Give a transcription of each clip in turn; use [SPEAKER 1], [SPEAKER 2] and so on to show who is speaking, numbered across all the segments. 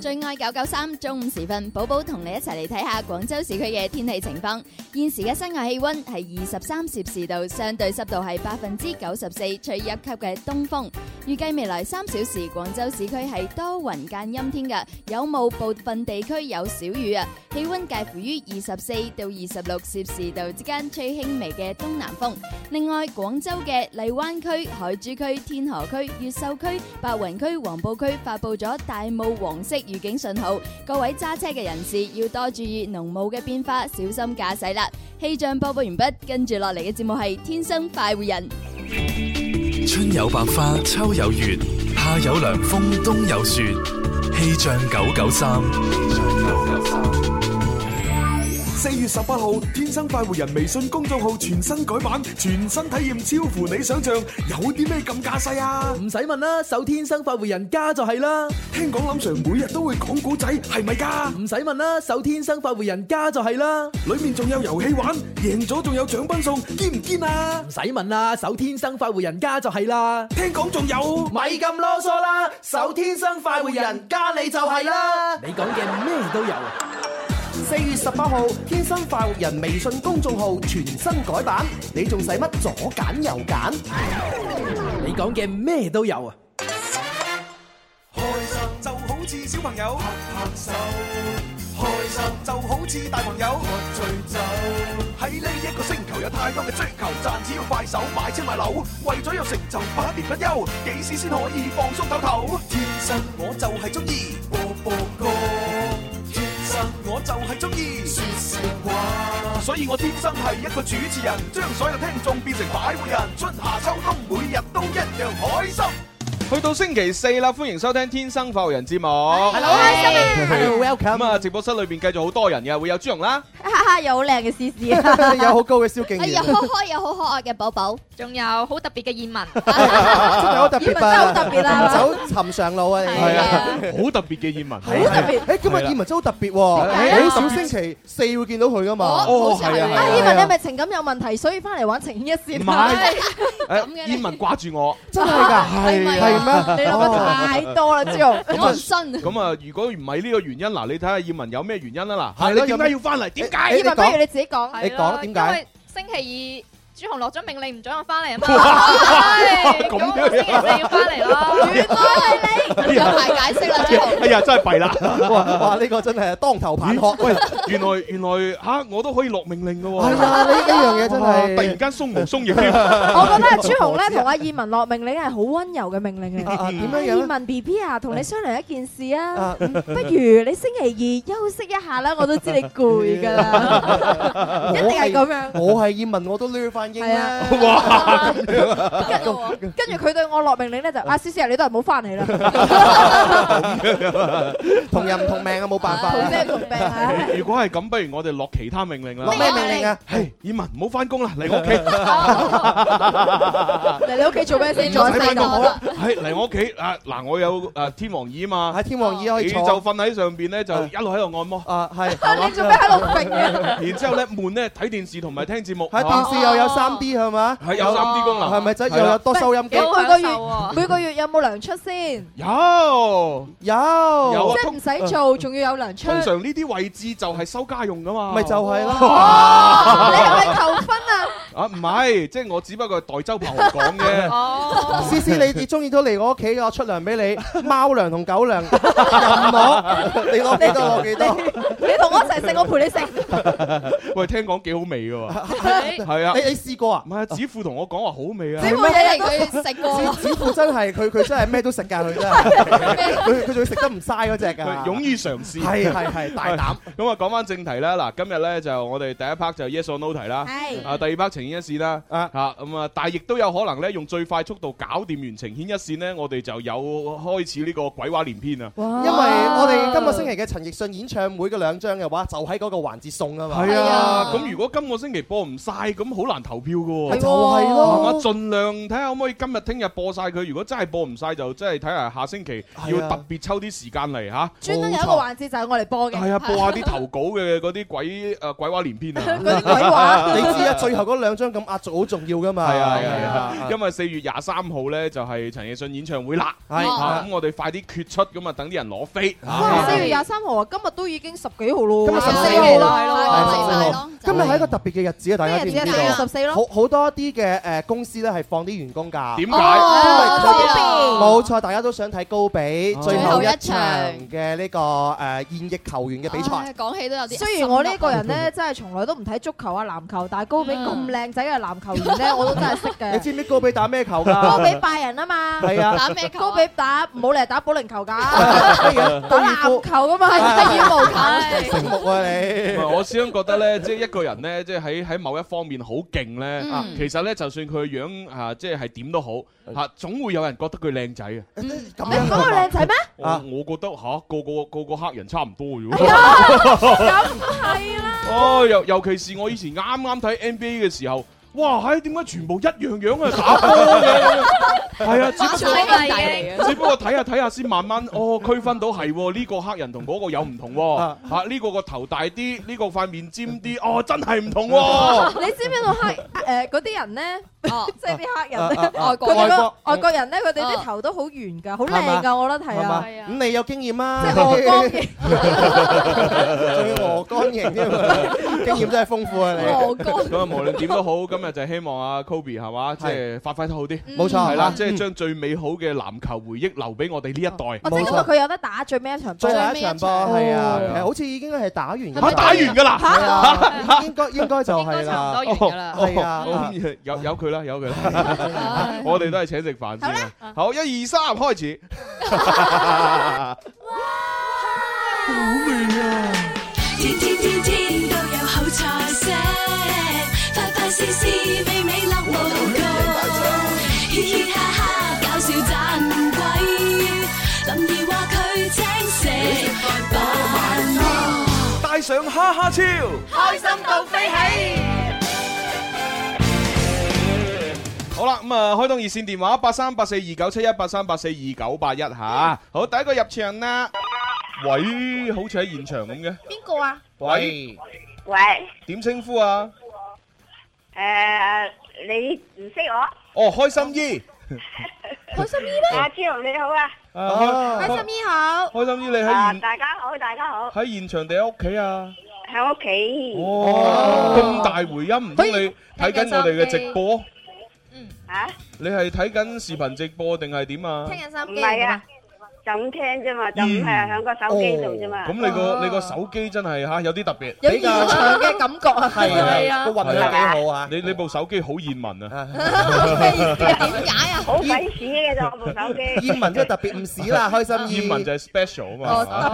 [SPEAKER 1] 最愛九九三中午時分，寶寶同你一齊嚟睇下廣州市區嘅天氣情況。現時嘅室外氣溫係二十三攝氏度，相對濕度係百分之九十四，吹一級嘅東風。預計未來三小時，廣州市區係多雲間陰天嘅，有霧，部分地區有小雨啊。氣溫介乎於二十四到二十六攝氏度之間，吹輕微嘅東南風。另外，廣州嘅荔灣區、海珠區、天河區、越秀區、白雲區、黃埔區發布咗大霧黃色預警信號，各位揸車嘅人士要多注意濃霧嘅變化，小心駕駛啦。氣象播報完畢，跟住落嚟嘅節目係《天生快活人》。
[SPEAKER 2] 春有百花，秋有月，夏有涼風，冬有雪。氣象九九三，
[SPEAKER 3] 四月十八號，天生快活人微信公眾號全新改版，全新體驗超乎你想象，有啲咩咁架勢啊？唔使問啦，搜天生快活人家就係啦。聽講林 Sir 每日都會講古仔，係咪噶？唔使問啦，搜天生快活人家就係啦。裏面仲有遊戲玩，贏咗仲有獎品送，堅唔堅啊？唔使問啦，搜天生快活人家就係啦。聽講仲有，咪咁囉嗦啦，搜天生快活人家你就係啦。你講嘅咩都有。啊
[SPEAKER 4] 四月十八號，天生快活人微信公眾號全新改版，你仲使乜左揀右揀？
[SPEAKER 5] 嗯
[SPEAKER 3] 你講嘅咩都有啊！
[SPEAKER 5] 開心就好似小朋友拍拍手，開心就好似大朋友喝醉酒。喺呢一個星球有太多嘅追求，賺錢要快手，買車買樓，為咗有成就百年不休。幾時先可以放鬆唞唞？天生我就係中意播播歌，天生我就係中意説笑話。所以我天生係一個主持人，將所有聽眾變成擺渡人。春夏秋冬，每日都一樣開心。
[SPEAKER 6] 去到星期四啦，歡迎收聽《天生快活人》節目。係
[SPEAKER 7] 好開心啊
[SPEAKER 6] ！Welcome。咁啊，直播室裏邊繼續好多人嘅，會有朱容啦，
[SPEAKER 1] 哈哈，有好靚嘅 C C 啊，
[SPEAKER 4] 有好高嘅蕭敬
[SPEAKER 1] 哎有好可有好可愛嘅寶寶，
[SPEAKER 7] 仲有好特別嘅 燕文，
[SPEAKER 4] 真係好特別
[SPEAKER 7] 葉問真
[SPEAKER 4] 啊！
[SPEAKER 7] 係好特別啦
[SPEAKER 4] 唔 走尋常路啊！你
[SPEAKER 7] 係啊
[SPEAKER 6] 好特別嘅葉啊問，
[SPEAKER 4] 好特別。誒，今日葉文真係好特別喎，好少星期四會見到佢噶嘛。
[SPEAKER 6] 哦係啊係啊
[SPEAKER 7] 啊
[SPEAKER 8] 啊，
[SPEAKER 6] 係啊
[SPEAKER 8] 葉文你係咪情感有問題，所以翻嚟玩情牽一線？
[SPEAKER 6] 唔係誒燕文掛住我，
[SPEAKER 4] 真係㗎，
[SPEAKER 8] 係咪
[SPEAKER 4] 係
[SPEAKER 8] 啊
[SPEAKER 4] 咩？哦
[SPEAKER 8] 你諗得太多啦，朱紅。
[SPEAKER 6] 咁啊
[SPEAKER 1] 我唔信。
[SPEAKER 6] 咁啊，如果唔係呢個原因，嗱，你睇下葉文有咩原因啦，嗱，
[SPEAKER 4] 係
[SPEAKER 6] 係
[SPEAKER 4] 咯
[SPEAKER 6] 你點解要翻嚟？點解？
[SPEAKER 8] 葉文不如你自己講。
[SPEAKER 4] 你講點解
[SPEAKER 7] 因為星期二朱紅落咗命令唔准我翻嚟啊嘛，係咁我
[SPEAKER 6] 咁樣
[SPEAKER 7] 星期四要翻嚟咯。
[SPEAKER 1] 原來係
[SPEAKER 6] Dạ.
[SPEAKER 1] 你，有排解釋啦，朱紅。
[SPEAKER 6] 哎呀，真係弊啦！
[SPEAKER 4] 哇哇！呢個真係當頭棒喝。
[SPEAKER 6] 喂，原來原來嚇我都可以落命令嘅
[SPEAKER 4] 係
[SPEAKER 6] 喎，
[SPEAKER 4] 啊，呢呢樣嘢真
[SPEAKER 6] 哇突然
[SPEAKER 4] 係。
[SPEAKER 6] 間鬆毛鬆翼添。
[SPEAKER 8] 我覺得阿朱紅 咧同阿葉文落命令係好温柔嘅命令
[SPEAKER 4] 啊
[SPEAKER 8] 嚟。
[SPEAKER 4] 啊點樣
[SPEAKER 8] 葉
[SPEAKER 4] 樣咧？
[SPEAKER 8] 文 B B 啊，同你商量一件事啊
[SPEAKER 4] 啊，
[SPEAKER 8] 嗯不如你星期二休息一下啦，我都知你攰㗎 啦，一定係咁樣。
[SPEAKER 4] 我係葉文，我都攣翻英
[SPEAKER 8] 係
[SPEAKER 4] 啦
[SPEAKER 8] 啊。，
[SPEAKER 1] 得咯喎
[SPEAKER 8] 跟住佢對我落命令咧就，阿思思啊，你都係唔好翻嚟 啦，
[SPEAKER 4] 同人唔同命啊，冇辦法
[SPEAKER 8] 同
[SPEAKER 4] 啦。
[SPEAKER 8] 病 同病啊。
[SPEAKER 6] 如果係咁，不如我哋落其他命令啦
[SPEAKER 4] 落。咩命令啊？
[SPEAKER 6] 係，以文唔好翻工啦，嚟我屋企，
[SPEAKER 8] 嚟你屋企做咩先？
[SPEAKER 1] 唔使返工好 啦
[SPEAKER 6] 係嚟我屋企啊！嗱，我有誒天王椅啊嘛，
[SPEAKER 4] 喺天王椅可
[SPEAKER 6] 你
[SPEAKER 4] 以
[SPEAKER 6] 就
[SPEAKER 4] 坐。
[SPEAKER 6] 瞓喺上邊咧，就一路喺度按摩，
[SPEAKER 4] 啊，係。
[SPEAKER 8] 你做咩喺度揈 嘅？
[SPEAKER 6] 然之後咧悶咧睇電視同埋聽節目，
[SPEAKER 4] 喺電視又有 3D 係嘛？
[SPEAKER 6] 係有三 D 功
[SPEAKER 4] 係
[SPEAKER 6] 能，
[SPEAKER 4] 咪真又有多收音機？
[SPEAKER 8] 有
[SPEAKER 6] 啊
[SPEAKER 7] 好
[SPEAKER 4] 有
[SPEAKER 7] 享受喎
[SPEAKER 8] 每個月有冇糧出先？
[SPEAKER 6] 有。有
[SPEAKER 4] 有
[SPEAKER 6] 啊
[SPEAKER 8] 即係唔使做，仲要有糧出。
[SPEAKER 6] 通常呢啲位置就係收家用噶嘛，
[SPEAKER 4] 咪就係咯。
[SPEAKER 8] 哦，你係咪求婚啊？
[SPEAKER 6] 啊唔係，即係我只不過係代周柏豪講嘅，
[SPEAKER 7] 哦，
[SPEAKER 4] 思思，你你中意都嚟我屋企嘅，我出糧俾你，貓糧同狗糧任攞，你攞幾多攞幾多，
[SPEAKER 8] 你同我一齊食，我陪你
[SPEAKER 4] 啊
[SPEAKER 8] 食。
[SPEAKER 6] 喂聽講幾好味嘅喎，
[SPEAKER 7] 係
[SPEAKER 6] 係啊
[SPEAKER 4] 你，你試過啊
[SPEAKER 6] 唔？係啊，子富同我講話好味啊
[SPEAKER 8] 子，
[SPEAKER 1] 你冇嘢嚟佢食 過，
[SPEAKER 4] 子父真係佢佢真係咩都食㗎，佢真 係，佢佢仲要食得唔嘥嗰只
[SPEAKER 6] 佢
[SPEAKER 4] 㗎，
[SPEAKER 6] 勇於嘗試，
[SPEAKER 4] 係係係大膽，
[SPEAKER 6] 咁啊講翻正題啦，嗱今日咧就我哋第一 part 就 yes or no 題啦，
[SPEAKER 8] 係
[SPEAKER 6] 啊第二 part 情呈牽一線啦，嚇咁啊！但係亦都有可能咧，用最快速度搞掂完呈牽一線咧，我哋就有開始呢個鬼話連篇啊！
[SPEAKER 4] 因為我哋今個星期嘅陳奕迅演唱會嘅兩張嘅話，就喺嗰個環節送啊嘛。
[SPEAKER 6] 係啊，咁如果今個星期播唔晒，咁好難投票嘅喎。
[SPEAKER 4] 咪就係咯
[SPEAKER 6] 係嘛盡量睇下可唔可以今日、聽日播晒佢。如果真係播唔晒，就真係睇下下星期
[SPEAKER 4] 係
[SPEAKER 6] 要
[SPEAKER 4] 啊
[SPEAKER 6] 特別抽啲時間嚟嚇。
[SPEAKER 8] 專登有一個環節就係我嚟播嘅，
[SPEAKER 6] 係啊，播下啲投稿嘅嗰啲鬼 誒鬼話連篇啊！
[SPEAKER 8] 嗰啲鬼話。
[SPEAKER 4] 你知啊，最後嗰兩張咁壓軸好重要噶嘛。
[SPEAKER 6] 係啊係啊係啊，因為四月廿三號咧就係陳奕迅演唱會啦，
[SPEAKER 4] 係
[SPEAKER 6] 啊咁我哋快啲決出咁啊，等啲人攞飛。
[SPEAKER 8] 哇！
[SPEAKER 6] 啊
[SPEAKER 8] 四月廿三號啊，今日都已經十幾號咯，
[SPEAKER 4] 今日
[SPEAKER 1] 十四係
[SPEAKER 8] 啦，係
[SPEAKER 4] 號啦
[SPEAKER 8] 咯
[SPEAKER 1] 啦，
[SPEAKER 4] 係啦
[SPEAKER 1] 係
[SPEAKER 4] 係
[SPEAKER 1] 啦
[SPEAKER 4] 今日係一個特別嘅日子啊，大家知唔
[SPEAKER 8] 咩日
[SPEAKER 4] 知
[SPEAKER 8] 子啊
[SPEAKER 4] 道？
[SPEAKER 8] 十四咯
[SPEAKER 4] 好好多一啲嘅誒公司咧係放啲員工假。
[SPEAKER 6] 點
[SPEAKER 8] 哦
[SPEAKER 6] 解？
[SPEAKER 8] 哦
[SPEAKER 4] 冇錯，大家都想睇高比
[SPEAKER 6] 哦
[SPEAKER 4] 最後一
[SPEAKER 1] 最
[SPEAKER 4] 場
[SPEAKER 1] 後一
[SPEAKER 4] 嘅呢個誒現役球員嘅比賽。
[SPEAKER 1] 唉講起都有啲。
[SPEAKER 8] 雖然我呢個人咧，真係從來都唔睇足球啊、籃球，但係高比咁靚仔嘅籃球員 咧，我都真係識
[SPEAKER 4] 你
[SPEAKER 8] 嘅。
[SPEAKER 4] 知唔知高比打咩球㗎？
[SPEAKER 8] 高比拜仁啊嘛，
[SPEAKER 4] 係啊，
[SPEAKER 1] 打咩球啊？
[SPEAKER 8] 高比打唔好嚟打保齡球㗎，
[SPEAKER 4] 乜嘢
[SPEAKER 8] 打籃球㗎嘛，
[SPEAKER 4] 打
[SPEAKER 8] 係羽毛球。
[SPEAKER 4] 成木啊你
[SPEAKER 6] 唔？係我始終覺得咧，即係一個人咧，即係喺喺某一方面好勁咧
[SPEAKER 1] 嗯，
[SPEAKER 6] 其實咧就算佢嘅樣啊，即係係點都好嚇，總會有人覺得佢靚仔啊。
[SPEAKER 4] 咁
[SPEAKER 8] 你
[SPEAKER 4] 樣
[SPEAKER 8] 講我靚仔咩？
[SPEAKER 6] 我
[SPEAKER 4] 啊
[SPEAKER 6] 我覺得嚇個個個個黑人差唔多啫
[SPEAKER 8] 哎
[SPEAKER 6] 喎。
[SPEAKER 8] 呀，咁係啦。
[SPEAKER 6] 哦，尤尤其是我以前啱啱睇 NBA 嘅時候，哇！唉，點解全部一樣樣啊打 波嘅咁樣？係啊，只不過
[SPEAKER 1] 馬賽兄弟嚟嘅。
[SPEAKER 6] 只不過睇下睇下先，慢慢哦區分到係喎呢個黑人同嗰個有唔同喎
[SPEAKER 4] 啊，
[SPEAKER 6] 嚇呢個個頭大啲，呢個塊面尖啲，哦真係唔同 喎。
[SPEAKER 8] 你知唔知道黑誒嗰啲 人咧，
[SPEAKER 1] 哦，
[SPEAKER 8] 即係啲黑人咧，
[SPEAKER 4] 啊
[SPEAKER 1] 外
[SPEAKER 8] 佢
[SPEAKER 1] 國
[SPEAKER 8] 哋
[SPEAKER 4] 外
[SPEAKER 8] 個
[SPEAKER 4] 國
[SPEAKER 8] 外國人咧，佢哋
[SPEAKER 1] 啊
[SPEAKER 8] 啲頭都好圓㗎，好
[SPEAKER 4] 係
[SPEAKER 8] 靚
[SPEAKER 4] 嘛
[SPEAKER 8] 㗎，我覺得係
[SPEAKER 4] 係嘛？
[SPEAKER 8] 啊，
[SPEAKER 7] 係啊
[SPEAKER 4] 咁你有經驗
[SPEAKER 8] 即
[SPEAKER 4] 啊？
[SPEAKER 8] 係鵝肝嘅
[SPEAKER 4] 仲要鵝肝 型添啊，經驗真係豐富啊你。
[SPEAKER 8] 鵝肝。
[SPEAKER 6] 咁啊，無論點都好，今日就希望阿 Kobe 係嘛，即係發揮得好啲，
[SPEAKER 4] 冇錯，
[SPEAKER 6] 係啦，
[SPEAKER 4] 嗯
[SPEAKER 6] 即係將最美好嘅籃球回憶留俾我哋呢一代。
[SPEAKER 8] 我哦即係今日佢有得打最尾一場波哦
[SPEAKER 4] 最。後一場波係啊，其實好似已經係打完㗎
[SPEAKER 6] 嚇
[SPEAKER 4] 啦。
[SPEAKER 6] 打完㗎啦，
[SPEAKER 4] 係啊，應該應該就
[SPEAKER 7] 應該差
[SPEAKER 4] 係
[SPEAKER 7] 唔
[SPEAKER 4] 啦
[SPEAKER 7] 多。完㗎啦。
[SPEAKER 4] 係啊
[SPEAKER 6] 哦咁有有佢啦，有佢啦，我哋都係請食飯先啦。好，一二三，開始。
[SPEAKER 9] 天天天天都有好菜色，快快事事美美樂無窮，嘻嘻哈哈搞笑盞鬼，林兒話佢請食飯喎。
[SPEAKER 5] 帶上哈哈超，
[SPEAKER 6] 好啦，咁啊，開通熱線電話八三八四二九七一八三八四二九八一吓。好，第一個入場啦。喂，好似喺現場咁嘅。
[SPEAKER 8] 邊個啊？
[SPEAKER 6] 喂，
[SPEAKER 10] 喂，
[SPEAKER 6] 點稱呼啊？
[SPEAKER 10] 诶，你唔識我？
[SPEAKER 6] 哦，開心姨。
[SPEAKER 8] 開心姨咩？
[SPEAKER 10] 阿朱紅你好啊！
[SPEAKER 6] À, 啊
[SPEAKER 8] 開心
[SPEAKER 6] 開
[SPEAKER 8] 姨好。
[SPEAKER 6] 開心姨，你喺
[SPEAKER 10] 啊，
[SPEAKER 6] 現
[SPEAKER 10] 大家好，大家好，
[SPEAKER 6] 喺現場定喺屋企啊？
[SPEAKER 10] 喺屋企
[SPEAKER 6] 哦，咁大回音，唔通你睇緊我哋嘅直播？
[SPEAKER 10] 啊，
[SPEAKER 6] 你係睇緊視頻直播定係點啊？
[SPEAKER 8] 聽緊收
[SPEAKER 10] 唔
[SPEAKER 8] 音機
[SPEAKER 10] 係啊，，就咁聽啫嘛，就咁係喺個手機度啫嘛
[SPEAKER 6] 咁。你個
[SPEAKER 8] 哦
[SPEAKER 6] 你個手機真係吓有啲特別，
[SPEAKER 8] 有現場嘅感覺 啊。
[SPEAKER 4] 係
[SPEAKER 7] 係啊
[SPEAKER 4] 啊，個運氣幾好啊！
[SPEAKER 6] 你你部手機好燕文啊！
[SPEAKER 1] 點解啊？
[SPEAKER 10] 好鬼屎嘅咋我部手機。
[SPEAKER 4] 燕文真係特別唔屎 啦，開心
[SPEAKER 6] 燕文就係 special 啊嘛。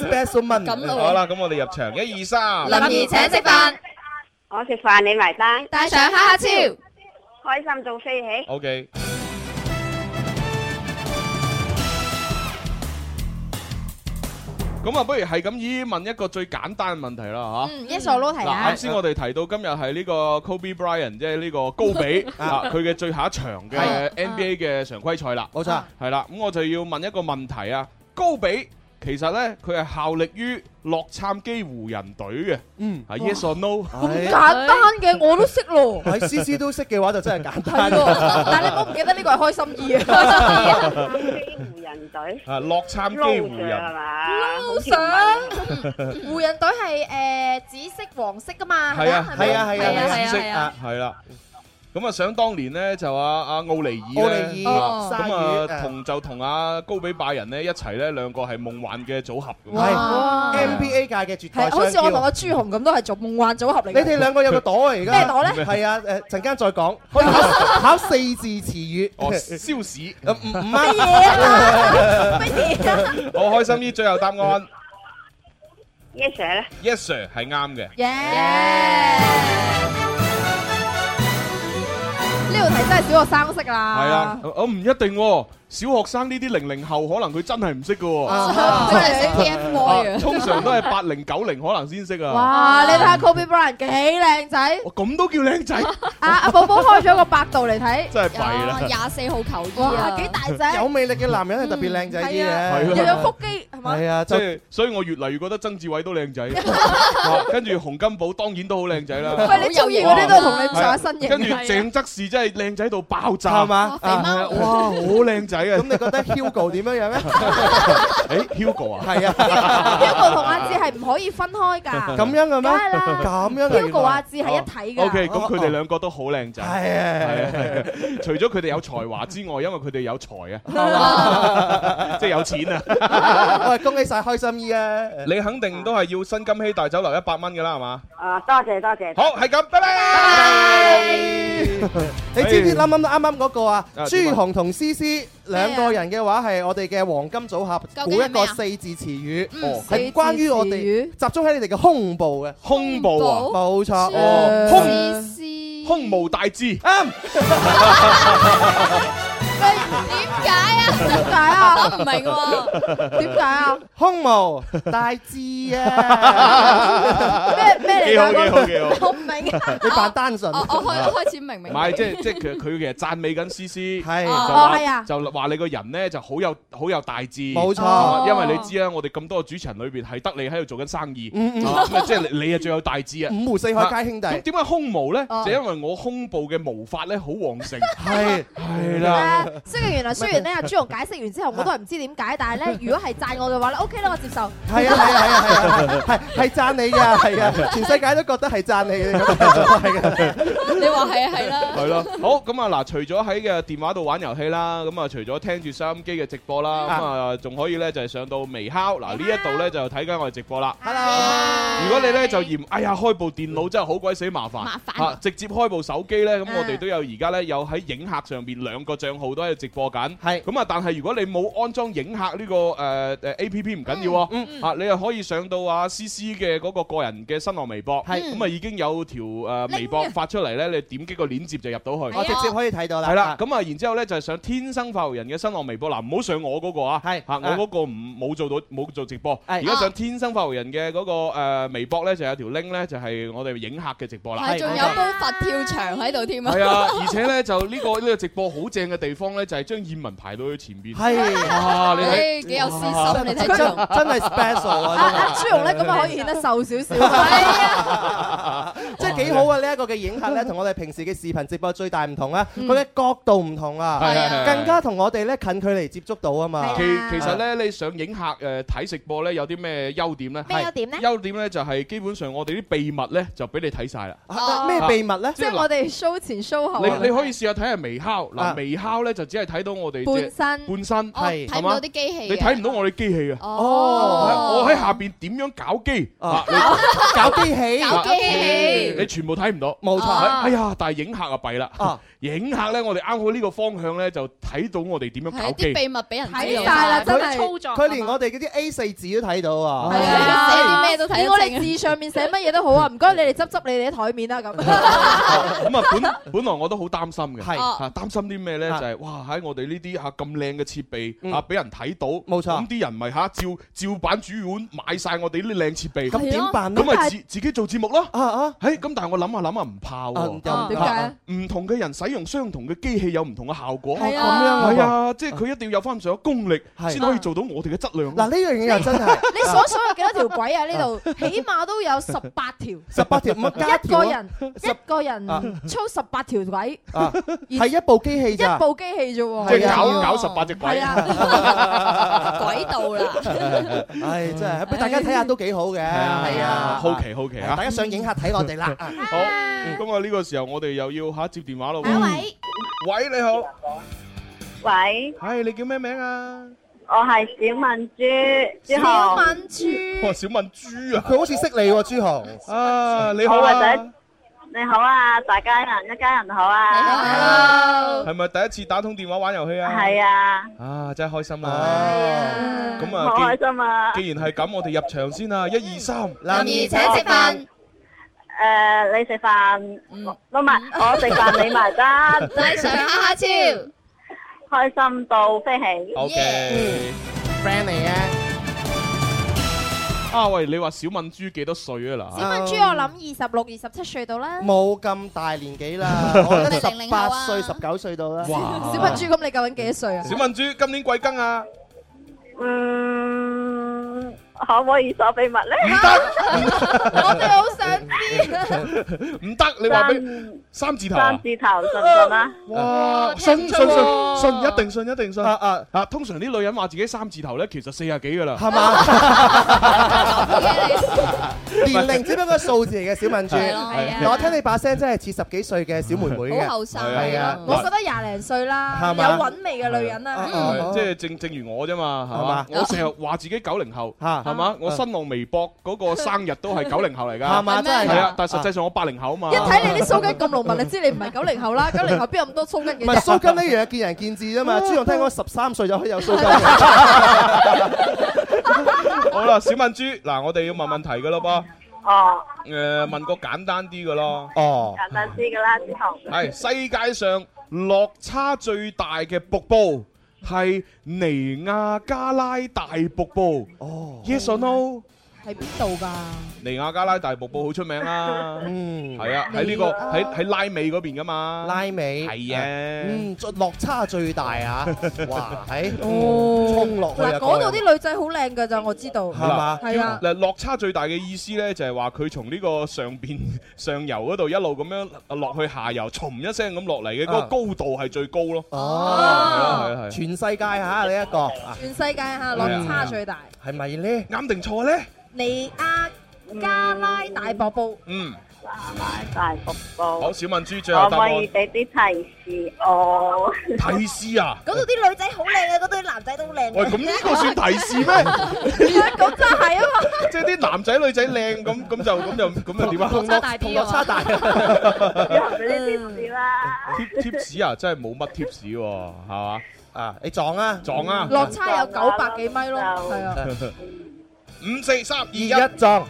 [SPEAKER 4] special 文。
[SPEAKER 1] 咁咯
[SPEAKER 6] 好啦，咁我哋入場，一二三，
[SPEAKER 8] 兒請食飯，
[SPEAKER 10] 我食飯你埋單，
[SPEAKER 8] 帶上哈哈超。
[SPEAKER 10] 開心到飛起。
[SPEAKER 6] O K。咁啊，不如係咁依問一個最簡單嘅問題啦
[SPEAKER 8] 嗯，一數撈
[SPEAKER 6] 嚇。
[SPEAKER 8] 題
[SPEAKER 6] 嗱，
[SPEAKER 8] 啊
[SPEAKER 6] 啱。先我哋提到今日係呢個 Kobe Bryant，即係呢個高 比啊，佢嘅最後一場嘅
[SPEAKER 4] 係
[SPEAKER 6] NBA 嘅常規賽啦，
[SPEAKER 4] 冇錯，
[SPEAKER 6] 係啦。咁我就要問一個問題啊，高比其實呢，佢係效力於洛杉磯湖人隊嘅，
[SPEAKER 4] 嗯，
[SPEAKER 6] 啊 Yes or No？
[SPEAKER 8] 咁
[SPEAKER 4] 係
[SPEAKER 8] 簡 單嘅我都識咯。
[SPEAKER 4] 喺 C C 都識嘅話就真係簡
[SPEAKER 8] 係
[SPEAKER 4] 單。
[SPEAKER 8] 喎，但係你唔好唔記得呢個係開心姨啊。
[SPEAKER 10] 飛湖人隊
[SPEAKER 6] 啊，洛杉磯湖
[SPEAKER 10] 撈上係
[SPEAKER 6] 人，
[SPEAKER 10] 嘛？啊好似
[SPEAKER 8] 想湖人隊係誒紫色黃色噶嘛，
[SPEAKER 6] 係
[SPEAKER 8] 係
[SPEAKER 6] 啊
[SPEAKER 8] 啊，
[SPEAKER 4] 係
[SPEAKER 8] 咪
[SPEAKER 4] 啊係啊
[SPEAKER 6] 紫色
[SPEAKER 7] 係啊
[SPEAKER 6] 係啦。咁啊，想當年呢，就阿阿奧尼爾
[SPEAKER 4] 奧
[SPEAKER 6] 呢
[SPEAKER 4] 尼
[SPEAKER 8] 哦
[SPEAKER 4] 爾、
[SPEAKER 6] 咁
[SPEAKER 4] 鯊
[SPEAKER 6] 啊，
[SPEAKER 4] 魚
[SPEAKER 6] 同就同阿高比拜仁呢一齊呢，兩個係夢幻嘅組合 咁。
[SPEAKER 4] 係
[SPEAKER 6] Ờ.
[SPEAKER 8] 哇
[SPEAKER 4] N B A 界嘅絕代
[SPEAKER 8] Ờ. 係啊好似我
[SPEAKER 4] 雙
[SPEAKER 8] 同
[SPEAKER 4] 驕。
[SPEAKER 8] 阿朱紅咁都係做夢幻組合嚟
[SPEAKER 4] 你
[SPEAKER 8] 嘅。
[SPEAKER 4] 哋兩個有個朵啊，而家
[SPEAKER 8] 咩朵呢
[SPEAKER 4] 係啊，誒陣間再講，可以考考四字詞語。
[SPEAKER 6] 哦，燒屎！
[SPEAKER 4] 呃唔唔啱。
[SPEAKER 8] 乜嘢啊？
[SPEAKER 6] 我開心啲，最後答案
[SPEAKER 10] Yes sir 咧，
[SPEAKER 6] yes sir 係啱嘅。
[SPEAKER 8] 耶！道題真係小學生識
[SPEAKER 6] 系
[SPEAKER 8] 啦。
[SPEAKER 6] 啊，我唔一定喎，小學生呢啲零零後可能佢真係唔識噶
[SPEAKER 8] 啊
[SPEAKER 6] 喎，
[SPEAKER 8] 真係識 TFBoy 啊
[SPEAKER 6] 通常都係八零九零可能先識啊。
[SPEAKER 8] 哇！你睇下 Kobe Bryant 幾靚仔，
[SPEAKER 6] 咁都叫靚仔，
[SPEAKER 8] 啊阿寶寶開咗個百度嚟睇，
[SPEAKER 6] 真係弊啦
[SPEAKER 1] 廿四號球衣
[SPEAKER 8] 哇
[SPEAKER 1] 啊，
[SPEAKER 8] 幾大隻，
[SPEAKER 4] 有魅力嘅男人係特別靚仔啲
[SPEAKER 6] 係
[SPEAKER 4] 嘅，
[SPEAKER 6] 咯又有腹
[SPEAKER 8] 肌係
[SPEAKER 4] 嘛？係啊，
[SPEAKER 6] 即
[SPEAKER 4] 就
[SPEAKER 6] 係所以我越嚟越覺得曾志偉都靚仔， 啊跟住洪金寶當然都好靚仔啦。
[SPEAKER 8] 喂你中意嗰啲都係同你唔上下身
[SPEAKER 6] 係
[SPEAKER 8] 形
[SPEAKER 6] 啊跟住
[SPEAKER 8] 係啊
[SPEAKER 6] 鄭則仕真係靚仔到爆炸，
[SPEAKER 4] 係嘛肥貓
[SPEAKER 6] 啊哇，好靚仔啊！咁你
[SPEAKER 4] 覺得 Hugo 點樣樣 咧？
[SPEAKER 6] 誒，Hugo 啊，
[SPEAKER 4] 係啊。
[SPEAKER 8] Hugo 同阿志係唔可以分開㗎。
[SPEAKER 4] 咁樣嘅咩？
[SPEAKER 8] 梗係啦
[SPEAKER 4] 咁樣嘅原來哦
[SPEAKER 8] Hugo 阿志
[SPEAKER 6] Ờ.
[SPEAKER 8] 係一體㗎。
[SPEAKER 6] O K，咁哦
[SPEAKER 8] Ờ.
[SPEAKER 6] 佢哋兩個都好靚仔，
[SPEAKER 4] 係
[SPEAKER 6] 係係係 除咗佢哋有才華之外，因為佢哋有才啊
[SPEAKER 4] 嘛，
[SPEAKER 6] 即係有錢啊！
[SPEAKER 4] 喂，恭喜晒開心姨啊！
[SPEAKER 6] 你肯定都係要新金禧大酒樓一百蚊㗎啦，係嘛？
[SPEAKER 10] 啊，多謝多謝。
[SPEAKER 6] 好，係咁，拜拜。
[SPEAKER 4] 你知唔知啱啱啱啱嗰個啊？
[SPEAKER 6] 啊
[SPEAKER 4] 朱紅同思思兩個人嘅話係我哋嘅黃金組合，
[SPEAKER 6] 究
[SPEAKER 4] 估
[SPEAKER 6] 竟係
[SPEAKER 4] 一個
[SPEAKER 6] 咩啊
[SPEAKER 4] 四字詞語
[SPEAKER 6] 嗯哦，
[SPEAKER 4] 係關於我哋集中喺你哋嘅胸部嘅
[SPEAKER 6] 胸部啊
[SPEAKER 4] 冇錯
[SPEAKER 6] 哦
[SPEAKER 4] 胸
[SPEAKER 6] 胸胸無大志，
[SPEAKER 1] 點解啊？
[SPEAKER 8] 點解啊
[SPEAKER 1] 我唔明喎。
[SPEAKER 8] 點解啊？
[SPEAKER 4] 胸毛大志啊！
[SPEAKER 8] 咩咩嚟㗎
[SPEAKER 6] 幾好幾好幾 好
[SPEAKER 8] 我唔明啊。
[SPEAKER 4] 你扮單
[SPEAKER 11] 哦
[SPEAKER 4] 純，
[SPEAKER 1] 我我哦開開始明
[SPEAKER 6] 啊
[SPEAKER 1] 明。
[SPEAKER 6] 唔係即係即係佢佢其實讚美緊思思，係
[SPEAKER 1] 哦
[SPEAKER 6] 就
[SPEAKER 1] 係
[SPEAKER 6] 話
[SPEAKER 1] 啊
[SPEAKER 6] 就話你個人咧就好有好有大志，
[SPEAKER 4] 冇錯
[SPEAKER 6] 啊因為你知啦，我哋咁多個主持人裏邊係得你喺度做緊生意，
[SPEAKER 4] 嗯嗯
[SPEAKER 6] 啊咁啊即係你你啊最有大志啊，
[SPEAKER 4] 五湖四海皆兄弟
[SPEAKER 6] 啊咁點解胸毛咧？
[SPEAKER 8] 哦
[SPEAKER 6] 就因為我胸部嘅毛髮咧好旺盛，
[SPEAKER 4] 係
[SPEAKER 6] 係啦。
[SPEAKER 8] 雖然原來雖然咧，阿朱紅解釋完之後，我都係唔知點解，但係咧，如果係讚我嘅話咧，OK 啦，我接受。
[SPEAKER 4] 係啊係啊係啊係啊係係讚你㗎，係啊，全世界都覺得係讚你嘅， 係嘅。
[SPEAKER 1] 你話係啊係啦。
[SPEAKER 6] 係咯，好咁啊嗱，除咗喺嘅電話度玩遊戲啦，咁啊除咗聽住收音機嘅直播啦，咁啊仲可以咧就係上到微敲嗱呢一度咧就睇緊我哋直播啦。如果你咧就嫌哎呀開部電腦真係好鬼死麻煩，
[SPEAKER 1] 麻
[SPEAKER 6] 煩直接開部手機咧，咁我哋都有而家咧有喺影客上邊兩個帳號都喺度直播緊。
[SPEAKER 4] 係
[SPEAKER 6] 咁啊，但係如果你冇安裝影客呢個誒誒 A P P 唔緊要喎，啊你又可以上到啊 C C 嘅嗰個個人嘅新浪微博，
[SPEAKER 4] 係
[SPEAKER 6] 咁啊已經有條誒微博發出嚟咧，你點擊個鏈接就入到去。
[SPEAKER 4] 我直接可以睇到啦。
[SPEAKER 6] 係啦，咁啊，然之後咧就係上天生發育人嘅新浪微博嗱，唔好上我嗰個啊，係嚇我嗰個唔冇做到冇做直播，而家上天生發育人嘅嗰個誒微博咧就有條 link 咧就係我哋影客嘅直播啦，
[SPEAKER 1] 係，仲有煲佛跳牆喺度添啊！
[SPEAKER 6] 係啊，而且咧就呢個呢個直播好正嘅地方咧就係將燕文排到去前邊，
[SPEAKER 4] 係
[SPEAKER 6] 啊，你
[SPEAKER 1] 唉
[SPEAKER 6] 睇
[SPEAKER 1] 幾有私
[SPEAKER 6] 哇
[SPEAKER 1] 心，你睇朱紅
[SPEAKER 4] 真係 special 啊！
[SPEAKER 8] 阿阿朱紅咧，咁啊可以顯得瘦少少。
[SPEAKER 4] 即係幾好啊！呢一個嘅影客 咧，同我哋平時嘅視頻直播最大唔同啊，
[SPEAKER 6] 嗯
[SPEAKER 4] 佢嘅角度唔同啊
[SPEAKER 6] 係啊係啊，
[SPEAKER 4] 更加同我哋咧近距離接觸到啊嘛。
[SPEAKER 6] 其其實咧，你上影客誒睇直播咧，有啲咩優點咧？
[SPEAKER 8] 咩優點咧
[SPEAKER 6] 優點咧就係基本上我哋啲秘密咧就俾你睇晒啦。
[SPEAKER 1] 哦
[SPEAKER 4] 啊咩秘密咧？
[SPEAKER 8] 即係我哋 show 前 show 後啊。
[SPEAKER 6] 你你可以試下睇下微敲
[SPEAKER 4] 啊
[SPEAKER 6] 嗱，微敲咧就只係睇到我哋
[SPEAKER 8] 半
[SPEAKER 6] 隻
[SPEAKER 8] 身
[SPEAKER 6] 半身
[SPEAKER 1] 哦睇唔
[SPEAKER 6] 係
[SPEAKER 1] 到
[SPEAKER 6] 嘛
[SPEAKER 1] 啲機器嘅
[SPEAKER 6] 你睇唔到我哋機器啊！
[SPEAKER 1] 哦
[SPEAKER 6] 我喺下邊點樣搞機啊？你
[SPEAKER 4] 哦 搞機器，
[SPEAKER 1] 搞機器
[SPEAKER 6] 你全部睇唔到，
[SPEAKER 4] 冇錯
[SPEAKER 6] 哎哎呀，但係影客啊弊啦
[SPEAKER 4] 啊，
[SPEAKER 6] 影客咧，我哋啱好呢個方向咧，就睇到我哋點樣搞
[SPEAKER 1] 係
[SPEAKER 6] 機
[SPEAKER 1] 啲。秘密俾人
[SPEAKER 8] 睇
[SPEAKER 1] 知道
[SPEAKER 8] 晒啦真係
[SPEAKER 4] 佢連我哋嗰啲 A 四紙都睇到啊！
[SPEAKER 8] 哦
[SPEAKER 6] Ờ,
[SPEAKER 8] 係
[SPEAKER 1] 啊寫啲咩都睇得
[SPEAKER 8] 如果你
[SPEAKER 1] 清啊
[SPEAKER 8] 字上面寫乜嘢都好啊，唔該你哋執執你哋啲台面啦咁。
[SPEAKER 6] 咁啊，本本來我都好擔心嘅，
[SPEAKER 4] 係
[SPEAKER 8] 哦
[SPEAKER 6] 啊擔心啲咩咧？就
[SPEAKER 4] 啊
[SPEAKER 6] 係哇喺我哋呢啲嚇啊咁靚嘅設備
[SPEAKER 4] 嗯
[SPEAKER 6] 嚇俾人睇到，
[SPEAKER 4] 錯
[SPEAKER 6] 冇咁啲人咪嚇照照板煮碗買晒我哋呢啲靚設備，
[SPEAKER 4] 咁點辦咧
[SPEAKER 6] 咁咪自自己做節目咯。
[SPEAKER 4] 啊啊！
[SPEAKER 6] 誒咁，但係我諗下諗下唔怕
[SPEAKER 4] 啊
[SPEAKER 6] 喎
[SPEAKER 4] 又唔怕，
[SPEAKER 8] 點解啊
[SPEAKER 6] 唔同嘅人使用相同嘅機器有唔同嘅效果，
[SPEAKER 4] 係啊咁樣啊
[SPEAKER 6] 係啊，即係佢一定要有翻上嘅功力
[SPEAKER 4] 係
[SPEAKER 6] 先可以做到我哋嘅質量。
[SPEAKER 4] 嗱呢樣嘢又真係
[SPEAKER 8] 你所數有幾多條鬼啊？呢度起碼都有十八條。
[SPEAKER 4] 十八條，唔係加
[SPEAKER 8] 一個
[SPEAKER 4] 條
[SPEAKER 8] 人一個人
[SPEAKER 4] 啊
[SPEAKER 8] 操十八條鬼，
[SPEAKER 4] 啊，係一部機器咋
[SPEAKER 8] 一。部機器啫喎。
[SPEAKER 6] 即係搞
[SPEAKER 8] 係啊
[SPEAKER 6] 搞十八隻鬼
[SPEAKER 8] 係。啊，
[SPEAKER 1] 軌道啦，
[SPEAKER 4] 唉，真係俾大家睇下都幾好嘅，係啊，
[SPEAKER 6] 好奇好奇啊
[SPEAKER 4] 大家想影下睇我哋 啦。啊
[SPEAKER 6] 好，咁啊呢個時候我哋又要嚇接電話咯喎。喂，你好。
[SPEAKER 10] 喂，
[SPEAKER 6] 係你叫咩名啊？
[SPEAKER 10] 我係小敏珠，朱
[SPEAKER 8] 小
[SPEAKER 10] 紅，
[SPEAKER 8] 敏珠，
[SPEAKER 6] 哇，小敏珠啊！
[SPEAKER 4] 佢好似識你喎，朱紅。
[SPEAKER 6] 啊，你好
[SPEAKER 10] 我
[SPEAKER 6] 啊
[SPEAKER 10] 係！你好啊，大家人一家人好啊，
[SPEAKER 6] 係咪第一次打通電話玩遊戲啊？
[SPEAKER 10] 係啊，
[SPEAKER 6] 啊，真係開心啦！
[SPEAKER 4] 哦，
[SPEAKER 6] 咁
[SPEAKER 10] 好
[SPEAKER 6] 啊
[SPEAKER 10] 開心啊！
[SPEAKER 6] 既，既然係咁，我哋入場先啊！一二三，
[SPEAKER 4] 男
[SPEAKER 1] 而且食飯，
[SPEAKER 10] 誒，诶，你食飯，唔係我食飯你埋單，
[SPEAKER 9] 帶上哈哈超
[SPEAKER 10] 開心到飛起。
[SPEAKER 6] OK。Ừ,
[SPEAKER 4] friend 嚟嘅。
[SPEAKER 6] 啊喂，你話小敏珠幾多歲啊嗱？
[SPEAKER 8] 小敏珠，我諗二十六、二十七歲到啦。
[SPEAKER 4] 冇咁大年紀 啦，我覺得十八歲、十九歲到啦。
[SPEAKER 6] 哇
[SPEAKER 8] 小敏珠，咁你究竟幾多歲啊？
[SPEAKER 6] 小敏珠今年貴庚啊？
[SPEAKER 10] Ừ. 嗯，可唔可以鎖秘密啊咧？
[SPEAKER 6] 唔得，
[SPEAKER 10] 我哋好想
[SPEAKER 6] 唔得，你話俾三字頭啊
[SPEAKER 10] 三字頭信唔信啊？
[SPEAKER 6] 哇！信信信信，一定信一定信啊啊啊！通常啲女人話自己三字頭咧，其實四廿幾噶啦，
[SPEAKER 4] 係嘛？年齡只不過數字嚟嘅，小敏珠。
[SPEAKER 8] 係咯係啊
[SPEAKER 4] 嗱我聽你把聲真係似十幾歲嘅小妹妹嘅，
[SPEAKER 8] 好後生
[SPEAKER 4] 係啊，
[SPEAKER 8] 我覺得廿零歲啦，
[SPEAKER 6] 係
[SPEAKER 8] 有
[SPEAKER 6] 嘛
[SPEAKER 8] 韻味嘅女人
[SPEAKER 6] Ờ,
[SPEAKER 8] 啦。嗯
[SPEAKER 6] 係即係正正如我啫嘛，係嘛
[SPEAKER 4] 嘛？
[SPEAKER 6] 我成日話自己九零後，係嘛
[SPEAKER 4] 啊？
[SPEAKER 6] 我新浪微博 嗰個生日都係九零後嚟㗎，
[SPEAKER 4] 係嘛真係㗎
[SPEAKER 6] 係啊！但係實際上我八零後啊嘛。
[SPEAKER 8] 一睇你啲鬚根咁濃密，你知你唔係九零後啦。九零後邊有咁多鬚根嘅
[SPEAKER 4] 唔
[SPEAKER 8] 啫？
[SPEAKER 4] 係蘇根呢樣嘢見仁見智啫嘛。朱紅聽講十三歲就可以有蘇根。
[SPEAKER 6] 好啦，小敏珠，嗱，我哋要問問題㗎咯噃，
[SPEAKER 10] 哦，
[SPEAKER 6] 誒問個簡單啲嘅咯。
[SPEAKER 4] 哦，
[SPEAKER 10] 簡單啲噶啦，之後
[SPEAKER 6] 係世界上落差最大嘅瀑布係尼亞加拉大瀑布。哦，Yes or no？
[SPEAKER 8] 喺邊度㗎？
[SPEAKER 6] 尼亞加拉大瀑布好出名啦，
[SPEAKER 4] 嗯，
[SPEAKER 6] 係啊，喺呢個喺喺拉美嗰邊噶嘛，
[SPEAKER 4] 拉美
[SPEAKER 6] 係啊，
[SPEAKER 4] 嗯，落差最大 啊！哇，喺
[SPEAKER 8] 哦
[SPEAKER 4] 衝落去啊
[SPEAKER 8] 嗱，！嗰度啲女仔好靚㗎咋，我知道。
[SPEAKER 4] 係嘛
[SPEAKER 8] 係啊。
[SPEAKER 6] 嗱落差最大嘅意思咧，就係話佢從呢個上邊 上游嗰度一路咁樣落去下游，從一聲咁落嚟嘅嗰個
[SPEAKER 4] 啊
[SPEAKER 6] 高度係最高咯。
[SPEAKER 4] 哦，
[SPEAKER 6] 係啊係啊係啊
[SPEAKER 4] 全世界嚇你一個啊，
[SPEAKER 8] 全世界嚇落差最大，
[SPEAKER 4] 係咪咧？
[SPEAKER 6] 啱定錯咧？
[SPEAKER 8] 尼亞加拉大瀑布
[SPEAKER 6] 嗯，
[SPEAKER 10] 大瀑
[SPEAKER 6] 好，
[SPEAKER 10] 布，
[SPEAKER 6] 小敏珠最
[SPEAKER 10] 可
[SPEAKER 6] 後
[SPEAKER 10] 唔
[SPEAKER 6] 答
[SPEAKER 10] 可
[SPEAKER 6] 案
[SPEAKER 10] 以俾啲提示我？
[SPEAKER 6] 提示啊！
[SPEAKER 8] 嗰度啲女仔好靚啊，嗰度啲男仔都好靚嘅。
[SPEAKER 6] 喂，咁呢個算提示咩？
[SPEAKER 8] 咁真 係啊嘛！
[SPEAKER 6] 即係啲男仔女仔靚咁咁就咁就咁就點啊？
[SPEAKER 4] 同
[SPEAKER 7] 差
[SPEAKER 4] 落
[SPEAKER 7] 大啲啊
[SPEAKER 4] 同落差大
[SPEAKER 10] 之後俾啲
[SPEAKER 4] 嗯
[SPEAKER 10] 貼士啦。
[SPEAKER 6] 貼貼士啊，真係冇乜貼士喎，係嘛？
[SPEAKER 4] 啊！你撞啊！
[SPEAKER 6] 撞啊！
[SPEAKER 8] 落差有九百幾米咯，係啊。
[SPEAKER 6] 五四三二一，
[SPEAKER 4] 二一撞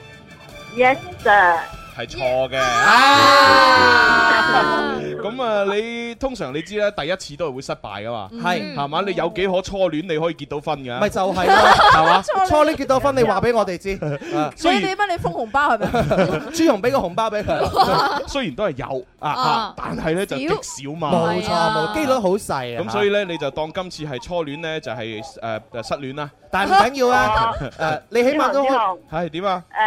[SPEAKER 10] Yes sir，
[SPEAKER 6] 係錯嘅。
[SPEAKER 4] 啊！
[SPEAKER 6] 咁啊，你通常你知啦，第一次都係會失敗噶嘛，
[SPEAKER 4] 係
[SPEAKER 6] 係嘛？你有幾可初戀你可以結到婚
[SPEAKER 4] 嗯咪
[SPEAKER 6] 㗎？
[SPEAKER 4] 就係咯？
[SPEAKER 6] 係嘛？嗯
[SPEAKER 4] 初戀結到婚，你話俾我哋 知。啊
[SPEAKER 8] 所以你乜你封紅包係啊咪？
[SPEAKER 4] 朱紅俾個紅包俾佢，
[SPEAKER 6] 雖然都係有啊
[SPEAKER 1] 啊，哎
[SPEAKER 6] 但係咧就極少嘛。
[SPEAKER 4] 冇錯冇，機率好細啊。
[SPEAKER 6] 咁所以咧，你就當今次係初戀咧，就係誒誒失戀啦。
[SPEAKER 4] 但係唔緊要 啊。誒，你起
[SPEAKER 10] 之
[SPEAKER 4] 碼
[SPEAKER 10] 後
[SPEAKER 4] 都
[SPEAKER 10] 之
[SPEAKER 4] 可
[SPEAKER 10] 後，
[SPEAKER 6] 係點啊？
[SPEAKER 10] 誒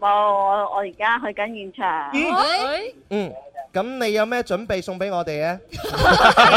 [SPEAKER 10] 冇，我我而家去緊現場。
[SPEAKER 8] 哎
[SPEAKER 4] 嗯。咁你有咩準備送俾我哋 啊？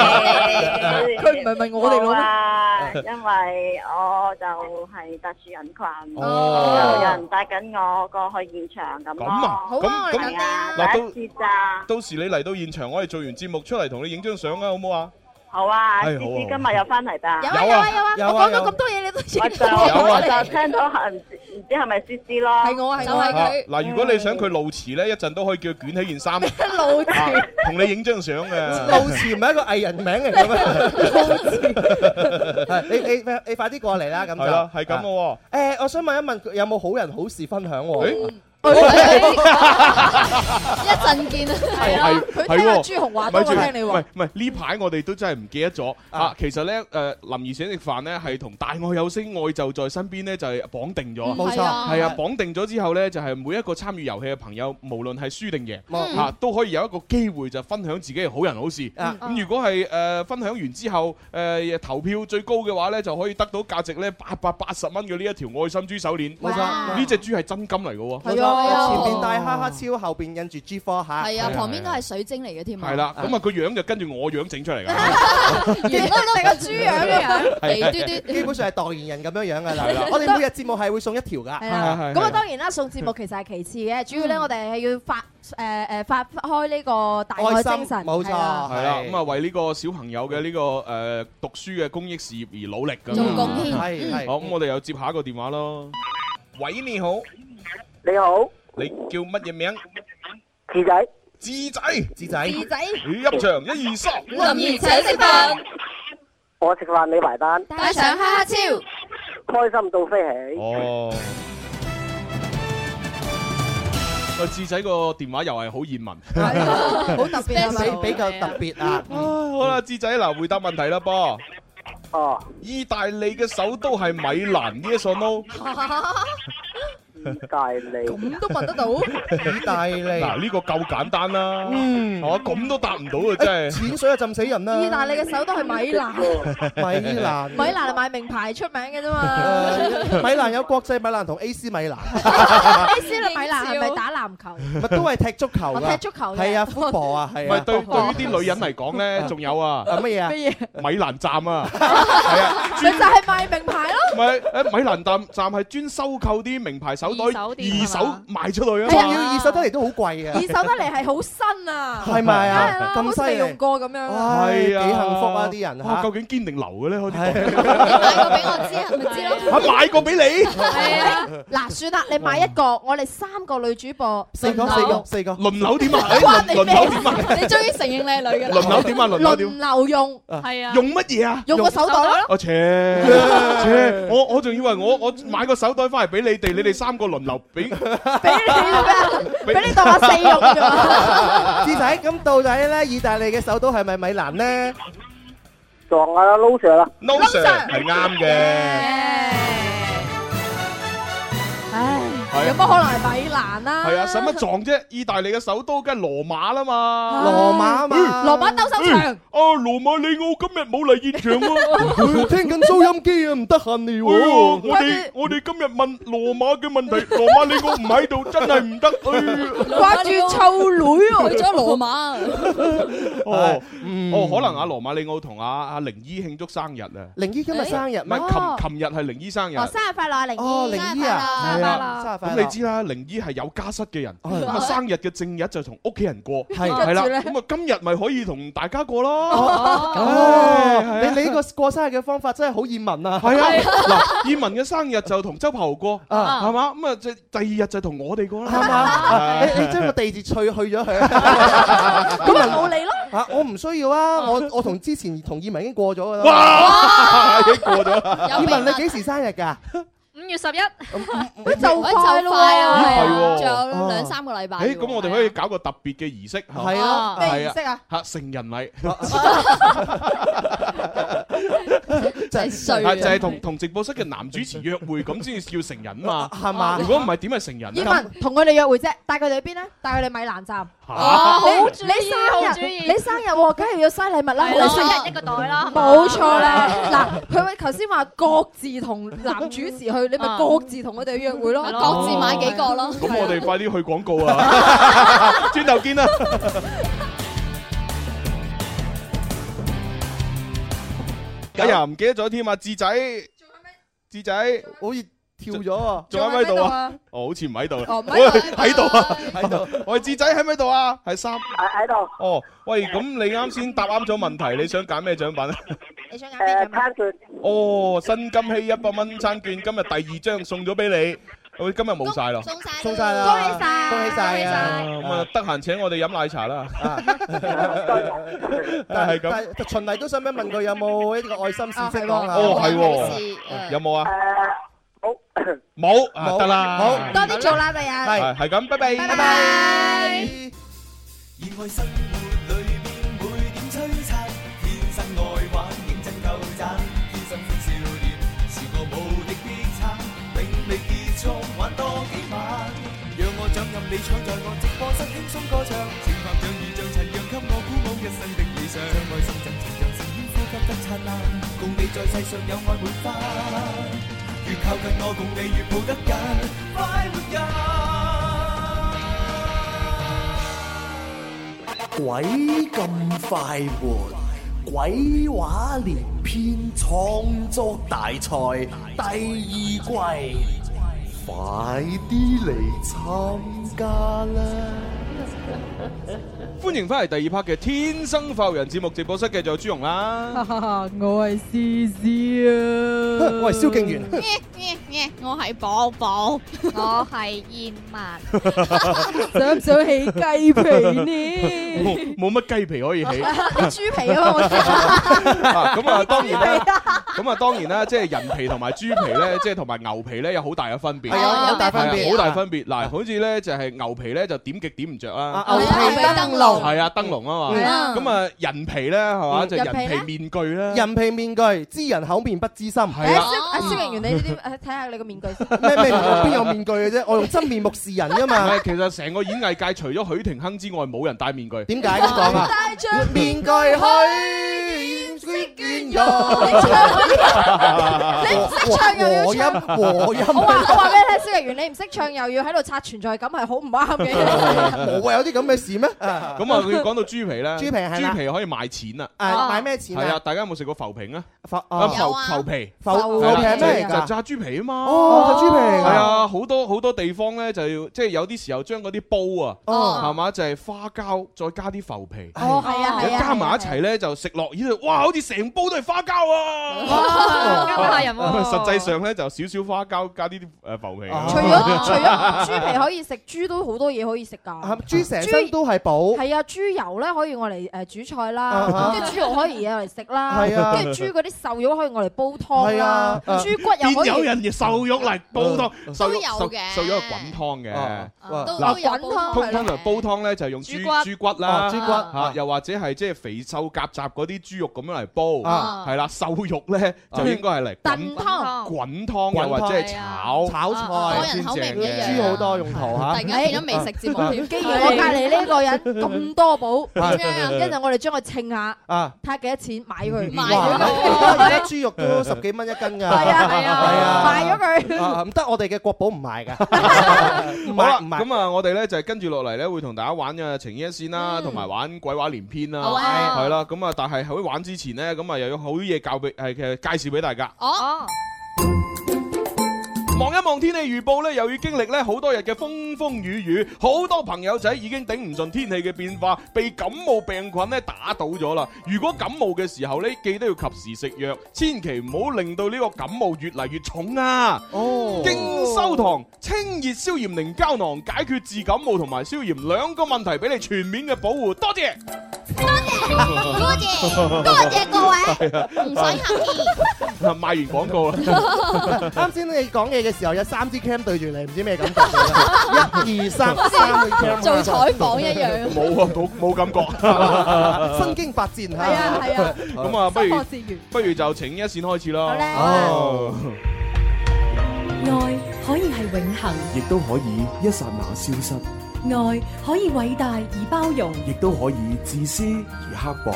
[SPEAKER 8] 佢唔係問我哋攞
[SPEAKER 10] 冇
[SPEAKER 8] 咩？
[SPEAKER 10] 啊，因為我就係特殊人群，
[SPEAKER 6] 哦
[SPEAKER 10] 有人帶緊我過去現場咁
[SPEAKER 6] 咁啊，
[SPEAKER 10] 咯。
[SPEAKER 8] 好
[SPEAKER 6] 咁
[SPEAKER 8] 啊我哋
[SPEAKER 10] 係
[SPEAKER 6] 咁
[SPEAKER 8] 等
[SPEAKER 10] 啊，
[SPEAKER 6] 嗱都
[SPEAKER 10] 第一次咋，
[SPEAKER 6] 到時你嚟到現場，我哋做完節目出嚟同你影張相啊，好唔好啊？
[SPEAKER 10] 好啊，
[SPEAKER 6] 係
[SPEAKER 10] 芝
[SPEAKER 6] 好
[SPEAKER 10] 芝
[SPEAKER 6] 啊
[SPEAKER 10] 今日又翻嚟咋
[SPEAKER 8] 有。啊有啊有
[SPEAKER 4] 有啊
[SPEAKER 8] 啊！我講
[SPEAKER 4] 有啊
[SPEAKER 8] 咗咁多嘢，你都
[SPEAKER 10] 我就我就聽到係唔知唔知係咪詩詩咯，
[SPEAKER 8] 係我係我
[SPEAKER 6] 啊嗱，如果你想佢露齒咧，一陣都可以叫佢捲起件衫，啊
[SPEAKER 8] 路
[SPEAKER 6] 同你影張相嘅。
[SPEAKER 4] 路慈唔係一個藝人名嚟 嘅咩？係你你你快啲過嚟啦，咁就啊
[SPEAKER 6] 係啦，係咁。咯
[SPEAKER 4] 誒，我想問一問，佢有冇好人好事分享
[SPEAKER 6] 喎。
[SPEAKER 4] 喎？
[SPEAKER 6] 誒
[SPEAKER 1] 哎一 陣見啊！
[SPEAKER 8] 係啊
[SPEAKER 6] 係
[SPEAKER 8] 佢
[SPEAKER 6] 係
[SPEAKER 8] 聽阿
[SPEAKER 6] 喎
[SPEAKER 8] 朱紅話多過
[SPEAKER 6] 咪
[SPEAKER 8] 聽
[SPEAKER 6] 住
[SPEAKER 8] 你
[SPEAKER 6] 唔係
[SPEAKER 8] 話。
[SPEAKER 6] 唔係呢排我哋都真係唔記得咗啊！其實咧誒，林怡請食飯咧係同大愛有聲愛就在身邊咧就係綁定咗。
[SPEAKER 4] 冇
[SPEAKER 1] 係
[SPEAKER 4] 錯，
[SPEAKER 1] 啊
[SPEAKER 6] 係啊，綁定咗之後呢，就係每一個參與遊戲嘅朋友，無論係輸定贏，
[SPEAKER 4] 冇
[SPEAKER 6] 嚇都可以有一個機會就分享自己嘅好人好事。
[SPEAKER 4] 啊
[SPEAKER 6] 咁如果係誒分享完之後，誒投票最高嘅話呢，就可以得到價值呢八百八十蚊嘅呢一條愛心豬手鏈。
[SPEAKER 4] 冇錯。
[SPEAKER 6] 呢只豬係真金嚟嘅喎。
[SPEAKER 4] 冇
[SPEAKER 8] 係啊
[SPEAKER 4] 錯，前邊戴哈哈超，後邊印住 G Four 嚇。
[SPEAKER 1] 哎係啊，旁邊都係水晶嚟嘅添啊！
[SPEAKER 6] 係啦，咁啊個樣就跟住我樣整出嚟㗎。
[SPEAKER 8] 原來都係個豬啊樣嘅樣。
[SPEAKER 1] 肥嘟嘟。
[SPEAKER 4] 基本上係代言人咁樣樣㗎啦。我哋每日節目係會送一條㗎。
[SPEAKER 8] 係
[SPEAKER 6] 係
[SPEAKER 8] 啦
[SPEAKER 6] 係，
[SPEAKER 8] 咁
[SPEAKER 6] 係
[SPEAKER 8] 啊當然啦，送節目其實係其次嘅，主要咧我哋係要發誒誒發開呢個大愛精神，
[SPEAKER 4] 冇錯，
[SPEAKER 8] 係啦
[SPEAKER 6] 係啦，咁啊為呢個小朋友嘅呢個誒讀書嘅公益事業而努力咁。
[SPEAKER 1] 做貢獻嗯
[SPEAKER 4] 係係。
[SPEAKER 6] 好，咁我哋又接下一個電話咯。喂，你好，
[SPEAKER 10] 你好，
[SPEAKER 6] 你叫乜嘢名？
[SPEAKER 10] 智仔，
[SPEAKER 6] 智仔，
[SPEAKER 4] 智仔，
[SPEAKER 8] 智仔
[SPEAKER 6] 入場一二三，
[SPEAKER 1] 林怡請食飯，
[SPEAKER 10] 我食飯你埋單，
[SPEAKER 1] 帶上哈哈超，
[SPEAKER 10] 開心到飛起。
[SPEAKER 6] 哦。個智仔個電話又係好熱文。
[SPEAKER 4] 好特別啊，比比較特別啊。
[SPEAKER 6] 好啦，智仔嗱，回答問題啦噃。
[SPEAKER 10] 哦，
[SPEAKER 6] 意大利嘅首都係米蘭，yes or no？
[SPEAKER 10] 意大利
[SPEAKER 8] 咁啊都問得到？
[SPEAKER 4] 意大利
[SPEAKER 6] 嗱，呢個夠簡單啦。
[SPEAKER 4] 嗯，
[SPEAKER 6] 我咁都答唔到啊，真係。
[SPEAKER 4] 淺水啊，浸死人啦！
[SPEAKER 8] 意大利嘅首都係米蘭，
[SPEAKER 4] 米 蘭，
[SPEAKER 8] 米蘭係賣名牌出名嘅啫嘛。
[SPEAKER 4] 誒米蘭有國際米蘭同 AC 米蘭，
[SPEAKER 8] 斯啦，米蘭係咪打籃球？
[SPEAKER 4] 咪都係踢足球
[SPEAKER 8] 我
[SPEAKER 4] 㗎。
[SPEAKER 8] 哦踢足球嘅
[SPEAKER 4] 係啊，football 啊，
[SPEAKER 6] 唔
[SPEAKER 4] 係
[SPEAKER 6] 係
[SPEAKER 4] 啊。
[SPEAKER 6] 對對於啲女人嚟講咧，仲有啊，
[SPEAKER 4] 啊乜嘢啊
[SPEAKER 8] 乜嘢
[SPEAKER 6] 米蘭站啊，
[SPEAKER 8] 咪就係賣名牌咯。
[SPEAKER 6] 唔係誒米蘭站站係專收購啲名牌手袋，
[SPEAKER 8] 二手店
[SPEAKER 6] 二手
[SPEAKER 8] 係嘛
[SPEAKER 6] 賣出去啊
[SPEAKER 4] 哎仲
[SPEAKER 6] 嘛。
[SPEAKER 4] 要二手得嚟都好貴
[SPEAKER 6] Dạ.
[SPEAKER 4] 啊！
[SPEAKER 8] 二手得嚟係好新啊，
[SPEAKER 4] 係咪啊
[SPEAKER 8] 梗係啦
[SPEAKER 4] 咁
[SPEAKER 8] 好似
[SPEAKER 4] 犀
[SPEAKER 8] 未
[SPEAKER 4] 利
[SPEAKER 8] 用過咁樣啊。
[SPEAKER 4] 係
[SPEAKER 6] à.
[SPEAKER 4] 啊幾幸福啊啲人
[SPEAKER 6] 哇
[SPEAKER 4] 嚇
[SPEAKER 6] 究竟堅定流嘅咧？嗰啲
[SPEAKER 8] 咪知咯。
[SPEAKER 6] 袋嚇買過俾 你，
[SPEAKER 8] 嗱，算啦，你買一個，我哋三個女主播
[SPEAKER 4] 四個，
[SPEAKER 8] 輪流。
[SPEAKER 4] 四個，四個。
[SPEAKER 6] 輪流點啊？
[SPEAKER 8] 關
[SPEAKER 6] 輪
[SPEAKER 8] 你
[SPEAKER 6] 輪
[SPEAKER 8] 咩
[SPEAKER 6] 流
[SPEAKER 8] 事
[SPEAKER 6] 點啊？
[SPEAKER 1] 你終於承認你係女㗎啦。
[SPEAKER 6] 輪流點啊？輪流點？
[SPEAKER 8] 輪流用，
[SPEAKER 6] Ờ. 用乜嘢啊？
[SPEAKER 8] 用個手袋咯。
[SPEAKER 6] 我切 切，我我仲以為我我買個手袋翻嚟俾你
[SPEAKER 8] 嗯
[SPEAKER 6] 哋，你哋三個輪流 俾俾
[SPEAKER 8] 俾你當我四用啫嘛。
[SPEAKER 4] 志仔，咁到底咧，意大利嘅首都係咪米蘭呢？
[SPEAKER 10] 撞啊撈 Sir 啦，
[SPEAKER 6] No sir 係啱嘅，
[SPEAKER 8] 啊唉，
[SPEAKER 6] 係啊。
[SPEAKER 8] 有乜可能係米蘭啊？
[SPEAKER 6] 係啊，使乜撞啫？意大利嘅首都梗係羅馬啦嘛。
[SPEAKER 4] 羅馬嘛。
[SPEAKER 8] 嗯羅馬鬥獸場。
[SPEAKER 6] 啊，羅馬里奧今日冇嚟現場喎。
[SPEAKER 4] 佢聽緊收音機啊，唔得閒你
[SPEAKER 6] 哎呀我
[SPEAKER 4] 喎。
[SPEAKER 6] 哋我哋今日問羅馬嘅問題，羅馬里奧唔喺度，真係唔得。
[SPEAKER 8] 掛住湊女喎。啊
[SPEAKER 6] 哎哦，哦，可能阿羅馬里奧同阿阿玲姨慶祝生日啊。
[SPEAKER 4] 玲姨今日生日
[SPEAKER 6] 唔
[SPEAKER 4] 咩？
[SPEAKER 6] 係，琴琴日係玲姨生日。
[SPEAKER 8] Ờ, 哦，生日快樂啊，玲姨。
[SPEAKER 6] Ờ,
[SPEAKER 4] 哦，玲姨啊，
[SPEAKER 6] 生日快樂
[SPEAKER 4] 係啊，
[SPEAKER 6] 生日快
[SPEAKER 4] 生日快樂。
[SPEAKER 6] 咁你知啦，玲姨係有家室嘅人，
[SPEAKER 4] 係
[SPEAKER 6] 咁啊生日嘅正日就同屋企人過，
[SPEAKER 4] 係
[SPEAKER 6] 係啦，
[SPEAKER 8] 跟住咧
[SPEAKER 6] 咁啊今日咪可以同大家過
[SPEAKER 4] 哦
[SPEAKER 6] 咯。
[SPEAKER 4] 哦，你你呢個過生日嘅方法真係好熱文啊！
[SPEAKER 6] 係啊，嗱，葉文嘅生日就同周柏豪過，
[SPEAKER 4] 啊
[SPEAKER 6] 係嘛？咁啊，即係第二日就同我哋過
[SPEAKER 4] 啱
[SPEAKER 6] 啦。
[SPEAKER 4] 啊！你你將個地字翠 去咗佢，咁咪
[SPEAKER 8] 咁咪冇你咯。
[SPEAKER 4] 啊！我唔需要啊！我我同之前同葉文已經過咗㗎啦。
[SPEAKER 6] 哇，已經過咗啦。
[SPEAKER 4] 葉文你幾時生日㗎？
[SPEAKER 7] 五月十一，
[SPEAKER 8] 喂，就快咯喎。
[SPEAKER 6] 係喎。
[SPEAKER 1] 仲有兩三個禮拜喎。
[SPEAKER 6] 誒，咁我哋可以搞個特別嘅儀式，
[SPEAKER 4] 係
[SPEAKER 6] 啊，
[SPEAKER 4] 啊，
[SPEAKER 8] 咩意思啊？
[SPEAKER 6] 嚇成人禮，
[SPEAKER 4] 就
[SPEAKER 1] 真係衰啊。
[SPEAKER 6] 啊就係同同直播室嘅男主持約會，咁先叫成人嘛。
[SPEAKER 4] 係嘛
[SPEAKER 6] 如？果唔係點係成人
[SPEAKER 8] 葉
[SPEAKER 6] 啊？
[SPEAKER 8] 文同佢哋約會啫，帶佢哋去邊咧？帶佢哋米蘭站。你
[SPEAKER 6] 嚇
[SPEAKER 7] 好主意
[SPEAKER 8] 你生
[SPEAKER 7] 好主
[SPEAKER 8] 日，
[SPEAKER 7] 意
[SPEAKER 8] 你生日喎，梗係要嘥禮物啦，
[SPEAKER 7] 係
[SPEAKER 8] 好
[SPEAKER 7] 咯，
[SPEAKER 8] 生
[SPEAKER 7] 一
[SPEAKER 8] 日。
[SPEAKER 7] 人一個袋啦，係嘛
[SPEAKER 8] 冇錯啦，嗱，佢咪頭先話各自同男主持去，你咪各自同佢哋去約會咯，
[SPEAKER 7] 係咯
[SPEAKER 1] 各自買幾個咯。
[SPEAKER 6] 咁我哋快啲去廣告啊！轉頭見啦。哎呀，唔記得咗添啊！智仔，智仔，
[SPEAKER 4] 好似跳咗啊！
[SPEAKER 6] 仲喺唔喺度啊？
[SPEAKER 8] 啊？
[SPEAKER 6] 哦，好似唔喺度啦。
[SPEAKER 8] 哦，唔喺度
[SPEAKER 6] 喂
[SPEAKER 8] 啊，
[SPEAKER 6] 喺度啊，喺度。喂，智仔喺唔喺度啊？係三。
[SPEAKER 10] 喺喺度
[SPEAKER 6] 哦，喂，咁你啱先答啱咗問題，你想揀咩獎品啊？
[SPEAKER 8] 你想揀咩
[SPEAKER 10] 誒
[SPEAKER 8] 獎品？
[SPEAKER 10] 攤住
[SPEAKER 6] 哦，新金禧一百蚊餐券，今日第二張送咗俾你。喂，今日冇晒咯。
[SPEAKER 1] 送晒啦。
[SPEAKER 4] 送晒啦！
[SPEAKER 8] 恭喜晒
[SPEAKER 4] 恭喜晒
[SPEAKER 6] 啊
[SPEAKER 4] 啊！
[SPEAKER 6] 咁啊，得閒請我哋飲奶茶啦。
[SPEAKER 4] 但
[SPEAKER 6] 係咁。
[SPEAKER 4] 但循例都想問佢有冇一個愛心事
[SPEAKER 8] 啊
[SPEAKER 4] 跡
[SPEAKER 8] 係喎
[SPEAKER 4] 講下？
[SPEAKER 6] 哦係喎
[SPEAKER 1] 有冇事？誒，
[SPEAKER 6] 有冇啊？
[SPEAKER 10] 誒好。
[SPEAKER 6] 冇啊，
[SPEAKER 4] 冇
[SPEAKER 6] 得啦。
[SPEAKER 4] 好
[SPEAKER 8] 多啲做啦，第日。
[SPEAKER 4] 係
[SPEAKER 6] 係係咁，拜拜。
[SPEAKER 8] 拜拜。
[SPEAKER 5] 热爱生活里面每點璀璨，天生愛玩，認真夠讚，天生歡笑臉，是個無敵必撐，永未結束，玩多幾晚。讓我掌任你搶在我直播室輕鬆歌唱，情拍掌與像塵，讓給我鼓舞一生的理想。將愛心贈情，讓成煙呼吸得燦爛，共你在世上有愛滿花。越靠近我，共你越抱得緊，快活人。
[SPEAKER 3] 鬼咁快活，鬼話連篇創作大賽第二季，快啲嚟參加啦！
[SPEAKER 6] 歡迎翻嚟第二 part 嘅《天生快活人》節目直播室嘅就有朱容啦。
[SPEAKER 8] 我係思思啊，
[SPEAKER 4] 我係 蕭敬元。
[SPEAKER 7] 我係寶寶， 我係燕 文。
[SPEAKER 8] 想唔想起雞皮呢？
[SPEAKER 6] 冇冇乜雞皮可 以起，
[SPEAKER 8] 你豬皮啊嘛，我
[SPEAKER 6] 啊咁啊當然 啦，咁啊當然啦，即係人皮同埋豬皮咧，即係同埋牛皮咧有好大嘅分別，
[SPEAKER 4] 係啊有大分別
[SPEAKER 6] 係啊好大分別。嗱，好似咧就係牛皮咧就點極點唔着啦，
[SPEAKER 4] 牛皮燈籠
[SPEAKER 6] 係啊燈籠啊
[SPEAKER 4] 係
[SPEAKER 6] 嘛
[SPEAKER 4] 啊，
[SPEAKER 6] 咁啊人皮咧係嘛
[SPEAKER 4] 嗯
[SPEAKER 6] 就人皮面具啦，
[SPEAKER 4] 人皮面具，知人口面不知心。
[SPEAKER 8] 誒
[SPEAKER 4] 係
[SPEAKER 8] 蕭阿蕭敬元，你呢啲誒睇下你個面具先。
[SPEAKER 4] 咩咩邊有面具嘅啫？我用真面目示人噶
[SPEAKER 6] 唔
[SPEAKER 4] 嘛
[SPEAKER 6] 係，。其實成個演藝界除咗許廷鏗之外，冇人戴面具。
[SPEAKER 4] 點 解咁講啊？
[SPEAKER 8] 戴著
[SPEAKER 4] 面具去見冤獄。
[SPEAKER 8] 你唔識唱又要唱我話我話俾你聽，蕭
[SPEAKER 4] 和音和音
[SPEAKER 8] 敬元，你唔識唱又要喺度刷存在感，係好唔啱嘅。
[SPEAKER 4] 冇啊，有啲咁嘅事咩？啊
[SPEAKER 6] 咁啊，佢講到豬皮咧，
[SPEAKER 4] 豬皮係啦
[SPEAKER 6] 豬皮可以賣錢啊！
[SPEAKER 8] 哦
[SPEAKER 4] 啊買咩錢啊
[SPEAKER 6] 係啊，大家有冇食過浮萍啊？
[SPEAKER 4] 浮
[SPEAKER 6] 啊
[SPEAKER 4] 哦
[SPEAKER 6] 浮浮皮，
[SPEAKER 4] 浮浮
[SPEAKER 8] 啊
[SPEAKER 4] 皮
[SPEAKER 6] 係啦
[SPEAKER 4] 係咩嚟
[SPEAKER 6] 就
[SPEAKER 4] 㗎
[SPEAKER 6] 就炸豬皮啊嘛！
[SPEAKER 4] 哦炸豬皮嚟㗎
[SPEAKER 6] 係啊！好多好多地方咧就要，即係有啲時候將嗰啲煲啊，
[SPEAKER 4] 哦
[SPEAKER 6] 係嘛，就係花膠再加啲浮皮，
[SPEAKER 8] 哦，係啊，係啊，
[SPEAKER 6] 加埋一齊咧就食落，咦！哇，好似成煲都係花膠啊！
[SPEAKER 8] 哦
[SPEAKER 1] 哦
[SPEAKER 7] 哇加埋人喎
[SPEAKER 6] 實際上咧就少少花膠加啲誒浮皮。
[SPEAKER 4] 哦
[SPEAKER 6] 啊
[SPEAKER 8] 除咗除咗豬皮可以食，豬都好多嘢可以食㗎。
[SPEAKER 4] 啊豬成身都係寶。
[SPEAKER 8] 係啊，豬油咧可以我嚟誒煮菜
[SPEAKER 4] 啊
[SPEAKER 8] 啦，
[SPEAKER 4] 哈
[SPEAKER 8] 跟住豬肉可以攞嚟食啦，
[SPEAKER 4] 係啊
[SPEAKER 8] 跟住豬嗰啲瘦肉可以我嚟煲湯
[SPEAKER 4] 係
[SPEAKER 8] 啦
[SPEAKER 4] 啊，啊
[SPEAKER 8] 豬骨又可以
[SPEAKER 6] 邊有人嘅瘦肉嚟煲湯？瘦肉
[SPEAKER 1] 都有
[SPEAKER 6] 瘦
[SPEAKER 1] 嘅
[SPEAKER 6] 瘦肉係滾湯嘅
[SPEAKER 4] 哦。
[SPEAKER 1] 都
[SPEAKER 6] 嗱
[SPEAKER 1] 都有煲湯
[SPEAKER 6] 通
[SPEAKER 1] 係
[SPEAKER 6] 通
[SPEAKER 1] 啦
[SPEAKER 6] 常煲湯咧就用豬
[SPEAKER 7] 豬
[SPEAKER 6] 豬骨啦，
[SPEAKER 4] 哦豬骨
[SPEAKER 6] 嚇
[SPEAKER 4] 啊
[SPEAKER 6] 又或者係即係肥瘦夾雜嗰啲豬肉咁樣嚟煲，
[SPEAKER 4] 啊
[SPEAKER 6] 係啦，瘦肉咧就應該係嚟
[SPEAKER 8] 燉
[SPEAKER 6] 滾
[SPEAKER 8] 湯。
[SPEAKER 6] 滾湯，又或者係炒
[SPEAKER 4] 炒
[SPEAKER 1] 個
[SPEAKER 4] 菜，
[SPEAKER 1] 人口味唔一樣，
[SPEAKER 4] 豬好多用途
[SPEAKER 1] 突
[SPEAKER 4] 嚇
[SPEAKER 1] 然。間變咗美食節目添，
[SPEAKER 8] 既 然我隔離呢個人咁多寶，
[SPEAKER 4] 啊
[SPEAKER 8] 點樣啊？跟住我哋將佢稱下，
[SPEAKER 4] 啊！
[SPEAKER 8] 睇下幾多錢買佢，
[SPEAKER 1] 買
[SPEAKER 4] 哇！
[SPEAKER 1] 咗佢
[SPEAKER 4] 而家豬肉都十幾蚊一斤㗎。
[SPEAKER 8] 係啊係啊，
[SPEAKER 4] 係
[SPEAKER 8] 賣咗佢。
[SPEAKER 4] 啊！唔得，我哋嘅國寶唔賣㗎。唔
[SPEAKER 6] 好
[SPEAKER 4] 賣
[SPEAKER 6] 啦，
[SPEAKER 4] 唔賣。
[SPEAKER 6] 咁啊，我哋咧就係跟住落嚟咧，會同大家玩嘅情意一線啦，
[SPEAKER 4] 嗯
[SPEAKER 6] 同埋玩鬼話連篇啦，
[SPEAKER 1] 好啊
[SPEAKER 6] 係啦，咁啊，但係喺玩之前咧，咁啊又有好嘢教俾係嘅介紹俾大家。
[SPEAKER 7] 哦，
[SPEAKER 6] 望一望天氣預報咧，又要經歷咧好多日嘅風風雨雨，好多朋友仔已經頂唔順天氣嘅變化，被感冒病菌咧打倒咗啦。如果感冒嘅時候咧，記得要及時食藥，千祈唔好令到呢個感冒越嚟越重啊！
[SPEAKER 4] 哦
[SPEAKER 6] 經修堂清熱消炎凝膠囊，解決治感冒同埋消炎兩個問題，俾你全面嘅保護。多謝。
[SPEAKER 1] 多謝多謝各位，唔使客氣。
[SPEAKER 6] 賣完廣告啦，
[SPEAKER 4] 啱 先你講嘢嘅時候有三支 cam 對住你，唔知咩感覺嚟嘅。一二三，三支 cam
[SPEAKER 1] 做採訪一樣。
[SPEAKER 6] 冇啊，冇冇感覺。
[SPEAKER 4] Ờ, 身經百戰嚇。
[SPEAKER 8] 係啊
[SPEAKER 6] à,
[SPEAKER 8] 係啊，
[SPEAKER 6] 咁啊，不
[SPEAKER 8] 收
[SPEAKER 6] 如
[SPEAKER 8] 穫自如。
[SPEAKER 6] 不如就情意一線開始啦。
[SPEAKER 8] 好咧
[SPEAKER 6] 哦
[SPEAKER 12] 愛可以係永恒，
[SPEAKER 3] 亦都可以一刹那消失，
[SPEAKER 12] 愛可以偉大而包容，
[SPEAKER 3] 亦都可以自私而刻薄，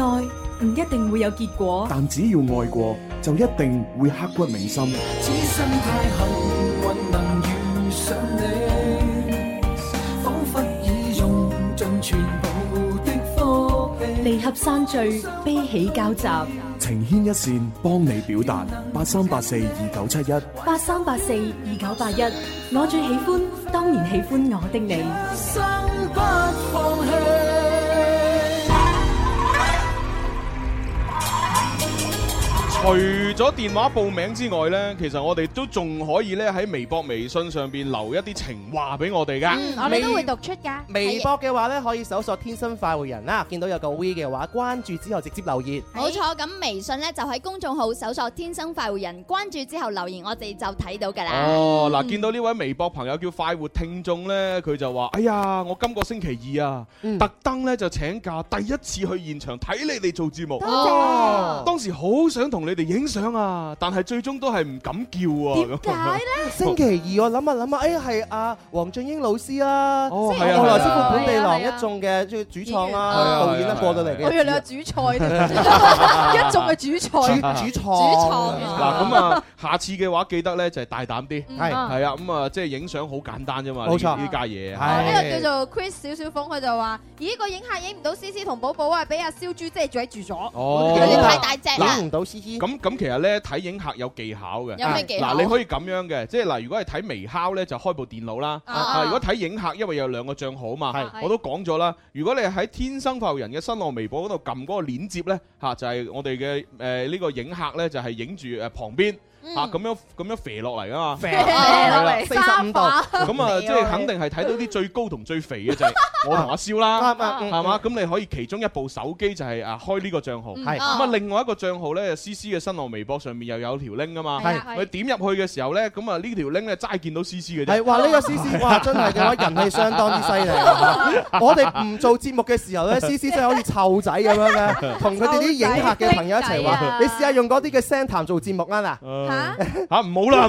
[SPEAKER 12] 愛唔一定會有結果。
[SPEAKER 3] 但只要愛過，就一定會刻骨銘心。
[SPEAKER 13] 此生太幸運能遇上你，彷彿已用盡全部的福氣。
[SPEAKER 12] 離合散聚，悲喜交集。
[SPEAKER 3] 情牽一線，幫你表達。八三八四二九七一，
[SPEAKER 12] 八三八四二九八一，我最喜歡，當然喜歡我的你。
[SPEAKER 13] 一生不放棄。
[SPEAKER 6] 除咗電話報名之外呢，其實我哋都仲可以咧喺微博、微信上邊留一啲情話俾我哋噶。
[SPEAKER 8] 嗯我哋都會讀出㗎。
[SPEAKER 4] 微博嘅話咧，可以搜索天生快活人啦，見到有個 V 嘅話，關注之後直接留言。
[SPEAKER 1] 冇錯，咁微信咧就喺公眾號搜索「天生快活人」，關注之後留言，我哋就睇到㗎
[SPEAKER 8] 啊
[SPEAKER 1] 啦。嗯
[SPEAKER 6] 哦，嗱，見到呢位微博朋友叫快活聽眾呢，佢就話：哎呀，我今個星期二啊，
[SPEAKER 4] 嗯
[SPEAKER 6] 特登呢就請假，第一次去現場睇你哋做節目。
[SPEAKER 4] 哦，
[SPEAKER 6] 當時好想同你哋影相啊，但係最終都係唔敢叫啊。
[SPEAKER 8] 點解咧？
[SPEAKER 4] 星期二我諗下諗下，哎係阿黃俊英老師啦，
[SPEAKER 6] 哦
[SPEAKER 4] 後
[SPEAKER 6] 係啊
[SPEAKER 4] 來
[SPEAKER 6] 係
[SPEAKER 4] 師
[SPEAKER 6] 啊
[SPEAKER 4] 傅本地郎
[SPEAKER 7] 係啊係啊
[SPEAKER 4] 一眾嘅即係主創
[SPEAKER 6] 演員
[SPEAKER 4] 啊
[SPEAKER 6] 啊
[SPEAKER 4] 導演啊
[SPEAKER 6] 係啊
[SPEAKER 4] 過到嚟
[SPEAKER 8] 我以為你話
[SPEAKER 4] 嘅。
[SPEAKER 8] 煮菜 添，一眾嘅煮
[SPEAKER 4] 主
[SPEAKER 8] 菜。啊
[SPEAKER 4] 主
[SPEAKER 8] 主
[SPEAKER 4] 創
[SPEAKER 8] 創
[SPEAKER 6] 嗱，
[SPEAKER 8] 啊
[SPEAKER 6] 咁啊，下次嘅話記得呢就係大膽啲。
[SPEAKER 4] 係
[SPEAKER 8] 啊
[SPEAKER 6] 係啊，咁啊，即係影相好簡單啫嘛。
[SPEAKER 4] 嗯冇錯
[SPEAKER 6] 呢呢家嘢。
[SPEAKER 4] 係
[SPEAKER 6] 啊
[SPEAKER 8] 哦呢個叫做 Chris 小小峰，佢就話：咦，à, 個影客影唔到 C C 同寶寶啊，俾阿燒豬姐姐捉住咗。
[SPEAKER 6] 哦
[SPEAKER 1] 佢哋太大隻
[SPEAKER 4] 諗
[SPEAKER 1] 啦，
[SPEAKER 4] 唔到啊 C C 啲
[SPEAKER 6] 咁咁其實咧睇影客有技巧嘅，
[SPEAKER 4] 啊有咩技巧
[SPEAKER 6] 嗱你可以咁樣嘅，即係嗱，如果係睇微烤咧就開部電腦啦，
[SPEAKER 4] 啊
[SPEAKER 6] 啊如果睇影客，因為有兩個帳號嘛，我都講咗啦。如果你喺天生發育人嘅新浪微博嗰度撳嗰個鏈接咧，嚇就係我哋嘅誒呢個影客咧就係影住誒旁邊。
[SPEAKER 4] 嗯
[SPEAKER 6] 嚇咁樣咁樣肥落嚟噶嘛，
[SPEAKER 4] 肥落 嚟
[SPEAKER 6] 係啦
[SPEAKER 4] 45度
[SPEAKER 6] 咁啊，
[SPEAKER 4] 肥
[SPEAKER 6] 即
[SPEAKER 4] 落
[SPEAKER 6] 係
[SPEAKER 4] 嚟
[SPEAKER 6] 肯定係睇到啲最高同最肥嘅 就係我同阿蕭啦，係嘛？咁你可以其中一部手機就係啊開呢個帳號，
[SPEAKER 4] 係
[SPEAKER 6] 咁啊另外一個帳號咧，C C 嘅新浪微博上面又有條 link 噶嘛，
[SPEAKER 4] 係
[SPEAKER 6] 佢點入去嘅時候咧，咁啊呢條 link 咧齋見到 C C 嘅啫。
[SPEAKER 4] 係哇！呢個 C C 哇，真係嘅話人氣相當之犀利啊。我哋唔做節目嘅時 候咧，C C 真係好似湊仔咁樣嘅，同佢哋啲影客嘅朋友一齊
[SPEAKER 6] 湊仔啊
[SPEAKER 4] 話：你試下用嗰啲嘅聲談做節目啊
[SPEAKER 6] 嗱。嚇唔好啦，唔好啦，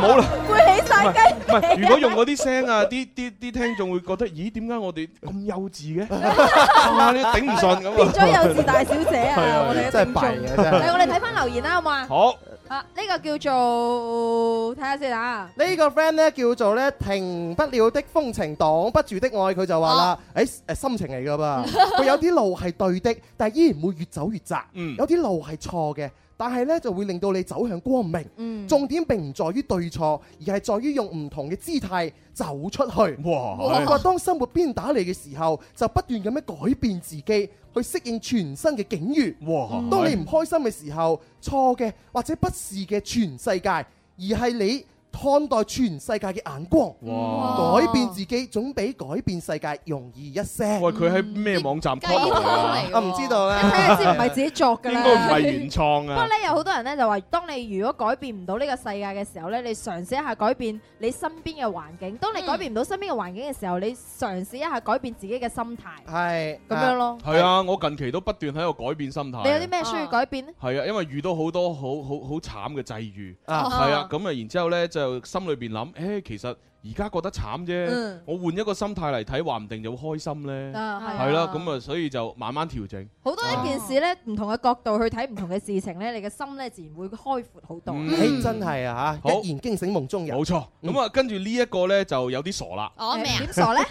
[SPEAKER 6] 好啦。
[SPEAKER 8] 攰起晒雞
[SPEAKER 6] 唔係，如果用嗰啲聲啊，啲啲啲聽眾會覺得，咦？點解我哋咁幼稚嘅？啊，你頂唔順咁
[SPEAKER 8] 變
[SPEAKER 6] 啊！
[SPEAKER 8] 咗幼稚大小姐啊！
[SPEAKER 6] 係啊
[SPEAKER 8] 我哋嘅
[SPEAKER 6] 真係
[SPEAKER 8] 聽眾
[SPEAKER 6] 弊啊真係
[SPEAKER 8] 嚟我哋睇翻留言啦，好嘛？
[SPEAKER 6] 好。
[SPEAKER 8] 啊，呢個叫做睇下先啊。
[SPEAKER 4] 呢個 friend 咧叫做咧停不了的風情，擋不住的愛，佢就話
[SPEAKER 6] 啊
[SPEAKER 4] 啦：，誒誒心情嚟㗎噃，佢有啲路係對的，但係依然會越走越窄；
[SPEAKER 6] 嗯
[SPEAKER 4] 有啲路係錯嘅，但係咧就會令到你走向光明。
[SPEAKER 6] 嗯
[SPEAKER 4] 重點並唔在於對錯，而係在於用唔同嘅姿態走出去。
[SPEAKER 6] 哇哎
[SPEAKER 4] 我覺得當生活鞭打你嘅時候，就不斷咁樣改變自己，去適應全新嘅境遇。
[SPEAKER 6] 哇
[SPEAKER 4] 當你唔開心嘅時候，錯嘅或者不是嘅全世界，而係你看待全世界嘅眼光。
[SPEAKER 6] 哇
[SPEAKER 4] 改變自己總比改變世界容易一些。
[SPEAKER 6] 喂，佢喺咩網站 c
[SPEAKER 4] 雞湯
[SPEAKER 6] o
[SPEAKER 4] 嚟㗎
[SPEAKER 6] 啊？
[SPEAKER 4] 我唔知道啦。
[SPEAKER 8] 睇下先唔係自己作㗎
[SPEAKER 6] 應
[SPEAKER 8] 啦。
[SPEAKER 6] 該唔係原創
[SPEAKER 8] 不過
[SPEAKER 6] 啊！
[SPEAKER 8] 咧，有好多人咧就話，當你如果改變唔到呢個世界嘅時候咧，你嘗試一下改變你身邊嘅環境。當你改變唔到身邊嘅環境嘅時候，你嘗試一下改變自己嘅心態。
[SPEAKER 4] 係
[SPEAKER 8] 咁樣咯
[SPEAKER 6] 係啊，我近期都不斷喺度改變心態。
[SPEAKER 8] 你有啲咩需要改變呢？
[SPEAKER 6] 係啊，因為遇到好多好好好慘嘅際遇，係
[SPEAKER 4] 啊
[SPEAKER 6] 啊，咁啊，然之後呢，就心裏邊諗，誒，其實而家覺得慘啫
[SPEAKER 8] 嗯，
[SPEAKER 6] 我換一個心態嚟睇，話唔定就會開心呢。
[SPEAKER 8] 啊係啊
[SPEAKER 6] 係啦，咁啊，所以就慢慢調整。
[SPEAKER 8] 好多一件事咧，唔同嘅角度去睇唔同嘅事情咧，你嘅心咧自然會開闊好多。
[SPEAKER 6] 嗯
[SPEAKER 4] 誒真係啊嚇，
[SPEAKER 6] 好
[SPEAKER 4] 一言驚醒夢中人。
[SPEAKER 6] 冇錯，咁啊，跟住呢一個呢，就有啲傻啦。
[SPEAKER 8] 我咩 啊？點傻咧？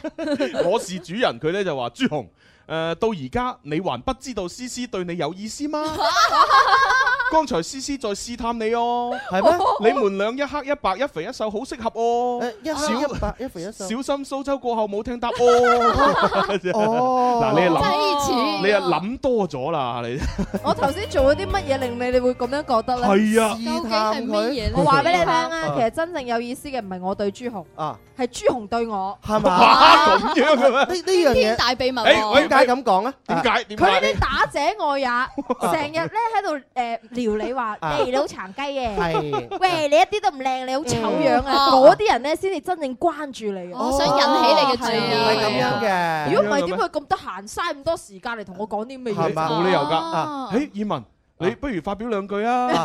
[SPEAKER 6] 我是主人，佢呢就話朱紅，誒，到而家你還不知道思思對你有意思嗎？ 剛才思思在試探你哦，
[SPEAKER 4] 係咩
[SPEAKER 6] 你們兩一黑一白一肥一瘦好適合哦，
[SPEAKER 8] 啊
[SPEAKER 4] 一
[SPEAKER 6] 小
[SPEAKER 4] 黑一白一肥一瘦
[SPEAKER 6] 小。心蘇州過後冇聽答哦。
[SPEAKER 4] 哦
[SPEAKER 6] 嗱你
[SPEAKER 8] 真係似啊
[SPEAKER 6] 啊諗，你啊諗多咗啦，你
[SPEAKER 8] 我頭先做咗啲乜嘢令你哋會咁樣覺得咧？
[SPEAKER 6] 係啊
[SPEAKER 4] 試探佢
[SPEAKER 8] 我話俾你聽啊，
[SPEAKER 4] 啊
[SPEAKER 8] 其實真正有意思嘅唔係我對朱紅，
[SPEAKER 4] 啊，
[SPEAKER 8] 係朱紅對我。
[SPEAKER 4] 係 嘛？
[SPEAKER 6] 哇咁樣嘅咩？呢
[SPEAKER 4] 呢樣啊嘢
[SPEAKER 8] 大秘密
[SPEAKER 6] 誒喂
[SPEAKER 4] 點解咁講啊？
[SPEAKER 6] 點解？哎點
[SPEAKER 8] 佢呢
[SPEAKER 6] 解
[SPEAKER 8] 啲？打者我 也，成日咧喺度誒撩你話，
[SPEAKER 4] 啊
[SPEAKER 8] 誒你好殘雞
[SPEAKER 4] 係
[SPEAKER 8] 嘅，喂你一啲都唔靚，你好醜樣啊！
[SPEAKER 4] 嗯
[SPEAKER 8] 嗰啲人咧先至真正關注你嘅。
[SPEAKER 1] 我想引起你嘅注意
[SPEAKER 4] 係咁樣嘅。
[SPEAKER 8] 如果唔係點會咁得閒嘥咁多時間嚟同我講啲咩嘢？
[SPEAKER 4] 係嘛
[SPEAKER 6] 冇理由㗎
[SPEAKER 8] Ờ.
[SPEAKER 4] 啊。
[SPEAKER 6] 誒，以文，你不如發表兩句啊！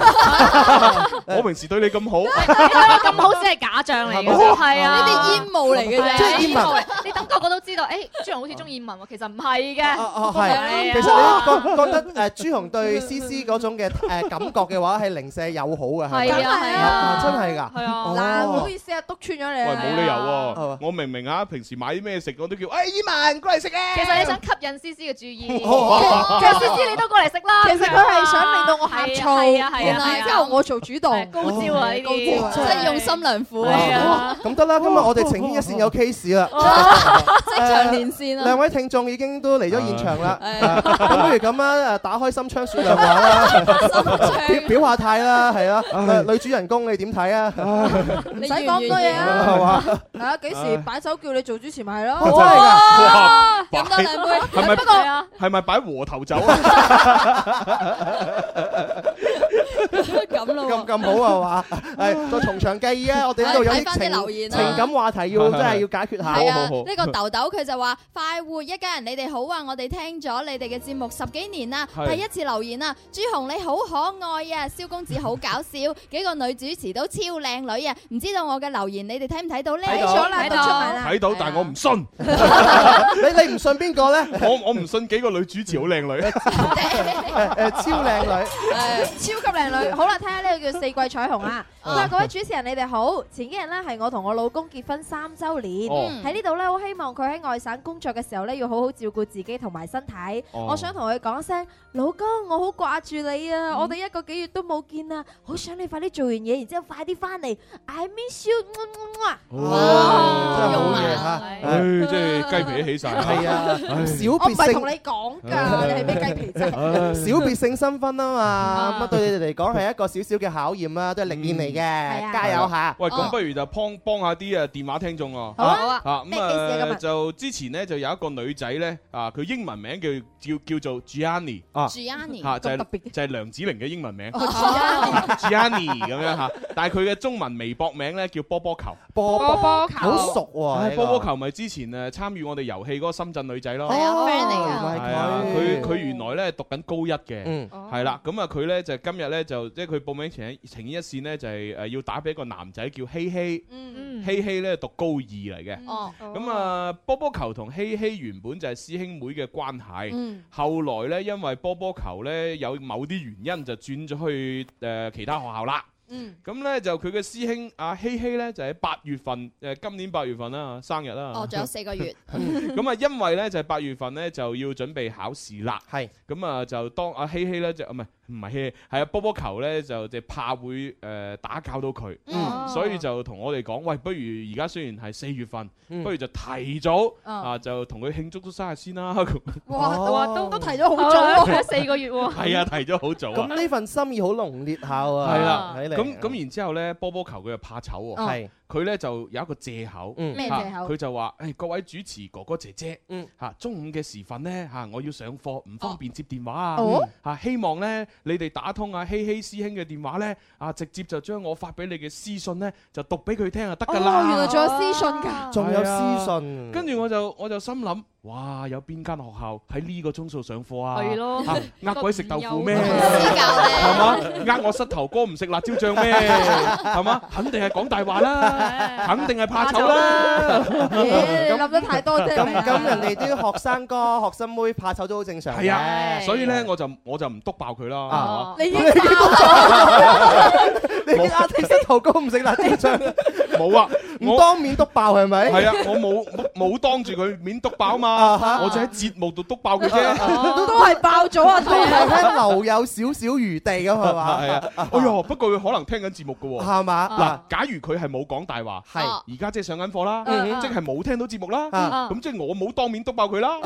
[SPEAKER 6] 我平時對你咁好，
[SPEAKER 7] 咁好先係假象嚟嘅
[SPEAKER 6] 係嘛
[SPEAKER 7] 啫，係啊，
[SPEAKER 1] 呢啲煙霧嚟嘅啫
[SPEAKER 7] 係啊
[SPEAKER 1] 即係煙霧。
[SPEAKER 7] 嚟你等個個都知道， 誒，朱紅好似中意文啊喎，其實唔係嘅。哦
[SPEAKER 4] 哦，
[SPEAKER 8] 哎
[SPEAKER 4] 係。其實你覺覺得誒朱紅對 C C 嗰種嘅誒感覺嘅話，係零舍友好嘅，咪
[SPEAKER 8] 係啊係啊
[SPEAKER 4] 真係㗎。
[SPEAKER 7] 係啊
[SPEAKER 8] 嗱，唔好意思啊，篤穿咗你
[SPEAKER 6] 喂，
[SPEAKER 8] 啊。
[SPEAKER 6] 冇理由喎。我明明啊，平時買啲咩食我都叫，誒，
[SPEAKER 4] 依文過嚟食啊！
[SPEAKER 7] 其實你想吸引思思嘅注意，
[SPEAKER 6] 哦
[SPEAKER 7] 其實思思你都過嚟食啦。
[SPEAKER 8] 其實佢係想令到我呷醋，
[SPEAKER 7] 係啊係啊係啊
[SPEAKER 8] 然之後我做主導，
[SPEAKER 7] 高招啊呢
[SPEAKER 8] 高
[SPEAKER 7] 啲
[SPEAKER 8] 招啊
[SPEAKER 1] 真係用心良苦
[SPEAKER 7] 係
[SPEAKER 1] 啊！
[SPEAKER 4] 哦咁得啦，今日我哋情牽一線有 case 啦，
[SPEAKER 1] 即場連線啊！
[SPEAKER 4] 兩位聽眾已經都嚟咗現場啦。誒咁不如咁啊，誒打開心窗説亮話啦，表表下態啦，係啊。女主人公你點睇啊？
[SPEAKER 8] 唔使講咁多嘢啊。
[SPEAKER 4] 係嘛？
[SPEAKER 8] 係啊，幾時擺手叫你做主持咪係咯？
[SPEAKER 4] 真係
[SPEAKER 8] Ờ,
[SPEAKER 4] 㗎
[SPEAKER 6] 哇，
[SPEAKER 8] 飲多兩杯
[SPEAKER 6] 係咪
[SPEAKER 8] 不過係啊
[SPEAKER 6] 係咪擺和頭酒啊？
[SPEAKER 1] 咁咯
[SPEAKER 4] 咁咁好啊係嘛？係再從長計議啊！我哋呢度有
[SPEAKER 1] 睇
[SPEAKER 4] 啲
[SPEAKER 1] 返啲
[SPEAKER 4] 情
[SPEAKER 1] 留言啊
[SPEAKER 4] 情感話題要真係要解決下。
[SPEAKER 1] 係啊，呢個豆豆佢就話：快活一家人，你哋好啊！我哋聽咗你哋嘅節目十幾年啦，
[SPEAKER 4] 係
[SPEAKER 1] 第一次留言啊！朱紅你好可愛啊，蕭公子好搞 笑，幾個女主持都超靚女啊！唔知道我嘅留言你哋睇唔睇到呢？
[SPEAKER 6] 睇到
[SPEAKER 8] 睇
[SPEAKER 1] 讀
[SPEAKER 8] 到
[SPEAKER 1] 出埋啦。
[SPEAKER 6] 睇到，但係我唔信。
[SPEAKER 4] 你你唔信邊個咧？
[SPEAKER 6] 我我唔信幾個女主持好靚女。
[SPEAKER 4] 誒誒超靚女。
[SPEAKER 8] 超級靚女。好啦，睇下呢呢個叫四季彩虹啊！佢話各位主持人你哋好，前幾日呢係我同我老公結婚三週年，
[SPEAKER 9] 哦
[SPEAKER 8] 喺呢度呢，我希望佢喺外省工作嘅時候呢，要好好照顧自己同埋身體。
[SPEAKER 9] 哦
[SPEAKER 8] 我想同佢講聲，老公，我好掛住你啊！我哋一個幾月都冇見啦，好想你快啲做完嘢，然之後快啲翻嚟，I miss you，嗯嗯嗯啊
[SPEAKER 4] 真係好嘢嚇，
[SPEAKER 6] 唉，真係雞皮都起晒。
[SPEAKER 4] 係啊
[SPEAKER 6] 唉
[SPEAKER 4] 小
[SPEAKER 8] 我唔
[SPEAKER 4] 別
[SPEAKER 8] 係
[SPEAKER 4] 勝
[SPEAKER 8] 同你講㗎，你係咩雞皮仔？
[SPEAKER 4] 小別勝新婚啊嘛，咁啊對你哋嚟講係一個少少嘅考驗啦，都係歷練嚟
[SPEAKER 6] à?
[SPEAKER 1] 啊
[SPEAKER 4] 嘅，加油嚇！
[SPEAKER 1] 哦
[SPEAKER 6] 喂，咁不如就幫幫下啲誒電話聽眾啊！
[SPEAKER 4] 好啊好啊
[SPEAKER 6] 啊
[SPEAKER 4] 咩
[SPEAKER 6] 咁
[SPEAKER 4] case 啊今
[SPEAKER 6] 啊
[SPEAKER 4] 日
[SPEAKER 6] 就之前咧就有一個女仔咧啊，佢英文名叫叫叫做 Gianni
[SPEAKER 4] 啊
[SPEAKER 1] Gianni，
[SPEAKER 6] 嚇就
[SPEAKER 1] 咁特
[SPEAKER 6] 係就係梁子玲嘅英文名啊
[SPEAKER 1] 哦 Gianni
[SPEAKER 6] Gianni 咁樣嚇，但係佢嘅中文微博名咧叫波波球。
[SPEAKER 4] 波
[SPEAKER 8] 波球
[SPEAKER 4] 好熟喎
[SPEAKER 6] 唉
[SPEAKER 4] 呢個
[SPEAKER 6] 波波球咪之前誒參與我哋遊戲嗰個深圳女仔咯，
[SPEAKER 1] 係啊，friend 嚟㗎
[SPEAKER 4] 哦係
[SPEAKER 6] 係啊，
[SPEAKER 4] 佢嗯
[SPEAKER 6] 佢佢原來咧讀緊高一嘅，係啦，咁啊佢咧就今日咧就即係佢報名前情牽一線咧就係誒要打俾一個男仔叫希希，
[SPEAKER 13] 嗯
[SPEAKER 6] 希希咧讀高二嚟嘅。
[SPEAKER 9] 哦，
[SPEAKER 6] 咁啊，波波球同希希原本就係師兄妹嘅關係，
[SPEAKER 9] 嗯
[SPEAKER 6] 後來咧因為波波球咧有某啲原因就轉咗去誒、呃其他學校啦。
[SPEAKER 9] 嗯
[SPEAKER 6] 咁咧就佢嘅師兄阿希希咧就喺八月份誒、呃今年八月份啦生日啦。
[SPEAKER 1] 哦，仲有四個 月。 嗯
[SPEAKER 6] 咁啊，因為咧就係八月份咧就要準備考試啦。
[SPEAKER 4] 係。
[SPEAKER 6] 咁啊，就當阿希希咧就唔係唔係希希，係啊波波球咧就就怕會誒打攪到佢，
[SPEAKER 9] 嗯
[SPEAKER 6] 所以就同我哋講，喂，不如而家雖然係四月份，
[SPEAKER 9] 嗯
[SPEAKER 6] 不如就提早
[SPEAKER 9] 嗯
[SPEAKER 6] 啊就同佢慶祝咗生日先啦。咁
[SPEAKER 8] 哇
[SPEAKER 1] 哦
[SPEAKER 8] 哇，都都提咗好
[SPEAKER 7] 好
[SPEAKER 8] 早
[SPEAKER 7] 啊
[SPEAKER 8] 喎，
[SPEAKER 7] 四個月喎
[SPEAKER 6] 係啊，提咗好早啊。
[SPEAKER 4] 咁呢份心意好濃烈下喎，
[SPEAKER 6] 係啦，
[SPEAKER 8] 啊
[SPEAKER 4] 啊睇嚟
[SPEAKER 6] 咁咁然之後咧，波波球佢又怕醜
[SPEAKER 4] 哦
[SPEAKER 6] 喎，
[SPEAKER 4] 係
[SPEAKER 6] 佢咧就有一個藉口，
[SPEAKER 4] 嗯咩
[SPEAKER 6] 嚇
[SPEAKER 4] 藉口
[SPEAKER 6] 佢就話：，誒各位主持哥哥姐姐
[SPEAKER 4] 嗯，
[SPEAKER 6] 嚇中午嘅時分咧嚇，我要上課，唔方便接電話啊
[SPEAKER 4] 嗯
[SPEAKER 9] 哦，
[SPEAKER 6] 嚇希望咧你哋打通啊阿希希師兄嘅電話咧，啊直接就將我發俾你嘅私信咧，就讀俾佢聽就得㗎啦。
[SPEAKER 8] 哦，原來仲有私信㗎，
[SPEAKER 4] 仲有
[SPEAKER 6] 係
[SPEAKER 4] 私
[SPEAKER 6] 啊
[SPEAKER 4] 信，
[SPEAKER 6] 跟住我就我就心諗，哇！有邊間學校喺呢個鐘數上課啊？
[SPEAKER 9] 係咯
[SPEAKER 6] 嚇呃鬼食豆腐咩？
[SPEAKER 9] 個唔私教咧
[SPEAKER 6] 係嘛？呃我膝頭哥唔食辣椒醬 咩？係嘛？肯定係講大話啦，肯定係怕醜啦。
[SPEAKER 8] 你諗得太多啫。
[SPEAKER 4] 咁咁人哋啲學生哥、學生妹怕醜都好正常嘅。
[SPEAKER 6] 係啊，所以咧我就我就唔督爆佢啦。係嘛
[SPEAKER 8] 你已經
[SPEAKER 4] 啊你
[SPEAKER 8] 爆咗，
[SPEAKER 4] 你阿迪膝頭哥唔食辣椒醬，
[SPEAKER 6] 冇啊，
[SPEAKER 4] 唔當面督爆係咪？啊
[SPEAKER 6] 係啊，我冇冇冇當住佢面督爆嘛，我就喺節目度督爆佢啫。
[SPEAKER 8] 都係爆咗啊！
[SPEAKER 4] 都係留有少少餘地咁係嘛？
[SPEAKER 6] 係啊，哎呦，不過佢可能聽緊節目㗎喎，
[SPEAKER 4] 係嘛
[SPEAKER 6] 嗱，假如佢係冇講大話，
[SPEAKER 4] 係啊
[SPEAKER 6] 而家即係上緊課啦，
[SPEAKER 4] 嗯嗯
[SPEAKER 6] 即係冇聽到節目啦，
[SPEAKER 4] 啊
[SPEAKER 6] 咁即係我冇當面督爆佢啦，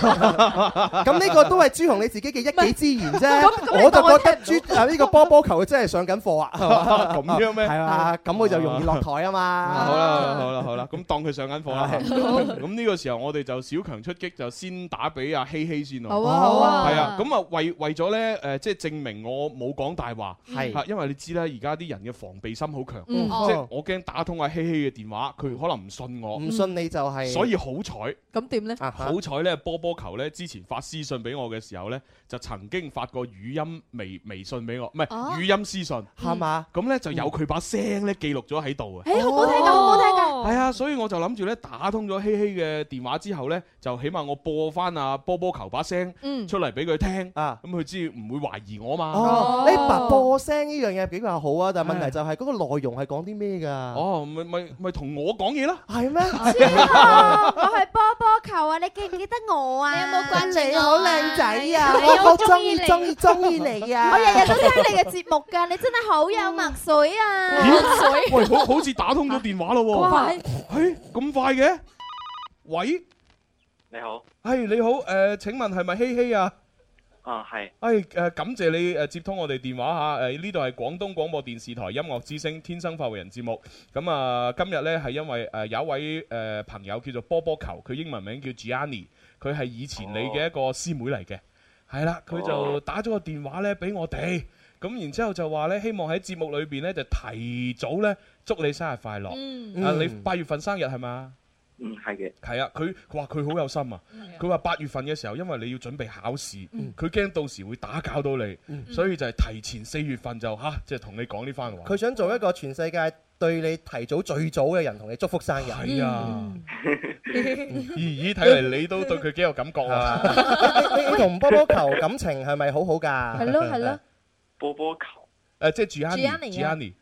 [SPEAKER 4] 咁呢個都係朱紅你自己嘅一己之言啫。
[SPEAKER 8] 咁
[SPEAKER 4] 我就覺得朱啊呢個波波球佢真係上緊課啊，係嘛
[SPEAKER 6] 咁樣咩？
[SPEAKER 4] 係啊，咁佢就容易落台啊嘛。
[SPEAKER 6] 好啦，好啦，好啦，咁當佢上緊課啦。
[SPEAKER 4] 係
[SPEAKER 6] 咁呢個時候，我哋就小強出擊，就先打俾阿希希先咯。
[SPEAKER 9] 好啊好啊
[SPEAKER 6] 係啊，咁啊，為為咗咧，誒，即係證明我冇講大話，
[SPEAKER 9] 係
[SPEAKER 6] 嚇因為你知啦，而家啲人嘅防備心好強，
[SPEAKER 4] 嗯
[SPEAKER 6] 即係我驚打通阿希希嘅電話，佢可能唔信我，
[SPEAKER 4] 唔信你就係
[SPEAKER 6] 所以好彩。
[SPEAKER 8] 咁點咧？
[SPEAKER 6] 好彩咧，波波球咧之前發私信俾我嘅時候咧，就曾經發過語音微微信俾我，唔係
[SPEAKER 8] 哦
[SPEAKER 6] 語音私信，
[SPEAKER 4] 係嘛？
[SPEAKER 6] 咁咧就有佢把聲咧記錄咗喺度啊。
[SPEAKER 8] 誒，好唔好聽㗎？好唔好聽
[SPEAKER 4] 哦
[SPEAKER 8] 㗎？
[SPEAKER 6] 係啊，所以我就諗住咧打通咗希希嘅電話之後咧，就起碼我播翻阿波波球把聲
[SPEAKER 8] 嗯
[SPEAKER 6] 出嚟俾佢聽，
[SPEAKER 4] 咁
[SPEAKER 6] 佢知唔會懷疑我嘛。
[SPEAKER 4] 哦，呢白播聲呢樣嘢比較好啊，但係問題就係嗰個內容係講啲咩㗎？
[SPEAKER 6] 哦，咪咪咪同我講嘢啦。
[SPEAKER 4] 係咩？
[SPEAKER 8] 我係波波球啊！你記唔記得我啊？你有冇
[SPEAKER 1] 掛住我啊
[SPEAKER 8] 你好靚仔啊！
[SPEAKER 1] 係啊
[SPEAKER 8] 我
[SPEAKER 1] 我
[SPEAKER 8] 中
[SPEAKER 1] 鍾
[SPEAKER 8] 意
[SPEAKER 1] 意
[SPEAKER 8] 你
[SPEAKER 1] 你
[SPEAKER 8] 中意中意 你啊！我日日都聽你嘅節目㗎，你真係好有墨水啊！
[SPEAKER 6] 咦？喂，好好似打通咗電話咯
[SPEAKER 8] 快
[SPEAKER 6] 喎！誒，咁快嘅？喂，
[SPEAKER 14] 你好，
[SPEAKER 6] 係你好，誒，請問係咪希希啊？
[SPEAKER 14] 啊係，
[SPEAKER 6] 誒誒，哎感謝你呃誒接通我哋電話嚇，誒呢度係廣東廣播電視台音樂之聲《天生發為人》節目。咁啊，今日呢係因為誒有一位誒朋友叫做波波球，佢英文名叫 Gianni，佢係以前你嘅一個師妹嚟嘅，係啦，佢就打咗個電話呢俾我哋，咁然之後就話呢，希望喺節目裏邊呢就提早呢祝你生日快樂。
[SPEAKER 9] 嗯
[SPEAKER 6] 啊，你八月份生日係嘛？
[SPEAKER 14] 嗯係嘅，
[SPEAKER 6] 係啊，佢佢話佢好有心啊！佢話八月份嘅時候，因為你要準備考試，佢驚到時會打攪到你，所以就係提前四月份就吓，即係同你講呢番話。
[SPEAKER 4] 佢 想做一個全世界對你提早最早嘅人，同你祝福生日。
[SPEAKER 6] 係啊， 咦咦，睇嚟你都對佢幾有感覺 啊！
[SPEAKER 4] 你你你同波波球感情係咪好好㗎？
[SPEAKER 14] 波波球
[SPEAKER 6] 誒，即係 Gianni
[SPEAKER 14] Gianni 啊
[SPEAKER 6] Gianni。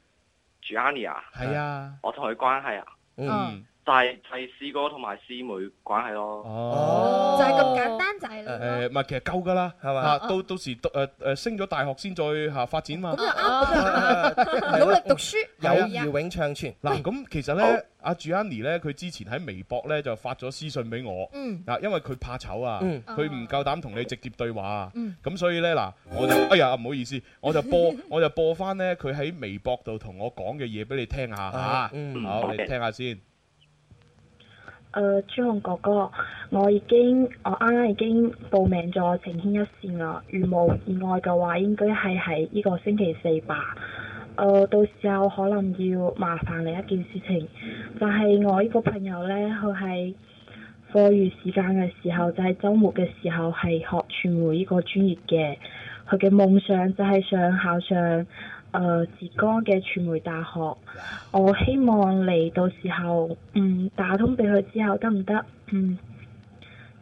[SPEAKER 14] Gianni 啊，
[SPEAKER 6] 係啊，
[SPEAKER 14] 我同佢關係啊，
[SPEAKER 6] 嗯，
[SPEAKER 14] 就係就係師哥同埋師妹關係咯。
[SPEAKER 6] 哦
[SPEAKER 8] 就係咁簡單就係
[SPEAKER 10] Ờ.
[SPEAKER 8] 啦。
[SPEAKER 6] 誒，唔係，其實夠㗎啦，係嘛？
[SPEAKER 8] 啊
[SPEAKER 6] 到到時讀誒誒升咗大學先再嚇發展嘛。
[SPEAKER 8] 努力讀書，
[SPEAKER 6] 係啊。
[SPEAKER 4] 永長存。
[SPEAKER 6] 嗱，咁其實咧，阿 Gianni 咧，佢之前喺微博咧就發咗私信俾我，
[SPEAKER 8] 嗯
[SPEAKER 6] 嗱，因為佢怕醜啊
[SPEAKER 4] 嗯，
[SPEAKER 6] 佢唔夠膽同你直接對話啊
[SPEAKER 4] 嗯，
[SPEAKER 6] 咁所以咧嗱，我就哎呀唔好意思，我就播 我就播翻咧佢喺微博度同我講嘅嘢俾你聽下嚇，
[SPEAKER 4] 嗯
[SPEAKER 6] 好，
[SPEAKER 4] 好
[SPEAKER 6] 你
[SPEAKER 4] 嘅
[SPEAKER 6] 聽下先。
[SPEAKER 15] 誒、呃朱紅哥哥，我已經我啱啱已經報名咗情牽一線啦。如無意外嘅話，應該係喺呢個星期四吧。誒、到時候可能要麻煩你一件事情，就係、我呢個朋友呢，佢係課餘時間嘅時候，就係、周末嘅時候係學傳媒呢個專業嘅。佢嘅夢想就係想考上誒、浙江嘅傳媒大學。我希望你到時候嗯打通俾佢之後得唔得？嗯，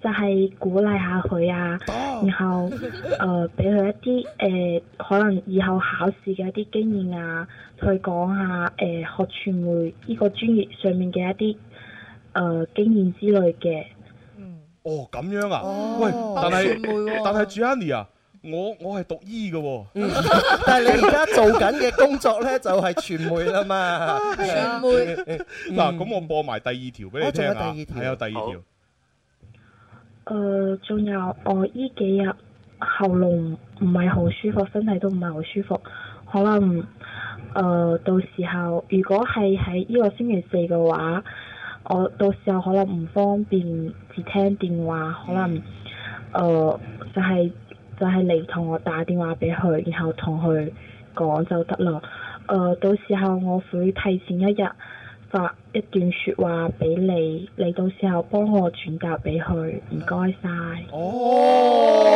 [SPEAKER 15] 就係、鼓勵下佢啊，然後誒俾佢一啲誒、可能以後考試嘅一啲經驗啊，同佢講下誒、學傳媒呢個專業上面嘅一啲誒、呃經驗之類嘅。
[SPEAKER 6] 哦，咁樣啊？喂，但
[SPEAKER 4] 傳媒
[SPEAKER 6] 係
[SPEAKER 4] 喎嗯
[SPEAKER 6] 但係 Gianni 啊，我我係讀醫嘅喎。
[SPEAKER 4] 但係你而家做緊嘅工作咧，就係傳媒啦嘛。
[SPEAKER 6] 傳
[SPEAKER 4] 媒嗯
[SPEAKER 6] 嗱，咁我播埋第二條俾你聽啊，
[SPEAKER 4] 哦仲有第二條
[SPEAKER 6] 係有第二條。
[SPEAKER 15] 誒、呃仲有我依幾日喉嚨唔係好舒服，身體都唔係好舒服，可能誒、呃到時候如果係喺呢個星期四嘅話，我到時候可能唔方便接聽電話，可能誒、呃就係、就係、你同我打電話俾佢，然後同佢講就得啦。誒、到時候我會提前一日發一段説話俾你，你到時候幫我轉達俾佢，唔該晒。
[SPEAKER 8] 哦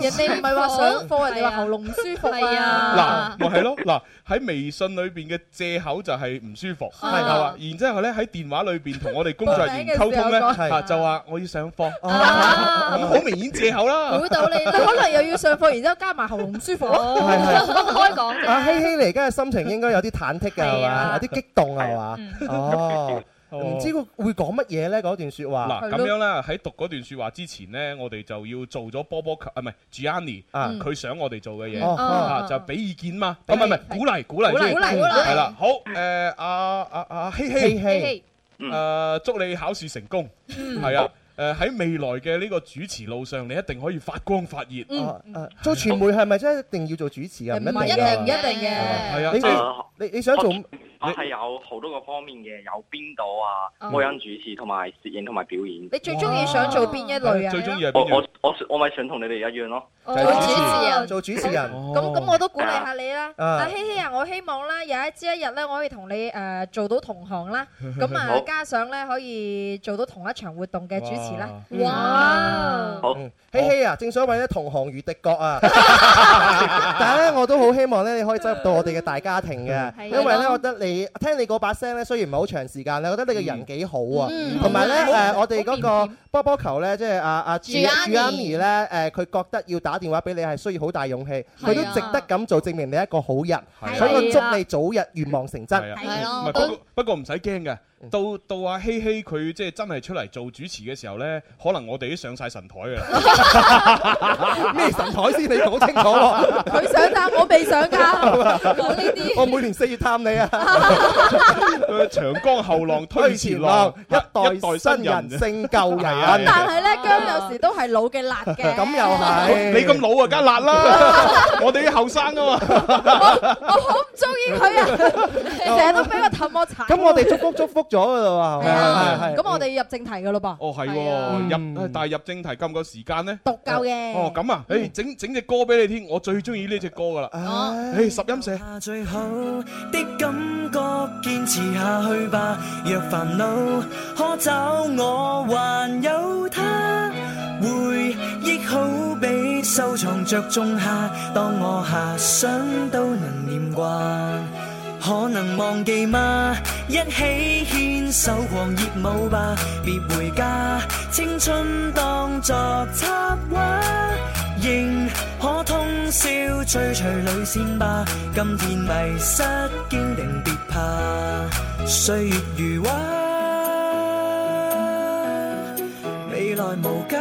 [SPEAKER 8] 人哋唔係話上課，人哋話喉嚨唔舒服啊。
[SPEAKER 6] 嗱，咪係咯，嗱喺微信裏邊嘅借口就係唔舒服，係嘛？然之後咧喺電話裏邊同我哋工作 人員溝通咧，
[SPEAKER 8] 報名嘅時候講
[SPEAKER 6] 啊就話我要上課，
[SPEAKER 4] 哦
[SPEAKER 8] 啊
[SPEAKER 6] 咁好明顯借口啦。
[SPEAKER 8] 估到你啦，可能又要上課，然之後加埋喉嚨唔舒服咯，
[SPEAKER 4] 係係
[SPEAKER 8] 分哦開講
[SPEAKER 4] 阿希希你而家嘅心情應該有啲忐忑㗎係嘛，有啲激動啊係嘛？哦，唔知佢會講乜嘢咧？嗰段説話
[SPEAKER 6] 嗱咁樣啦，喺讀嗰段説話之前呢，我哋就要做咗波波球啊，唔係 Gianni
[SPEAKER 4] 啊
[SPEAKER 6] 佢想我哋做嘅嘢
[SPEAKER 4] 哦
[SPEAKER 6] 啊，就俾意見嘛，啊唔係唔係鼓勵鼓勵
[SPEAKER 4] 鼓勵
[SPEAKER 6] 先
[SPEAKER 4] 鼓勵鼓勵
[SPEAKER 6] 係啦，好誒阿阿阿希
[SPEAKER 4] 希
[SPEAKER 6] 希
[SPEAKER 4] 希
[SPEAKER 6] 誒祝你考試成功，
[SPEAKER 4] 嗯
[SPEAKER 6] 係啊誒喺未來嘅呢個主持路上，你一定可以發光發熱，
[SPEAKER 4] 哦誒做傳媒係咪真係一定要做主持啊？唔一定
[SPEAKER 8] 唔一
[SPEAKER 4] 㗎
[SPEAKER 8] 定唔一定嘅。
[SPEAKER 4] 係啊
[SPEAKER 14] 即係
[SPEAKER 4] 你你你想做
[SPEAKER 14] 呃我係有好多個方面嘅，有編導啊、
[SPEAKER 8] 嗯
[SPEAKER 14] 播音主持同埋攝影同埋表演。
[SPEAKER 8] 你最中意想做邊一類啊？
[SPEAKER 6] 中意係
[SPEAKER 14] 我
[SPEAKER 6] 邊樣
[SPEAKER 14] 我我我咪想同你哋一樣咯。
[SPEAKER 8] 哦就係主持
[SPEAKER 4] 做主持人？
[SPEAKER 8] 咁咁我都鼓勵下你啦，
[SPEAKER 14] 啊
[SPEAKER 8] 阿希希啊，我希望啦有一朝一日咧，我可以同你誒做到同 行啦，咁啊
[SPEAKER 14] 好
[SPEAKER 8] 加上咧可以做到同一場活動嘅主持啦，
[SPEAKER 4] 哇！
[SPEAKER 14] 好，
[SPEAKER 4] 希希啊，正所謂咧同行如敵國啊！但係咧，我都好希望咧，你可以走入到我哋嘅大家庭嘅，
[SPEAKER 8] 係啊
[SPEAKER 4] 因為咧，我覺得你聽你嗰把聲咧，雖然唔係好長時間咧，我覺得你個人幾好啊
[SPEAKER 8] 嗯，
[SPEAKER 4] 同埋
[SPEAKER 8] 好
[SPEAKER 4] 咧
[SPEAKER 8] 啊
[SPEAKER 4] 誒，我哋嗰個波波球咧，即係阿阿
[SPEAKER 8] Gianni
[SPEAKER 4] Gianni 咧誒，佢覺得要打電話俾你係需要好大勇氣，佢都值得咁做，證明你係一個好
[SPEAKER 6] 係啊
[SPEAKER 4] 人，所以我祝你早日願望成真。
[SPEAKER 6] 係啊，唔係不過不過唔使驚嘅，
[SPEAKER 4] 嗯
[SPEAKER 6] 到到阿希希佢即係真係出嚟做主持嘅時候呢，可能我哋都上晒神台㗎 啦。
[SPEAKER 4] 咩神台先？你講清楚喎。
[SPEAKER 8] 佢想但我未想 㗎，講呢啲。
[SPEAKER 4] 我每年四月探你啊！
[SPEAKER 6] 長江後浪推前浪，一代新人
[SPEAKER 4] 勝舊 人
[SPEAKER 6] 係啊
[SPEAKER 8] 但係咧姜有時都係老嘅辣嘅，
[SPEAKER 4] 咁又係
[SPEAKER 6] 你咁老啊，梗係 辣啦！我哋啲後生啊嘛，
[SPEAKER 8] 我好唔中意 佢啊，成日都俾佢氹我慘。
[SPEAKER 4] 咁我哋祝福祝福咗噶啦喎，係啊係係嗯
[SPEAKER 8] 咁我哋入正題㗎咯噃。
[SPEAKER 6] 哦，係
[SPEAKER 8] 啊
[SPEAKER 6] 喎，入哎但係入正題夠唔夠時間呢？
[SPEAKER 8] 讀夠嘅
[SPEAKER 6] 哦，咁啊，
[SPEAKER 4] 嗯
[SPEAKER 6] 誒，整整隻歌俾你聽，我最中意呢隻歌㗎啦。
[SPEAKER 13] 哦
[SPEAKER 6] 誒，十音社。
[SPEAKER 13] 最好的感覺，堅持下去吧。若煩惱可找我，還有他。回憶好比收藏着種下，當我遐想都能念掛。可能忘記嗎？一起牽手狂熱舞吧，別回家，青春當作插畫。亦應可通宵追隨女線吧。今天迷失堅定，別怕，歲月如畫，未來無家。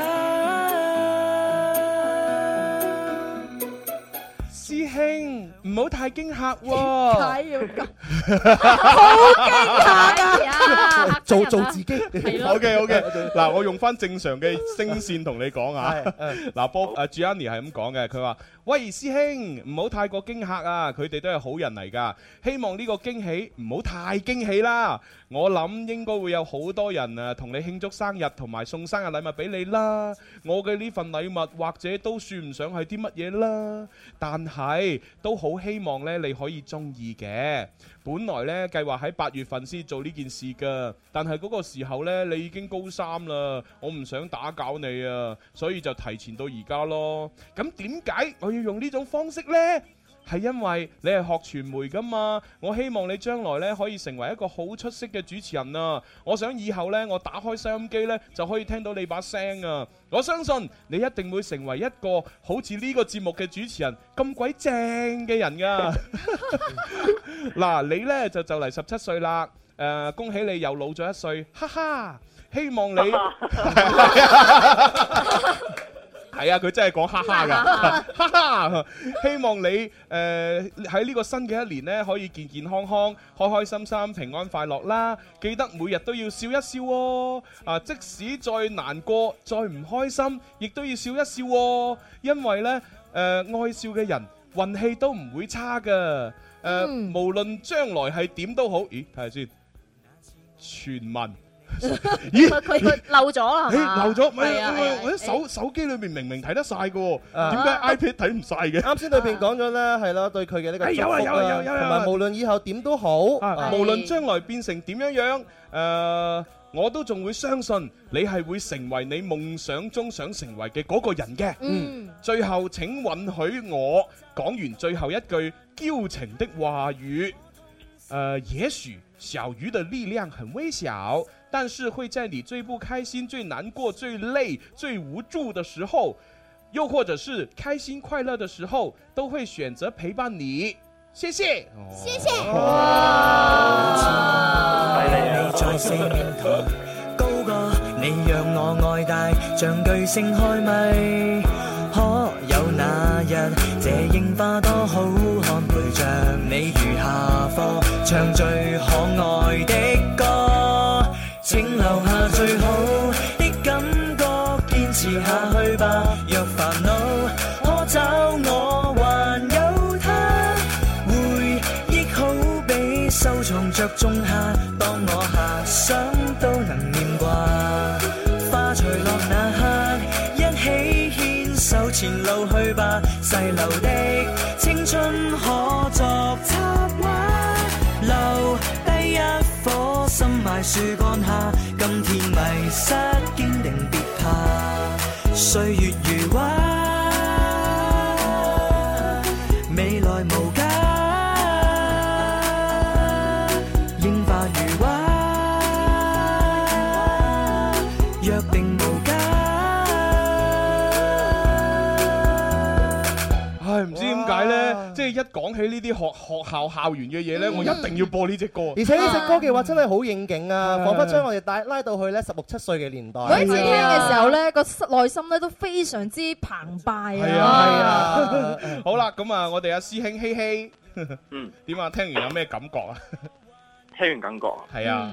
[SPEAKER 6] 師兄，唔好太驚嚇
[SPEAKER 8] 喎。
[SPEAKER 6] 點解要咁？
[SPEAKER 8] 哎好驚嚇啊！
[SPEAKER 6] 做做自
[SPEAKER 4] 己。
[SPEAKER 8] 係 咯
[SPEAKER 6] O K O K，嗱，我用翻正常嘅聲線同你講 啊。嗱，Bob 誒 Gianni 係咁講嘅，佢話：喂，師兄，唔好太過驚嚇啊！佢哋都係好人嚟㗎，希望呢個驚喜唔好太驚喜啦。我諗應該會有好多人啊，同你慶祝生日同埋送生日禮物俾你啦。我嘅呢份禮物或者都算唔上係啲乜嘢啦，但係都好希望呢，你可以中意嘅。本來呢，計劃喺八月份先做呢件事㗎，但係嗰個時候呢，你已經高三啦，我唔想打攪你啊，所以就提前到而家咯。咁點解我要用呢種方式呢？係因為你係學傳媒噶嘛，我希望你將來呢可以成為一個好出色嘅主持人啊！我想以後呢，我打開收音機呢就可以聽到你把聲啊！我相信你一定會成為一個好似呢個節目嘅主持人咁鬼正嘅人噶。嗱，你呢就就嚟十七歲啦，誒、呃恭喜你又老咗一歲，哈哈！希望你係啊，佢真係講哈哈噶， 哈哈！希望你誒喺呢個新嘅一年呢，可以健健康康、開開心心、平安快樂啦！記得每日都要笑一笑哦。啊，即使再難過、再唔開心，亦都要笑一笑哦。因為呢，誒、呃愛笑嘅人運氣都唔會差噶。誒、無論將來係點都好，咦？睇下先，全文。咦？
[SPEAKER 7] 佢佢佢漏咗啦，係嘛
[SPEAKER 6] 誒漏咗，咪
[SPEAKER 7] 係啊係啊
[SPEAKER 6] 我啲手手機裏面明明睇得晒嘅喎，點解 iPad 睇唔晒嘅？
[SPEAKER 4] 啱先裏邊講咗啦，係咯，對佢嘅呢個
[SPEAKER 6] 哎有啊
[SPEAKER 4] 祝福啦
[SPEAKER 6] 有啊有啊有啊
[SPEAKER 4] 同埋無論以後點都好，
[SPEAKER 6] 啊無論將來變成點樣樣，誒，我都仲會相信你係會成為你夢想中想成為嘅嗰個人嘅。
[SPEAKER 8] 嗯，
[SPEAKER 6] 最後請允許我講完最後一句矯情的話語。呃，也許小魚的力量很微小，但是會在你最不開心、最難過、最累、最無助的時候，又或者是開心快樂的時候，都會選擇陪伴你。謝謝，哦謝謝。
[SPEAKER 13] 你在四面堂高過你，讓我愛戴，像巨星開咪。可有那日，這櫻花多好看，陪着你如下課，唱最可愛的歌。請留下最好的感覺，堅持下去吧。若煩惱可找我，還有他。回憶好比收藏着種下，當我遐想都能念掛。花隨落那刻，一起牽手前路去吧。細流的青春可作插畫，留低一顆心埋樹幹下。今天迷失，堅定別怕，歲月如畫，未來無家。應化如畫，若並無
[SPEAKER 6] 唉，唔知點解呢？即係一講起呢啲學學校校園嘅嘢呢，我一定要播呢隻歌。
[SPEAKER 4] 嗯而且呢隻歌嘅話真係好應景啊，彷彿將我哋帶拉到去咧十六七歲嘅年代。
[SPEAKER 8] 每一次聽嘅時候咧，個內心咧都非常之澎湃
[SPEAKER 6] 係
[SPEAKER 8] 啊！
[SPEAKER 6] 啊，係 啊。好啦，咁啊，我哋阿師兄希希，嗯， 點啊？聽完有咩感覺啊？
[SPEAKER 14] 聽完感覺
[SPEAKER 6] 係啊，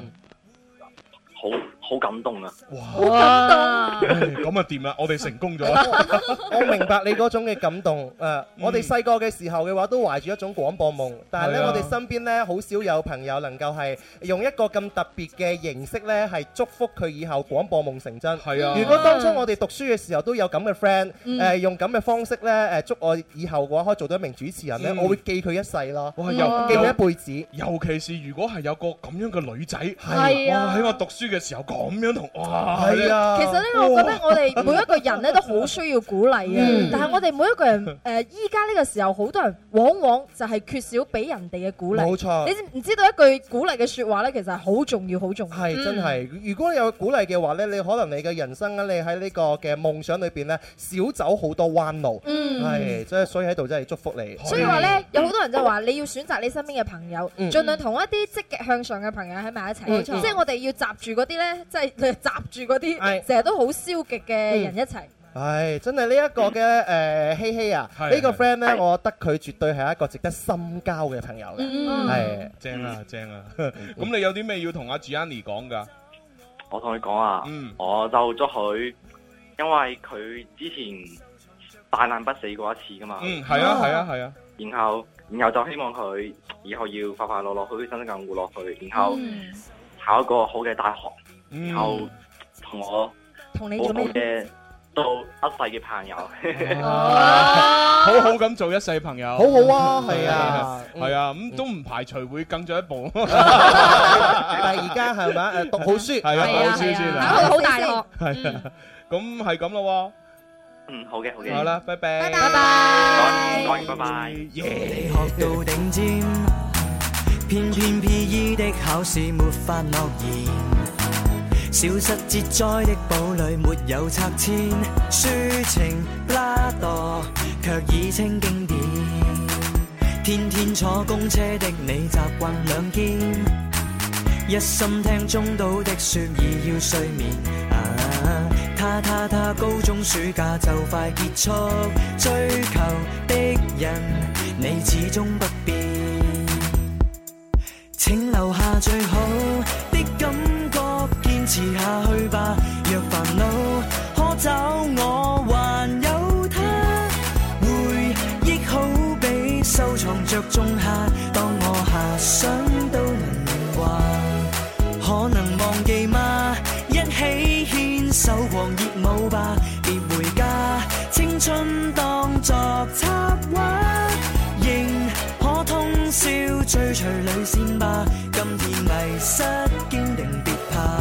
[SPEAKER 14] 好好感動啊！
[SPEAKER 6] 哇！
[SPEAKER 4] 嗯好感動啊
[SPEAKER 6] 唉咁啊掂啦，我哋成功咗。
[SPEAKER 4] 我明白你嗰種嘅感動，誒，我哋細個嘅時候嘅話都懷住一種廣播夢，但係咧
[SPEAKER 6] 嗯係啊
[SPEAKER 4] 我哋身邊咧好少有朋友能夠係用一個咁特別嘅形式咧係祝福佢以後廣播夢成真。
[SPEAKER 6] 係啊
[SPEAKER 4] 如果當初我哋讀書嘅時候都有咁嘅 friend，
[SPEAKER 6] 嗯
[SPEAKER 4] 誒用咁嘅方式咧誒祝我以後嘅話可以做到一名主持人咧，
[SPEAKER 6] 嗯
[SPEAKER 4] 我會記佢一世咯，
[SPEAKER 6] 哇！
[SPEAKER 4] 記
[SPEAKER 6] 又
[SPEAKER 4] 佢一輩子。
[SPEAKER 6] 尤其是如果係有個咁樣嘅女仔，
[SPEAKER 4] 係
[SPEAKER 6] 哇！
[SPEAKER 4] 啊
[SPEAKER 6] 喺我讀書嘅時候咁咁樣同哇，
[SPEAKER 8] 係
[SPEAKER 6] 啊
[SPEAKER 8] 其實咧，
[SPEAKER 4] 哦
[SPEAKER 8] 我覺得我哋每一個人咧都好需要鼓勵嘅
[SPEAKER 6] 嗯，
[SPEAKER 8] 但係我哋每一個人誒，依家呢個時候好多人往往就係缺少俾人哋嘅鼓勵。
[SPEAKER 4] 冇錯
[SPEAKER 8] 你知唔知道一句鼓勵嘅説話咧，其實係好重要，好重要。嗯
[SPEAKER 4] 係真係，如果有鼓勵嘅話呢，你可能你嘅人生咧，你喺呢個嘅夢想裏邊呢，少走好多彎路。
[SPEAKER 8] 嗯
[SPEAKER 4] 係，所以所以喺度真係祝福你。
[SPEAKER 8] 所以話咧，有好多人就話你要選擇你身邊嘅朋友，
[SPEAKER 4] 嗯
[SPEAKER 8] 盡量同一啲積極向上嘅朋友喺埋一齊。
[SPEAKER 4] 冇錯
[SPEAKER 8] 即係我哋要集住嗰啲咧，即係 集住嗰啲成日都好消極嘅
[SPEAKER 4] 嗯
[SPEAKER 8] 人一齊。
[SPEAKER 4] 唉，真係呢一個嘅誒希希啊，
[SPEAKER 6] 係
[SPEAKER 4] 呢個 friend 呢，我覺得佢絕對係一個值得深交嘅朋友嘅，
[SPEAKER 8] 嗯
[SPEAKER 4] 係
[SPEAKER 6] 正啊正啊！ 咁你有啲咩要同阿 Gianni 講㗎？
[SPEAKER 14] 我同佢講啊，我就祝佢，因為佢之前大難不死過一次噶嘛。
[SPEAKER 6] 嗯，係啊係啊係啊，
[SPEAKER 14] 然後，然後就希望佢以後要快快樂樂、開開心心咁活落去，然後
[SPEAKER 1] 嗯
[SPEAKER 14] 考一個好嘅大學，
[SPEAKER 6] 嗯
[SPEAKER 14] 然後同我
[SPEAKER 8] 同
[SPEAKER 14] 好好嘅做一世嘅朋友。
[SPEAKER 1] 哦
[SPEAKER 6] 好好咁做一世朋友，
[SPEAKER 14] 好好啊係啊
[SPEAKER 6] 係啊，咁都唔排除會更進一步。
[SPEAKER 4] 但係而家 係咪啊誒讀好書
[SPEAKER 6] 係啊，讀好書先啊，
[SPEAKER 8] 考好大學。
[SPEAKER 6] 係啊，咁係咁咯
[SPEAKER 14] 喎。嗯，好嘅好
[SPEAKER 6] 好啦，拜拜，
[SPEAKER 14] 拜拜，講完拜拜。
[SPEAKER 13] 你學到頂尖，偏偏 P.E. 的考試沒法落言，消失節災的堡壘沒有拆遷，抒情不墮，卻已清經典。天天坐公車的你習慣兩肩，一心聽中島的説已要睡眠。啊，他他他高中暑假就快結束，追求的人你始終不變。請留下最好的感覺，堅持下去吧。若煩惱可找我，還有他。回憶好比收藏着種下，當我遐想都能掛。可能忘記嗎？一起牽手狂熱舞吧，別回家。青春當作插畫，仍可通宵追隨女線吧。今天迷失堅定，別怕。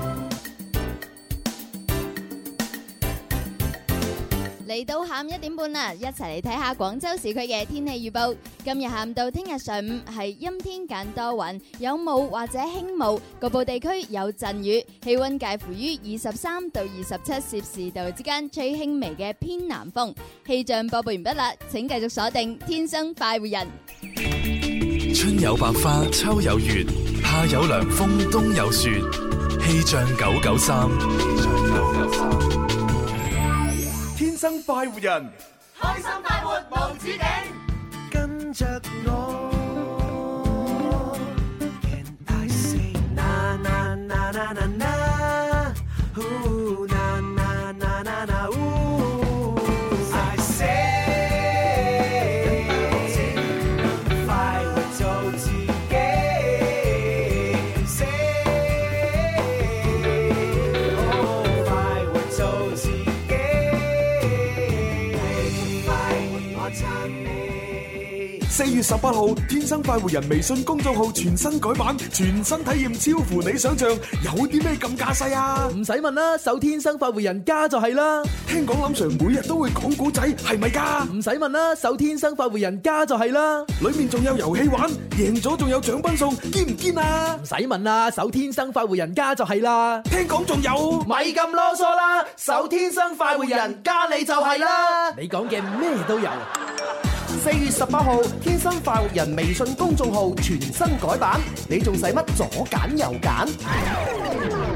[SPEAKER 1] 嚟到下午一點半啦，一齊嚟睇下廣州市區嘅天氣預報。今日下午到聽日上午係陰天間多雲，有霧或者輕霧，局部地區有陣雨。氣温介乎於二十三到二十七攝氏度之間，吹輕微嘅偏南風。氣象播報完畢啦，請繼續鎖定《天生快活人》。
[SPEAKER 2] 春有百花，秋有月，夏有涼風，冬有雪。氣象九九三，
[SPEAKER 5] 天生快活人，
[SPEAKER 9] 开心快活无止境。
[SPEAKER 13] 跟着我。Can I say na na na na na na? Ooh, na na na na na ooh. I say 快活做自己，say 哦快活做自己，快活我撐你。
[SPEAKER 3] 四月十八號，天生快活人微信公眾號全新改版，全新體驗超乎你想象，有啲咩咁架勢啊？唔使問啦，搜天生快活人家就係啦。聽講林 Sir 每日都會講古仔，係咪㗎？唔使問啦，搜天生快活人家就係啦。裏面仲有遊戲玩，贏咗仲有獎品送，堅唔堅啊？唔使問啦，搜天生快活人家就係啦。聽講仲有，咪咁囉嗦啦，搜天生快活人家你就係啦。你講嘅咩都有。
[SPEAKER 4] 四月十八號，天生快活人微信公眾號全新改版，你仲使乜左揀右揀？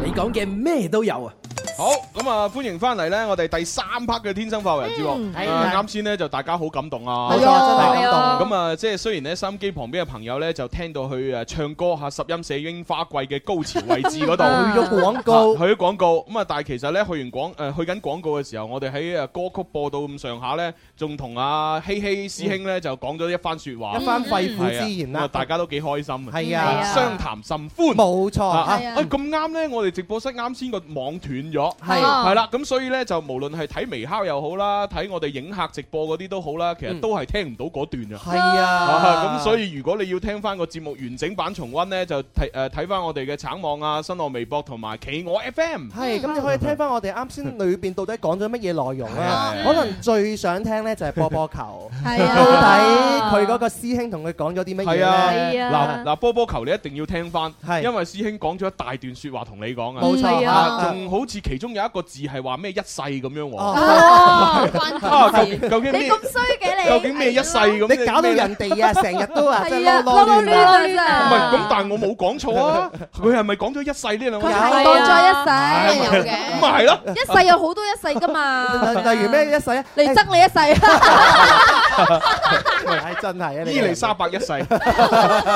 [SPEAKER 3] 你講嘅咩都有啊！
[SPEAKER 6] 好，咁啊，歡迎翻嚟咧，我哋第三 part 嘅天生化為人之王。
[SPEAKER 4] 嗯係
[SPEAKER 6] 啊
[SPEAKER 4] 係
[SPEAKER 6] 啱先咧就大家好感動啊，
[SPEAKER 4] 係啊真係感動
[SPEAKER 6] 咁啊，即係雖然咧收音機旁邊嘅朋友咧就聽到佢誒唱歌嚇十音社櫻花季嘅高潮位置嗰 度
[SPEAKER 4] 去咗廣告
[SPEAKER 6] 啊去咗廣告。咁啊，但係其實咧去完廣誒去緊廣告嘅時候，我哋喺誒歌曲播到咁上下咧，仲同阿希希師兄
[SPEAKER 4] 嗯
[SPEAKER 6] 咧就講咗一番説話，
[SPEAKER 4] 一番肺腑之言啦
[SPEAKER 6] 係啊咁啊大家都幾開心
[SPEAKER 4] 係啊
[SPEAKER 6] 相談甚歡。
[SPEAKER 4] 冇錯
[SPEAKER 6] 啊
[SPEAKER 4] 係啊
[SPEAKER 6] 哎咁啱呢，我哋直播室啱先個網斷咗，
[SPEAKER 4] 係
[SPEAKER 6] 係啦，咁所以呢，就無論係睇微烤又好啦，睇我哋影客直播嗰啲都好啦，其實都係聽唔到嗰段嘅。
[SPEAKER 4] 嗯係啊
[SPEAKER 6] 咁所以如果你要聽翻個節目完整版重温呢，就睇誒睇翻我哋嘅橙網啊、新浪微博同埋企鵝 FM。
[SPEAKER 4] 係，咁你可以聽翻我哋啱先裏邊到底講咗乜嘢內容啦
[SPEAKER 6] 係啊係啊。
[SPEAKER 4] 可能最想聽呢就係波波球，
[SPEAKER 6] 係啊
[SPEAKER 4] 到底佢嗰個師兄同佢講咗啲乜嘢
[SPEAKER 6] 係啊，
[SPEAKER 4] 咧？
[SPEAKER 6] 嗱嗱，波波球你一定要聽翻，因為師兄講咗一大段説話同你講啊，
[SPEAKER 4] 冇錯
[SPEAKER 6] 啊
[SPEAKER 4] 啊
[SPEAKER 6] 仲好似其中有一個字係話咩一世咁樣喎，
[SPEAKER 4] 哦關佢
[SPEAKER 6] 啊究
[SPEAKER 4] 事
[SPEAKER 6] 究竟
[SPEAKER 4] 你
[SPEAKER 6] 咩
[SPEAKER 4] 咁？衰嘅你
[SPEAKER 6] 究竟咩一世咁？
[SPEAKER 4] 你搞到人哋 啊成日都話真係
[SPEAKER 6] 係
[SPEAKER 4] 撈撈亂啊
[SPEAKER 6] 亂唔係咁，但係我冇講錯 啊，佢係咪講咗一世呢兩個字？
[SPEAKER 8] 係
[SPEAKER 4] 啊
[SPEAKER 8] 講 咗一世，
[SPEAKER 6] 啊咁咪係咯，
[SPEAKER 8] 一世有好多一世噶嘛。
[SPEAKER 4] 例例如咩一世啊？
[SPEAKER 8] 嚟憎你一世。啊
[SPEAKER 4] 係真係啊！你
[SPEAKER 6] 伊麗莎白 一世，啊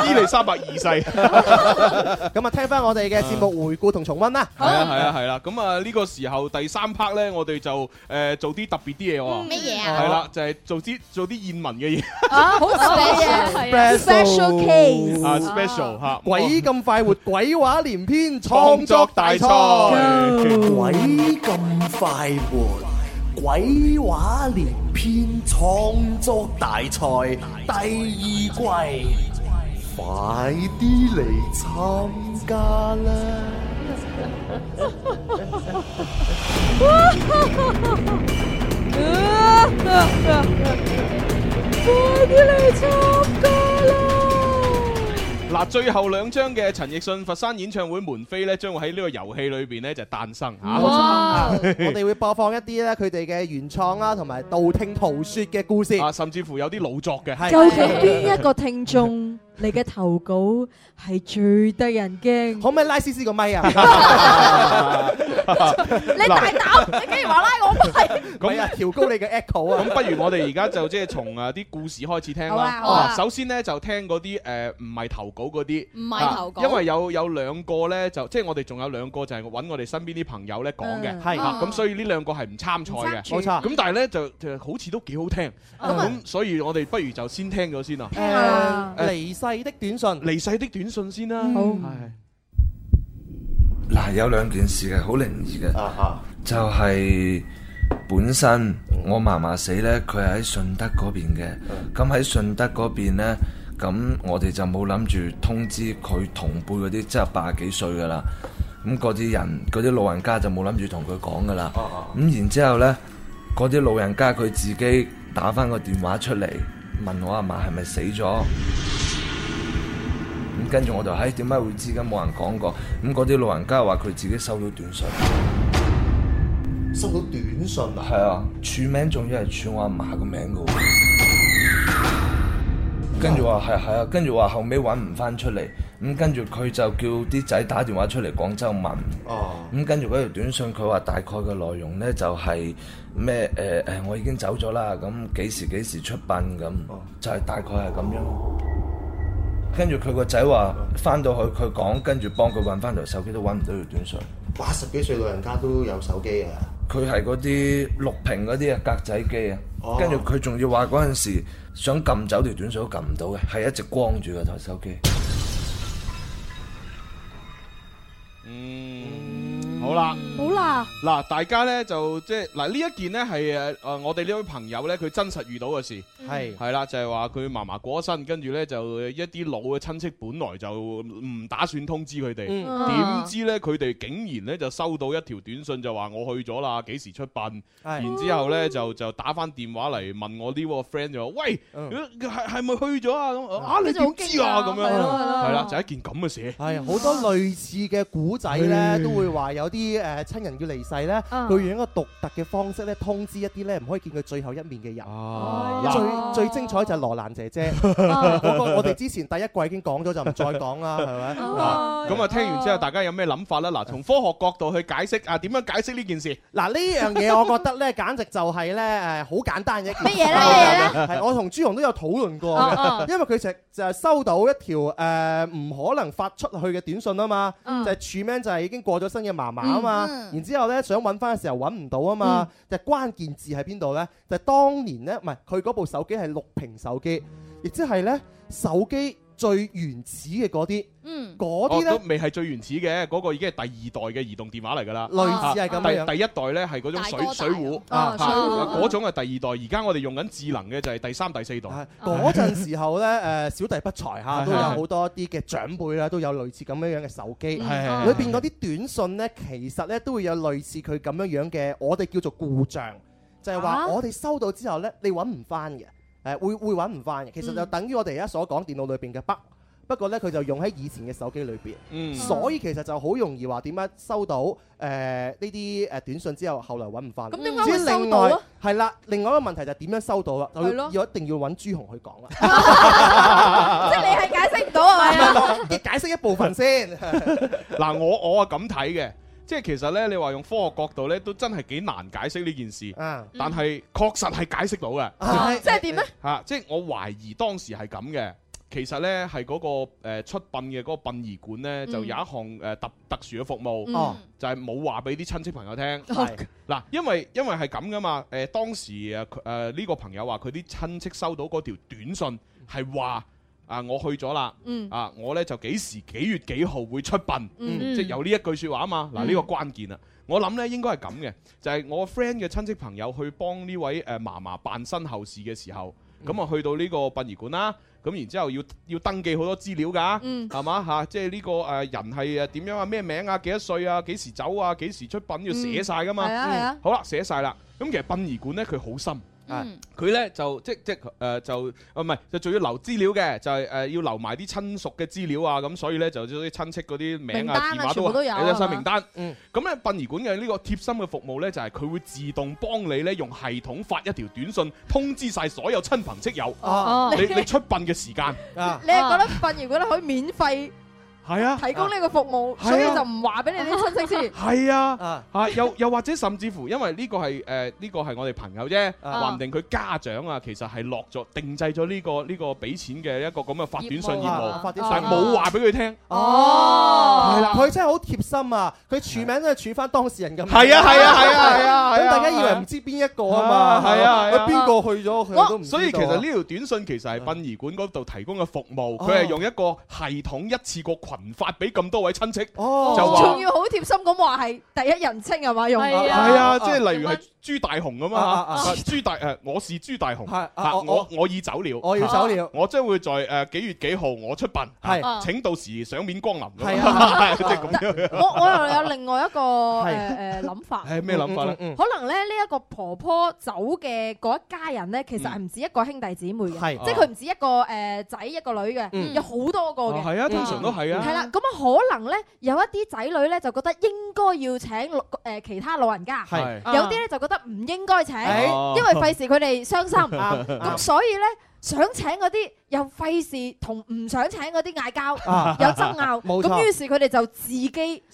[SPEAKER 6] 伊麗莎白二世。
[SPEAKER 4] 咁啊，聽翻我哋嘅節目回顧同重温啦。
[SPEAKER 6] 係啊係啊係啦，咁啊呢個時候第三 part 咧，我哋就誒做啲特別啲嘢喎。
[SPEAKER 8] 嗯
[SPEAKER 1] 乜嘢
[SPEAKER 6] 係啦，就係做啲做啲燕文嘅嘢。
[SPEAKER 8] 啊， 好特別嘅係啊
[SPEAKER 4] Special case
[SPEAKER 6] 啊，special 嚇哦
[SPEAKER 4] 鬼咁快活，鬼話連篇，
[SPEAKER 6] 創
[SPEAKER 4] 創
[SPEAKER 6] 作
[SPEAKER 4] 作
[SPEAKER 6] 大
[SPEAKER 4] 大
[SPEAKER 6] 賽
[SPEAKER 4] 賽。
[SPEAKER 16] 鬼咁快活，鬼話連篇創作大賽第二季，快啲嚟參加
[SPEAKER 6] 嗱，最後兩張嘅陳奕迅佛山演唱會門飛咧，將會喺呢個遊戲裏邊咧就誕生嚇。
[SPEAKER 4] 冇錯啊我哋會播放一啲咧佢哋嘅原創啦，同埋道聽途說嘅故事。
[SPEAKER 6] 啊，甚至乎有啲老作嘅。
[SPEAKER 8] 究竟邊一個聽眾你嘅投稿係最得人驚？
[SPEAKER 4] 可唔可以拉絲絲個咪啊？
[SPEAKER 8] 你大膽，你竟然話拉我咪？
[SPEAKER 6] 咁啊，
[SPEAKER 4] 調高你嘅 echo 啊！
[SPEAKER 6] 咁不如我哋而家就即係從啊啲故事開始聽
[SPEAKER 1] 好
[SPEAKER 6] 啦
[SPEAKER 1] 啊好啊。
[SPEAKER 6] 首先呢，就聽嗰啲誒唔係投稿嗰啲，
[SPEAKER 1] 唔係投稿
[SPEAKER 6] 啊因為有有兩個呢，就即係我哋仲有兩個就係揾我哋身邊啲朋友呢講嘅，
[SPEAKER 4] 嗯係
[SPEAKER 6] 啊咁所以呢兩個係唔參賽嘅，
[SPEAKER 4] 唔參賽冇錯
[SPEAKER 6] 咁但係呢，就就好似都幾好聽，咁所以我哋不如就先聽咗先啊。
[SPEAKER 4] 誒離
[SPEAKER 6] 誒
[SPEAKER 4] 世的短信，
[SPEAKER 6] 離世的短信先啦。
[SPEAKER 4] 好，
[SPEAKER 17] 嗱，有兩件事嘅，好靈異嘅，
[SPEAKER 4] 啊
[SPEAKER 17] 就係本身我嫲嫲死呢，佢係喺順德嗰邊嘅，
[SPEAKER 4] 嗯
[SPEAKER 17] 咁喺順德嗰邊呢，咁我哋就冇諗住通知佢同輩嗰啲，即係八十幾歲噶啦，咁嗰啲人嗰啲老人家就冇諗住同佢講噶
[SPEAKER 4] 啊
[SPEAKER 17] 啦，咁然之後呢，嗰啲老人家佢自己打翻個電話出嚟問我阿嫲係咪死咗。咁跟住我就，唉、點解會知嘅？冇人講過。咁嗰啲老人家話佢自己收到短信，
[SPEAKER 4] 收到短信啊？
[SPEAKER 17] 係啊，署名仲要係署我阿嫲個名嘅喎。跟住話係係啊，跟住話後尾揾唔翻出嚟，咁跟住佢就叫啲仔打電話出嚟廣州問，
[SPEAKER 4] 哦
[SPEAKER 17] 咁跟住嗰條短信佢話大概嘅內容呢就係咩誒誒，我已經走咗啦，咁幾時幾時出殯咁，
[SPEAKER 4] 哦
[SPEAKER 17] 就係大概係咁樣。跟住佢個仔話翻到去佢講，跟住幫佢揾翻條手機都揾唔到條短信。
[SPEAKER 18] 八十幾歲老人家都有手機啊！
[SPEAKER 17] 佢係嗰啲綠屏嗰啲啊，格仔機啊，跟住佢仲要話嗰陣時想撳走條短信都撳唔到嘅，係一直光住個台手機。
[SPEAKER 6] 好啦。
[SPEAKER 8] 好啦，
[SPEAKER 6] 嗱，大家咧就即係嗱呢一件呢係誒誒我哋呢位朋友咧佢真實遇到嘅事，
[SPEAKER 4] 係
[SPEAKER 6] 係啦，就係話佢嫲嫲過咗身，跟住咧就一啲老嘅親戚本來就唔打算通知佢哋，
[SPEAKER 4] 嗯
[SPEAKER 6] 點知咧佢哋竟然咧就收到一條短信就話我去咗啦，幾時出殯？
[SPEAKER 4] 係
[SPEAKER 6] 然之後咧就就打翻電話嚟問我呢個 friend 就話喂，呃係係咪去咗啊？咁啊你點知啊？咁樣
[SPEAKER 4] 係咯係咯嗯
[SPEAKER 6] 係啦，就一件咁嘅事。
[SPEAKER 4] 係好多類似嘅古仔咧，都會話有啲誒親人要離世咧，
[SPEAKER 8] 啊
[SPEAKER 4] 佢用一個獨特嘅方式咧通知一啲咧唔可以見佢最後一面嘅人。
[SPEAKER 6] 哦
[SPEAKER 4] 啊最最精彩就係羅蘭姐 姐，
[SPEAKER 6] 哦
[SPEAKER 4] 嗰個我哋之前第一季已經講咗，就唔再講 啦，係咪？哦
[SPEAKER 6] 嗱咁啊，聽完之後大家有咩諗法啦？嗱，從科學角度去解釋啊，點樣解釋呢件事？
[SPEAKER 4] 嗱呢樣嘢，我覺得咧，簡直就係咧誒，好簡單嘅一
[SPEAKER 6] 乜嘢
[SPEAKER 4] 咧？
[SPEAKER 6] 呢乜嘢呢
[SPEAKER 4] 係我同朱紅都有討論過
[SPEAKER 6] 哦哦
[SPEAKER 4] 嘅，因為佢成日就係收到一條誒唔可能發出去嘅短信啊嘛，
[SPEAKER 16] 嗯
[SPEAKER 4] 就係署名就係已經過咗身嘅嫲嫲啊嘛
[SPEAKER 16] 嗯，
[SPEAKER 4] 然之後咧想揾翻嘅時候揾唔到啊嘛，
[SPEAKER 6] 嗯
[SPEAKER 4] 就係關鍵字喺邊度咧？就係當年咧，唔係佢嗰部手機係綠屏手機，亦即係咧手機最原始嘅嗰啲。
[SPEAKER 1] 嗯，
[SPEAKER 4] 嗰啲呢
[SPEAKER 6] 哦都未係最原始嘅，嗰個已經係第二代嘅移動電話嚟㗎啦。
[SPEAKER 4] 類似係咁樣
[SPEAKER 6] 啊第第一代咧係嗰種水
[SPEAKER 4] 大哥大
[SPEAKER 6] 水壺，
[SPEAKER 4] 啊
[SPEAKER 6] 啊
[SPEAKER 4] 水壺
[SPEAKER 6] 嗰種係第二代。而家我哋用緊智能嘅就係第三、第四代。
[SPEAKER 4] 嗰陣時候 咧，誒小弟不才嚇，
[SPEAKER 6] 係
[SPEAKER 4] 都有好多啲嘅長輩啦，都有類似咁樣樣嘅手機，裏
[SPEAKER 6] 嗯係
[SPEAKER 4] 邊嗰啲短信咧，其實咧都會有類似佢咁樣樣嘅，我哋叫做故障，就係話
[SPEAKER 16] 啊
[SPEAKER 4] 我哋收到之後咧，你揾唔翻嘅，誒會會揾唔翻嘅，其實就
[SPEAKER 16] 嗯
[SPEAKER 4] 等於我哋而家所講電腦裏邊嘅 bug。不過咧，佢就用喺以前嘅手機裏邊，
[SPEAKER 6] 嗯
[SPEAKER 4] 所以其實就好容易話點解收到誒呢啲誒短信之後，後來揾唔翻。
[SPEAKER 16] 咁點解會
[SPEAKER 4] 至於另
[SPEAKER 16] 收到
[SPEAKER 4] 外
[SPEAKER 16] 啊
[SPEAKER 4] 係啦，另外一個問題就係點樣收到啦？就
[SPEAKER 8] 係咯
[SPEAKER 4] 要一定要揾朱紅去講 啦。
[SPEAKER 8] 即係你係解釋唔到係咪啊？
[SPEAKER 4] 解釋一部分先。
[SPEAKER 6] 嗱，我我啊咁睇嘅，即係其實咧，你話用科學角度咧，都真係幾難解釋呢件事。但係確實係解釋到嘅。
[SPEAKER 8] 嗯啊即係點咧？
[SPEAKER 6] 嚇、即係我懷疑當時係咁嘅。其實呢，係嗰、個、呃、出殯嘅嗰個殯儀館呢，
[SPEAKER 8] 嗯
[SPEAKER 6] 就有一項誒、呃特特殊嘅服務，
[SPEAKER 16] 嗯哦
[SPEAKER 6] 就係冇話俾啲親戚朋友聽。
[SPEAKER 16] 係
[SPEAKER 6] 嗱，因為因為係咁噶嘛，誒、當時誒誒呢個朋友話佢啲親戚收到嗰條短信係話。啊！我去咗啦，
[SPEAKER 16] 嗯
[SPEAKER 6] 啊！我呢就幾時幾月幾號會出殯，
[SPEAKER 16] 嗯
[SPEAKER 6] 即係有呢一句説話啊嘛。嗱，
[SPEAKER 16] 嗯
[SPEAKER 6] 呢個關鍵啊，我諗呢應該係咁嘅，就係、我 friend 嘅親戚朋友去幫呢位誒嫲嫲辦身後事嘅時候，
[SPEAKER 16] 嗯
[SPEAKER 6] 咁啊去到呢個殯儀館啦。咁然之後要要登記好多資料㗎，
[SPEAKER 16] 嗯
[SPEAKER 6] 係嘛嚇？即係呢個誒人係誒點樣啊？咩名啊？幾多歲啊？幾時走啊？幾時出殯要寫晒㗎嘛？
[SPEAKER 16] 嗯係啊係啊
[SPEAKER 6] 好啦，寫晒啦。咁其實殯儀館咧，佢好深啊
[SPEAKER 16] 嗯。
[SPEAKER 6] 佢咧就即即誒就啊唔係就仲要留資料嘅，就係誒要留埋啲親屬嘅資料啊，咁所以咧就啲親戚嗰啲名
[SPEAKER 16] 名
[SPEAKER 6] 啊、
[SPEAKER 16] 單啊
[SPEAKER 6] 電話
[SPEAKER 16] 全部都有啊
[SPEAKER 6] 有晒名單。
[SPEAKER 4] 嗯
[SPEAKER 6] 咁咧殯儀館嘅呢個貼心嘅服務咧，就係佢會自動幫你咧用系統發一條短信通知晒所有親朋戚友
[SPEAKER 8] 哦，
[SPEAKER 6] 你你出殯嘅時間。
[SPEAKER 4] 啊
[SPEAKER 8] 你係覺得殯儀館可以免費
[SPEAKER 6] 係啊，
[SPEAKER 8] 提供呢個服務，
[SPEAKER 6] 係啊
[SPEAKER 8] 所以就唔話俾你啲親戚知。
[SPEAKER 6] 係啊，啊又又或者甚至乎，因為呢個係誒呢個係我哋朋友啫，
[SPEAKER 16] 啊
[SPEAKER 6] 話唔定佢家長啊，其實係落咗定制咗呢個呢個俾錢嘅一個咁嘅發短信業
[SPEAKER 4] 業務啊
[SPEAKER 6] 務，
[SPEAKER 4] 發短信啊
[SPEAKER 6] 但係冇話俾佢聽。
[SPEAKER 4] 哦，
[SPEAKER 6] 係
[SPEAKER 4] 係
[SPEAKER 6] 啦
[SPEAKER 4] 啦，佢真係好貼心啊！佢署名都係署翻當事人咁。
[SPEAKER 6] 係啊係啊係啊係啊係啊
[SPEAKER 4] 咁大家以為唔知邊一個啊嘛？
[SPEAKER 6] 係啊，係啊
[SPEAKER 4] 佢邊個去咗佢都唔知道啊。
[SPEAKER 6] 所以其實呢條短信其實係殯儀館嗰度提供嘅服務，
[SPEAKER 4] 啊
[SPEAKER 6] 佢係用一個系統一次過群發俾咁多位親戚，
[SPEAKER 4] 哦
[SPEAKER 6] 就話
[SPEAKER 8] 仲要好貼心咁話係第一人稱係嘛用？
[SPEAKER 6] 係啊，即係例如係朱大雄咁
[SPEAKER 4] 啊啊
[SPEAKER 6] 啊
[SPEAKER 4] 啊
[SPEAKER 6] 嚇，朱大誒，我是朱大雄，
[SPEAKER 4] 係啊
[SPEAKER 6] 嚇
[SPEAKER 4] 我
[SPEAKER 6] 我我已走了，
[SPEAKER 4] 我要走了
[SPEAKER 6] 啊我將會在誒幾月幾號我出殯，
[SPEAKER 4] 係
[SPEAKER 6] 啊請到時賞面光臨，
[SPEAKER 4] 係啊
[SPEAKER 6] 即係咁樣。
[SPEAKER 8] 我我又有另外一個
[SPEAKER 6] 係
[SPEAKER 8] 誒誒諗法。嗯
[SPEAKER 6] 係咩諗法嗯咧？
[SPEAKER 8] 可能咧呢一個婆婆走嘅嗰一家人咧，其實係唔止一個兄弟姊妹嘅，
[SPEAKER 6] 嗯係哦
[SPEAKER 8] 即係佢唔止一個誒仔一個女嘅，
[SPEAKER 6] 嗯
[SPEAKER 8] 有好多個嘅。嗯
[SPEAKER 6] 哦係啊通常都係啊
[SPEAKER 8] 係啦，咁啊可能咧有一啲仔女咧就覺得應該要請老誒其他老人家，
[SPEAKER 16] 係
[SPEAKER 8] 有啲
[SPEAKER 6] 啊
[SPEAKER 8] 咧就覺得唔應該請，
[SPEAKER 16] 哎
[SPEAKER 8] 因為費事佢哋傷心。
[SPEAKER 16] 啱
[SPEAKER 6] 哦
[SPEAKER 8] 咁
[SPEAKER 6] 啊
[SPEAKER 16] 啱
[SPEAKER 8] 所以咧。想請嗰啲又費事同唔想請嗰啲嗌交，
[SPEAKER 16] 啊
[SPEAKER 8] 有爭拗，
[SPEAKER 4] 冇錯
[SPEAKER 8] 咁於是佢哋就自己去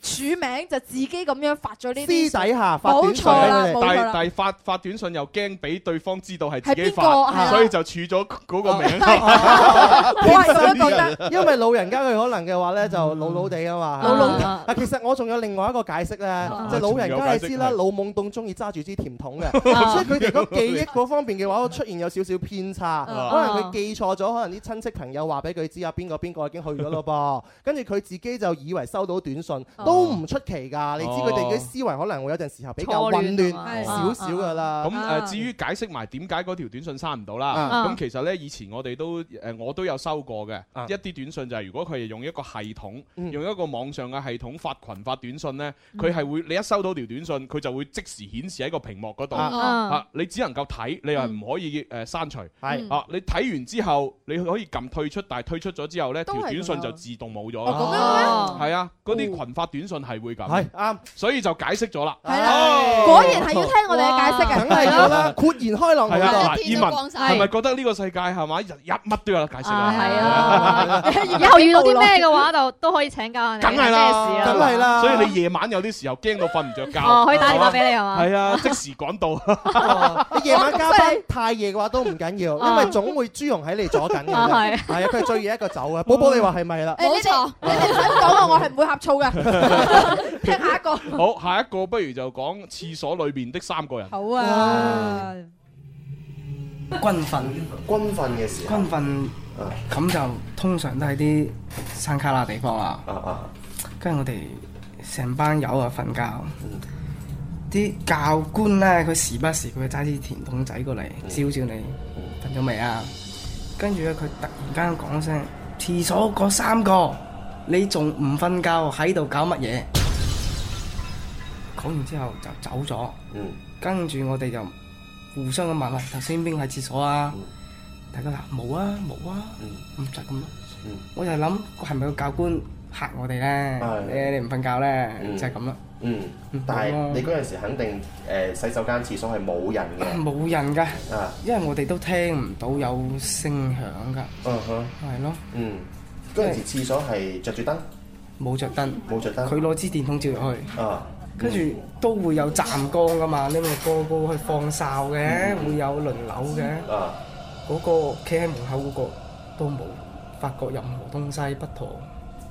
[SPEAKER 8] 署名，就自己咁樣發咗呢啲
[SPEAKER 4] 私底下發
[SPEAKER 8] 冇
[SPEAKER 4] 短信
[SPEAKER 8] 錯啦，
[SPEAKER 6] 但
[SPEAKER 8] 冇錯
[SPEAKER 6] 係
[SPEAKER 8] 啦。
[SPEAKER 6] 但係發發短信又驚俾對方知道係自己
[SPEAKER 4] 係邊個係
[SPEAKER 8] 啊
[SPEAKER 6] 發，
[SPEAKER 4] 啦
[SPEAKER 6] 所以就署咗 嗰個名。
[SPEAKER 4] 我係
[SPEAKER 8] 咁
[SPEAKER 4] 樣
[SPEAKER 8] 覺
[SPEAKER 4] 得，因為老人家佢可能嘅話咧就老老地啊嘛，
[SPEAKER 16] 嗯老啊老
[SPEAKER 4] 地。啊，其實我仲有另外一個解釋咧，就係老人家你知啦，老懵懂中意揸住支甜筒嘅，
[SPEAKER 16] 啊
[SPEAKER 4] 所以佢哋嗰記憶嗰方面嘅話出現有少少偏差，
[SPEAKER 16] 啊
[SPEAKER 4] 可能佢記錯咗，可能啲親戚朋友話俾佢知啊，邊個邊個已經去咗咯噃，跟住佢自己就以為收到短信，
[SPEAKER 16] 哦
[SPEAKER 4] 都唔出奇㗎。你知佢
[SPEAKER 6] 哦
[SPEAKER 4] 哋嘅思維可能會有陣時候比
[SPEAKER 16] 啊
[SPEAKER 4] 較混亂少少㗎啦。
[SPEAKER 6] 咁呃誒，至於解釋埋點解嗰條短信刪唔到啦，
[SPEAKER 4] 啊
[SPEAKER 6] 呃咁其實呢，以前我哋都誒我都有收過嘅，一啲短信就係如果佢係用一個系統，
[SPEAKER 4] 嗯
[SPEAKER 6] 用一個網上嘅系統發群發短信呢，佢係會你一收到條短信，佢就會即時顯示喺個屏幕
[SPEAKER 4] 哦
[SPEAKER 6] 嗰度
[SPEAKER 5] 啊
[SPEAKER 6] 啊，你只能夠睇，你又
[SPEAKER 4] 嗯
[SPEAKER 6] 唔可以誒刪除，
[SPEAKER 5] 係
[SPEAKER 6] 啊，你睇完之後你可以撳退出，但係退出咗之後呢，
[SPEAKER 4] 都
[SPEAKER 6] 條
[SPEAKER 4] 係咁
[SPEAKER 6] 短信
[SPEAKER 4] 樣
[SPEAKER 6] 就自動冇咗。
[SPEAKER 4] 哦咁樣嘅
[SPEAKER 6] 係啊，嗰啲群發短信係會咁，
[SPEAKER 4] 係啱，啊
[SPEAKER 6] 所以就解釋咗啦。
[SPEAKER 8] 果然係要聽我哋嘅解釋嘅，
[SPEAKER 6] 梗係要啦
[SPEAKER 4] 豁然開朗
[SPEAKER 6] 係
[SPEAKER 8] 係
[SPEAKER 6] 啦，嗱，葉文係咪覺得呢個世界係咪日日乜都有得解釋啊？
[SPEAKER 7] 係啊 以後遇到啲咩嘅話，就都可以請教下你。
[SPEAKER 6] 梗係啦，
[SPEAKER 7] 咩事啊？
[SPEAKER 6] 所以你夜晚有啲時候驚到瞓唔着覺，
[SPEAKER 7] 哦可以打電話俾你係嘛
[SPEAKER 6] 係啊，即時趕到。
[SPEAKER 4] 你夜晚加班太夜嘅話都唔緊要，因為總會朱容喺你左緊嘅。
[SPEAKER 8] 啊係
[SPEAKER 4] 係啊，佢係最夜一個走嘅。寶寶，你話係咪啦？
[SPEAKER 8] 冇錯，你哋想講啊，我係唔會呷醋嘅。聽下一個，
[SPEAKER 6] 好，下一個不如就講廁所裏邊的三個人。
[SPEAKER 8] 好啊，
[SPEAKER 18] 軍訓，軍訓嘅時候，啊軍訓咁就通常都喺啲山卡拉地方啦。跟住我哋成班友啊瞓覺，啲教官咧佢時不時佢會揸支甜筒仔過嚟招招你，瞓咗未啊？跟住咧佢突然間講聲：廁所嗰三個，你仲唔瞓覺喺度搞乜嘢？講完之後就走咗。跟住我哋就互相咁問喂，頭先邊個喺廁所啊？大家話冇啊冇啊，咁就係咁咯。我就係諗係咪個教官嚇我哋咧？你你唔瞓覺咧，就係咁啦。
[SPEAKER 2] 嗯，但係你嗰陣時肯定誒洗手間廁所係冇人嘅。
[SPEAKER 18] 冇人㗎，
[SPEAKER 2] 啊，
[SPEAKER 18] 因為我哋都聽唔到有聲響㗎。
[SPEAKER 2] 嗯哼，
[SPEAKER 18] 係咯，
[SPEAKER 2] 嗯，嗰陣時廁所係着住燈，
[SPEAKER 18] 冇着燈，
[SPEAKER 2] 冇着燈。
[SPEAKER 18] 佢攞支電筒照入去。
[SPEAKER 2] 啊，
[SPEAKER 18] 跟住都會有站崗㗎嘛，拎個高高去放哨嘅，會有輪流嘅。
[SPEAKER 2] 啊，
[SPEAKER 18] 嗰個企喺門口嗰個都冇發覺任何東西不妥，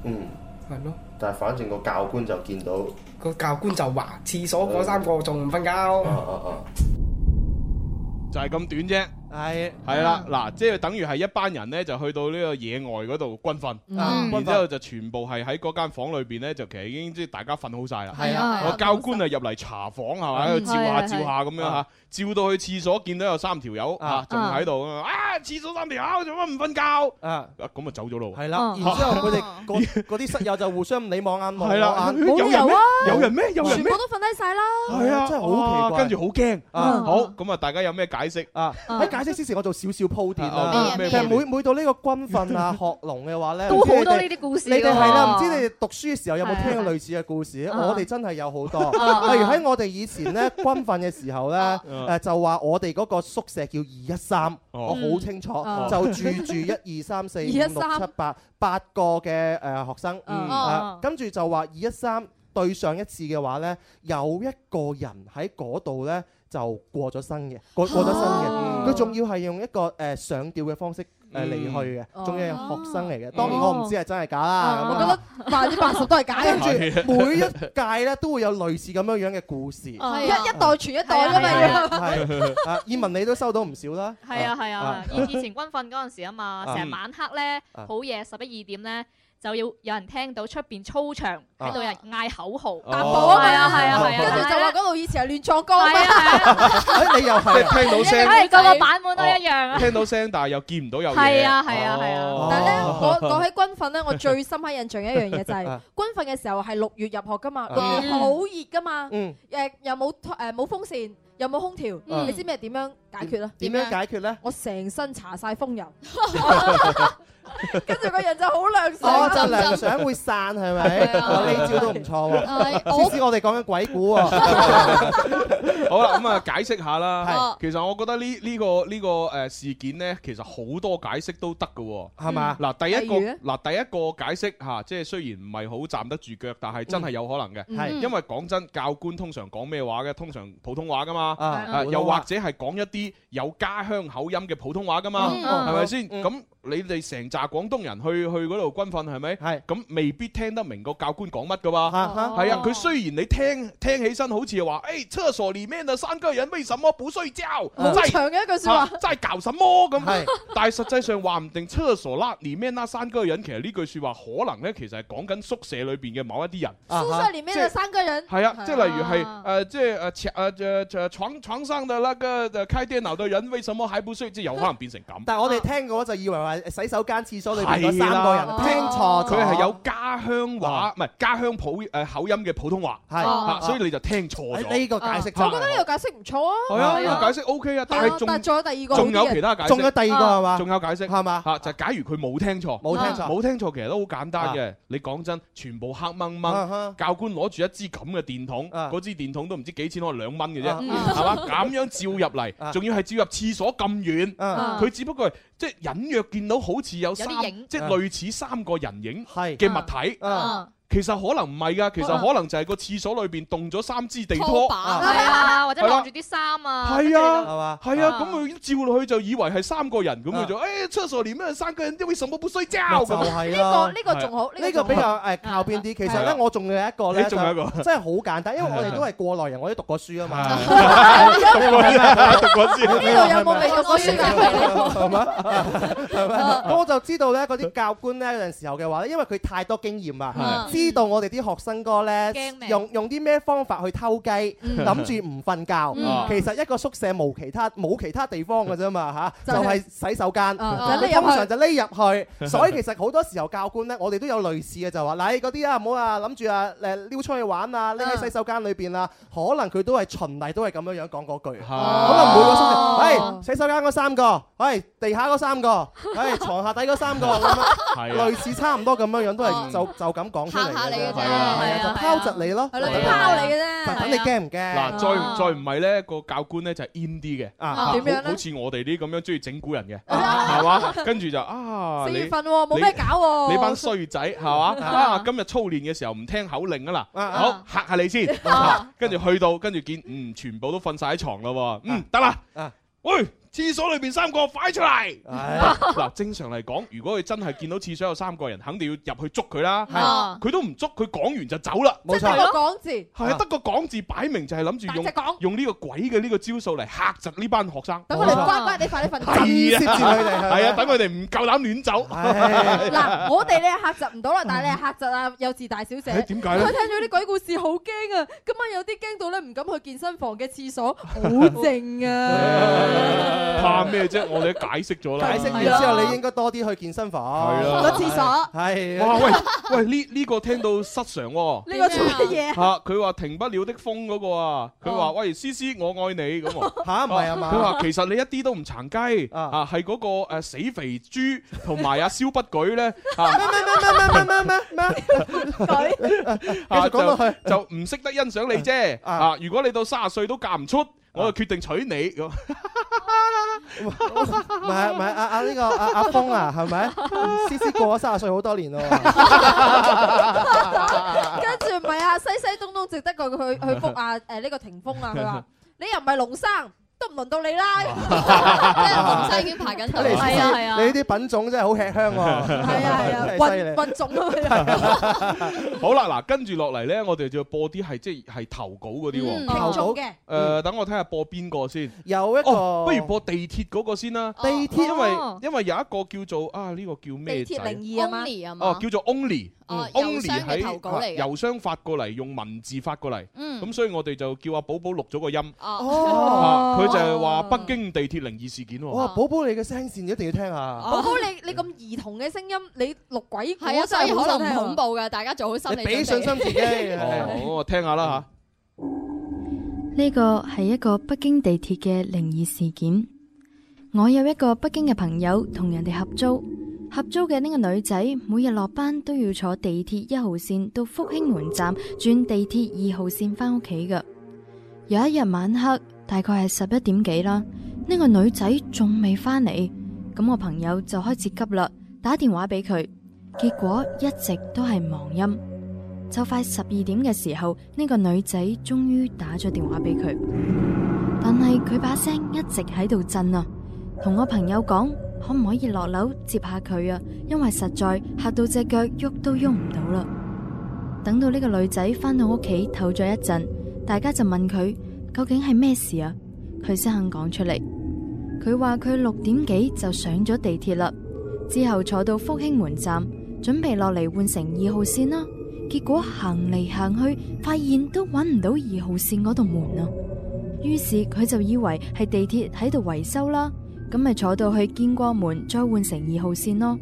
[SPEAKER 2] 嗯，
[SPEAKER 18] 係咯。
[SPEAKER 2] 但係反正個教官就見到。
[SPEAKER 18] 個教官就話：廁所嗰三個仲唔瞓覺？
[SPEAKER 6] 就係咁短
[SPEAKER 4] 啫。係
[SPEAKER 6] 係啦，嗱，即係等於係一班人呢，就去到呢個野外嗰度軍訓，
[SPEAKER 4] 嗯
[SPEAKER 6] 然之後就全部係喺嗰間房裏邊呢，就其實已經即係大家瞓好晒啦。
[SPEAKER 4] 係啊
[SPEAKER 6] 個教官啊入嚟查房係咪？喺度照下照下咁樣
[SPEAKER 4] 啊
[SPEAKER 6] 嚇，照到去廁所見到有三條友嚇仲喺度啊！啊，廁所三條友做乜唔瞓覺？
[SPEAKER 4] 啊，
[SPEAKER 6] 咁啊走咗路。
[SPEAKER 4] 係啦，然之後佢哋嗰嗰啲室友就互相你望眼望
[SPEAKER 6] 係啦
[SPEAKER 4] 我眼，
[SPEAKER 6] 冇理由啊有人咩有人
[SPEAKER 8] 全
[SPEAKER 6] 咩
[SPEAKER 8] 部都瞓低晒啦。哦
[SPEAKER 6] 係啊，
[SPEAKER 4] 真係好奇怪
[SPEAKER 6] 哇跟住好驚
[SPEAKER 4] 啊
[SPEAKER 6] 好咁啊！大家有咩解釋
[SPEAKER 4] 啊？
[SPEAKER 7] 嗯
[SPEAKER 4] 喺解釋之前，我做少少鋪墊
[SPEAKER 6] 啊
[SPEAKER 4] 啦。
[SPEAKER 6] 咩
[SPEAKER 4] 其
[SPEAKER 6] 咩
[SPEAKER 4] 實每每到呢個軍訓啊、學龍 嘅話咧，
[SPEAKER 7] 都
[SPEAKER 4] 唔知
[SPEAKER 7] 好多
[SPEAKER 4] 你哋
[SPEAKER 7] 呢啲故事
[SPEAKER 4] 你哋係啦，唔
[SPEAKER 7] 㗎喎
[SPEAKER 4] 知你哋讀書嘅時候有冇聽過類似嘅故事？
[SPEAKER 7] 係
[SPEAKER 4] 我哋真係有好多。
[SPEAKER 7] 啊
[SPEAKER 4] 例如喺我哋以前咧軍訓嘅時候咧，誒就話我哋嗰個宿舍叫二一三，我好清
[SPEAKER 7] 嗯
[SPEAKER 4] 楚
[SPEAKER 7] 啊
[SPEAKER 5] 哦，
[SPEAKER 4] 就住住一二三四五六七八八個嘅誒學生，
[SPEAKER 5] 嗯
[SPEAKER 4] 啊跟住就話二一三對上一次嘅話呢，有一個人喺嗰度呢就過咗身嘅，過過咗身嘅，佢仲要係用一個誒上吊嘅方式誒離去嘅，仲要係學生嚟嘅。當然我唔知係真係假啦，咁
[SPEAKER 8] 我
[SPEAKER 4] 啊
[SPEAKER 8] 覺得百分之八十都係假嘅。
[SPEAKER 4] 跟住每一屆咧都會有類似咁樣樣嘅故事，一一
[SPEAKER 7] 啊
[SPEAKER 8] 一一代傳一代㗎嘛要。
[SPEAKER 4] 係啊，葉文你都收到唔少啦。
[SPEAKER 7] 係啊係啊，以 以前軍訓嗰陣時啊嘛，
[SPEAKER 4] 啊
[SPEAKER 7] 成晚黑咧，
[SPEAKER 4] 啊
[SPEAKER 7] 好夜十一二點咧，就要有人聽到出邊操場喺度有人嗌口號，
[SPEAKER 8] 踏步啊嘛，
[SPEAKER 7] 係啊係啊係啊，
[SPEAKER 8] 跟住就話嗰度以前係亂葬崗啊
[SPEAKER 7] 係
[SPEAKER 8] 嘛。
[SPEAKER 4] 誒哎你又啊
[SPEAKER 6] 即係啊聽到聲，
[SPEAKER 7] 係個個版本都一樣啊。
[SPEAKER 6] 聽到聲，但係又見唔到有嘢。
[SPEAKER 8] 係啊係啊
[SPEAKER 6] 係啊
[SPEAKER 8] 但係 咧，我講起軍訓咧，我最深刻印象一樣嘢就係軍訓嘅時候係六月入學噶嘛，
[SPEAKER 4] 嗯
[SPEAKER 8] 六月好熱噶嘛，
[SPEAKER 4] 嗯
[SPEAKER 8] 誒又冇誒冇風扇，又冇空調，
[SPEAKER 4] 嗯
[SPEAKER 8] 你知唔知係點樣解決啊？
[SPEAKER 4] 點樣解決咧？
[SPEAKER 8] 我成身搽晒風油，跟住個人就好涼爽。
[SPEAKER 4] 哦，就涼想會散係咪？哦呢招都唔錯
[SPEAKER 8] 係我
[SPEAKER 4] 喎。至少我哋講緊鬼故喎。
[SPEAKER 6] 好啦，咁啊解釋下啦
[SPEAKER 4] 係。
[SPEAKER 6] 其實我覺得呢呢個呢個誒事件呢，其實好多解釋都得㗎喎。嗯
[SPEAKER 4] 係嘛
[SPEAKER 6] 嗱，第一
[SPEAKER 4] 例如咧
[SPEAKER 6] 個嗱第一個解釋嚇，即係雖然唔係好站得住腳，但係真係有可能嘅。
[SPEAKER 4] 嗯係
[SPEAKER 6] 因為講真，教官通常講咩話嘅？通常普通話㗎嘛。
[SPEAKER 4] 啊
[SPEAKER 6] 啊
[SPEAKER 4] 普
[SPEAKER 6] 又
[SPEAKER 4] 通
[SPEAKER 6] 或
[SPEAKER 4] 話
[SPEAKER 6] 者係講一啲有家鄉口音嘅普通話㗎嘛，
[SPEAKER 4] 嗯嗯
[SPEAKER 6] 係咪先？咁你哋成扎廣東人去去嗰度軍訓係咪？
[SPEAKER 4] 係
[SPEAKER 6] 咁未必聽得明個教官講乜㗎喎。
[SPEAKER 4] 啊
[SPEAKER 6] 係啊，佢雖然你聽聽起身好似話，誒廁所裡面嘅三個人為什麼不睡覺？
[SPEAKER 8] 好
[SPEAKER 6] 在
[SPEAKER 8] 長嘅一句説話
[SPEAKER 6] 啊在搞什麼咁
[SPEAKER 4] 係？
[SPEAKER 6] 但係實際上話唔定廁所啦裡面那三個人，其實呢句説話可能呢，其實係講緊宿舍裏邊嘅某一啲人。
[SPEAKER 4] 啊
[SPEAKER 8] 宿舍裡面
[SPEAKER 6] 即
[SPEAKER 8] 有
[SPEAKER 6] 係
[SPEAKER 8] 三個人。
[SPEAKER 6] 係啊，即係例如係誒，即係呃誒牆誒誒呃床床上的那個誒開電腦的人，為什麼還不睡？即係有可能變成咁。
[SPEAKER 4] 但係我哋聽過就以為係話洗手間、廁所裏邊嗰
[SPEAKER 6] 係
[SPEAKER 4] 三個人
[SPEAKER 6] 啦，
[SPEAKER 4] 聽錯咗
[SPEAKER 6] 佢係有家鄉話，唔係家鄉普誒口音嘅普通話，
[SPEAKER 4] 係
[SPEAKER 6] 啊所以你就聽錯咗。
[SPEAKER 4] 呢個解釋
[SPEAKER 8] 我覺得呢個解釋唔錯啊。
[SPEAKER 6] 係啊呢個解釋 OK 啊，但係仲
[SPEAKER 8] 仲有第二個，
[SPEAKER 6] 仲有其他解釋，啊
[SPEAKER 4] 仲有第二個係嘛
[SPEAKER 6] 仲有解釋係嘛？嚇就係假如佢冇聽錯，
[SPEAKER 4] 冇聽錯
[SPEAKER 6] 冇聽錯，其實都好簡單嘅。你講真，全部黑掹
[SPEAKER 4] 啊
[SPEAKER 6] 掹
[SPEAKER 4] 哈，
[SPEAKER 6] 教官攞住一支咁嘅電筒，嗰支電筒都唔知幾錢，可能兩蚊嘅啫，
[SPEAKER 4] 啊
[SPEAKER 6] 係嘛？咁樣照入嚟，
[SPEAKER 4] 啊
[SPEAKER 6] 仲要係照入廁所咁遠，
[SPEAKER 4] 啊
[SPEAKER 6] 佢只不過係即係隱約見到好似有三
[SPEAKER 4] 有啲影，
[SPEAKER 6] 即係
[SPEAKER 4] 啊
[SPEAKER 6] 類似三個人影嘅物體
[SPEAKER 4] 啊啊。
[SPEAKER 6] 其實可能唔係㗎，其實可能就係個廁所裏邊動咗三支地拖，
[SPEAKER 7] 拖把係啊，或者
[SPEAKER 6] 係啦
[SPEAKER 7] 晾住啲衫啊，跟
[SPEAKER 6] 係
[SPEAKER 7] 住就
[SPEAKER 6] 啊，
[SPEAKER 4] 係嘛
[SPEAKER 6] 係啊，
[SPEAKER 7] 啊
[SPEAKER 6] 咁佢照落去就以為係三個人，咁佢就
[SPEAKER 4] 啊
[SPEAKER 6] 誒廁所裡面三個人，為什麼不睡覺？
[SPEAKER 4] 咪就
[SPEAKER 6] 咁
[SPEAKER 4] 係咯，呢個比較誒靠邊啲。其實咧，我仲有一個咧，
[SPEAKER 6] 你仲有一個
[SPEAKER 4] 就真係好簡單，因為我哋都係過來人，我都讀過書啊 嘛。
[SPEAKER 6] 啊讀過書啊呢度有冇未讀過書㗎
[SPEAKER 4] 啊係嘛？係咪？咁我就知道咧，嗰啲教官咧有陣時候嘅話咧，因為佢太多經驗啊，
[SPEAKER 6] 嗯
[SPEAKER 16] 係
[SPEAKER 4] 知道我哋啲學生哥咧
[SPEAKER 16] 驚咩
[SPEAKER 4] 用用啲咩方法去偷雞，
[SPEAKER 16] 嗯
[SPEAKER 4] 諗住唔瞓
[SPEAKER 16] 嗯
[SPEAKER 4] 覺。其實一個宿舍冇其他冇其他地方㗎啫嘛嚇，
[SPEAKER 16] 就
[SPEAKER 4] 就
[SPEAKER 16] 係
[SPEAKER 4] 係洗手間，
[SPEAKER 16] 啊
[SPEAKER 4] 你
[SPEAKER 16] 匿入
[SPEAKER 4] 通
[SPEAKER 16] 去
[SPEAKER 4] 常就匿 入去。所以其實好多時候教官咧，我哋都有類似嘅就話，嗱嗰啲啊唔好啊諗住啊誒撩出去玩啊，匿喺洗手間裏邊啊，可能佢都係循例都係咁樣樣講嗰句，可能每個宿
[SPEAKER 6] 哦
[SPEAKER 4] 舍，喂。洗手間嗰三個，係地下嗰三個， 係床下底嗰三個咁樣，
[SPEAKER 6] 係啊哦
[SPEAKER 4] 類似差唔多咁樣樣，都係就就咁講出嚟
[SPEAKER 8] 嚇
[SPEAKER 4] 嘅
[SPEAKER 8] 你嘅
[SPEAKER 4] 啫，
[SPEAKER 8] 啫
[SPEAKER 4] 係啊係啊，就拋窒你咯，
[SPEAKER 8] 係咯，都拋你嘅啫。啊
[SPEAKER 4] 咁你驚唔驚？
[SPEAKER 6] 哎
[SPEAKER 4] 啊
[SPEAKER 6] 嗱，再唔再唔係咧，個教官咧就係 in 啲嘅，好
[SPEAKER 8] 點樣咧
[SPEAKER 6] 好似我哋啲咁樣中意整蠱人嘅，係嘛？跟住就啊，
[SPEAKER 8] 四
[SPEAKER 6] 你
[SPEAKER 8] 月份喎，冇咩
[SPEAKER 6] 你
[SPEAKER 8] 搞喎。
[SPEAKER 6] 你班衰仔係嘛？
[SPEAKER 8] 啊
[SPEAKER 6] 啊，今日操練嘅時候唔聽口令啊嗱，
[SPEAKER 8] 啊
[SPEAKER 6] 好嚇下你先，
[SPEAKER 8] 啊
[SPEAKER 6] 啊跟住去到跟住見，嗯，全部都瞓晒喺床啦，嗯，得啦，喂，廁所裏邊三個快出嚟！ 嗱，正常嚟講，如果佢真係見到廁所有三個人，肯定要入去捉佢啦
[SPEAKER 8] 啊。
[SPEAKER 6] 佢都唔捉，佢講完就走啦。
[SPEAKER 8] 即係個講字，
[SPEAKER 6] 係啊得個講字，擺明就係諗住
[SPEAKER 8] 大隻
[SPEAKER 6] 用
[SPEAKER 8] 講
[SPEAKER 6] 用呢個鬼嘅呢個招數嚟嚇窒呢班學生。
[SPEAKER 8] 等我哋乖乖地快啲瞓覺。
[SPEAKER 6] 係
[SPEAKER 4] 接住佢哋係咪
[SPEAKER 6] 係啊，等佢哋唔夠膽亂走。
[SPEAKER 8] 嗱，我哋咧嚇窒唔到啦，但係你係嚇窒啊幼稚大小姐。
[SPEAKER 6] 誒點解咧
[SPEAKER 8] 佢聽咗啲鬼故事好驚啊！今晚有啲驚到咧，唔敢去健身房嘅廁所，好靜啊！
[SPEAKER 6] 怕咩啫？我哋都解釋咗啦。
[SPEAKER 4] 解釋完之後，你應該多啲去健身房，
[SPEAKER 6] 係啦多廁
[SPEAKER 8] 所
[SPEAKER 4] 係啊。
[SPEAKER 6] 哇喂喂，呢呢個聽到失常喎。
[SPEAKER 8] 呢個做乜 嘢啊
[SPEAKER 6] 吓，佢話停不了的風嗰個啊，佢話喂思思我愛你 咁啊，
[SPEAKER 4] 吓唔係啊嘛
[SPEAKER 6] 佢話其實你一啲都唔殘雞啊，係嗰個誒死肥豬同埋阿蕭不舉 咧啊。
[SPEAKER 4] 繼續講落去
[SPEAKER 6] 啊就就唔識得欣賞你 啫。啊，如果你到三十歲都嫁唔出，我就決定娶你咁。
[SPEAKER 4] 唔係唔係阿阿呢個阿阿峰啊，係 咪？思思過咗三十歲好多年咯，
[SPEAKER 8] 跟住唔係啊，西西東東值得佢去去覆啊誒呢個霆鋒啊，佢話你又唔係龍生，都唔輪到你啦。
[SPEAKER 1] 龍西已 經排緊隊，係啊係啊，
[SPEAKER 4] 你呢啲品種真係好吃香喎， 係啊係啊
[SPEAKER 8] 運運種啊，
[SPEAKER 6] 好啦，嗱，跟住落嚟咧，我哋就要播啲係即係投稿嗰啲
[SPEAKER 8] 嗯
[SPEAKER 6] 喎。
[SPEAKER 8] 投稿嘅
[SPEAKER 6] 誒，等我睇下播邊個先。
[SPEAKER 4] 嗯有一
[SPEAKER 6] 個，不如播地鐵嗰個先啦。
[SPEAKER 4] 地鐵
[SPEAKER 6] 因為
[SPEAKER 1] 哦
[SPEAKER 6] 因為有一個叫做啊呢個叫咩仔？
[SPEAKER 1] 異啊嘛，Only 啊嘛，
[SPEAKER 6] 哦，叫做 Only，
[SPEAKER 1] 哦
[SPEAKER 6] 嗯
[SPEAKER 1] 郵箱嘅投稿嚟嘅
[SPEAKER 6] 郵箱發過嚟，用文字發過嚟，
[SPEAKER 1] 嗯
[SPEAKER 6] 咁所以我哋就叫阿寶寶錄咗個音，
[SPEAKER 4] 哦
[SPEAKER 6] 啊佢就係話北京地鐵靈異事件
[SPEAKER 4] 哇！
[SPEAKER 6] 喎，
[SPEAKER 4] 寶寶你嘅聲線一定要聽
[SPEAKER 1] 哦
[SPEAKER 4] 下，
[SPEAKER 8] 寶寶你你咁兒童嘅聲音，你錄鬼故
[SPEAKER 1] 係啊，
[SPEAKER 8] 真
[SPEAKER 1] 所以
[SPEAKER 8] 係好
[SPEAKER 1] 可
[SPEAKER 8] 想
[SPEAKER 1] 能
[SPEAKER 8] 聽
[SPEAKER 1] 唔恐
[SPEAKER 8] 啊
[SPEAKER 1] 怖嘅，大家做好心理準備。
[SPEAKER 6] 哦，我聽下啦
[SPEAKER 11] 呢個係一個北京地鐵嘅靈異事件。我有一個北京嘅朋友同人哋合租，合租嘅呢個女仔每日落班都要坐地鐵一號線到福興門站轉地鐵二號線返屋企㗎。有一日晚黑，大概係十一點幾啦，呢個女仔仲未返嚟，咁我朋友就開始急啦，打電話俾佢，結果一直都係忙音。就快十二點嘅時候，呢、個女仔終於打咗電話俾佢，但係佢把聲一直喺度震啊，同我朋友講可唔可以落樓接下佢啊，因為實在嚇到隻腳喐都喐唔到啦。等到呢個女仔返到屋企唞咗一陣，大家就問佢究竟係咩事啊，佢先肯講出嚟。佢話佢六點幾就上咗地鐵啦，之後坐到福興門站，準備落嚟換乘二號線啦。結果行嚟行去，發現都揾唔到二號線嗰度門啊。於是佢就以為係地鐵喺度維修啦，咁咪坐到去建國門，再換乘二號線咯。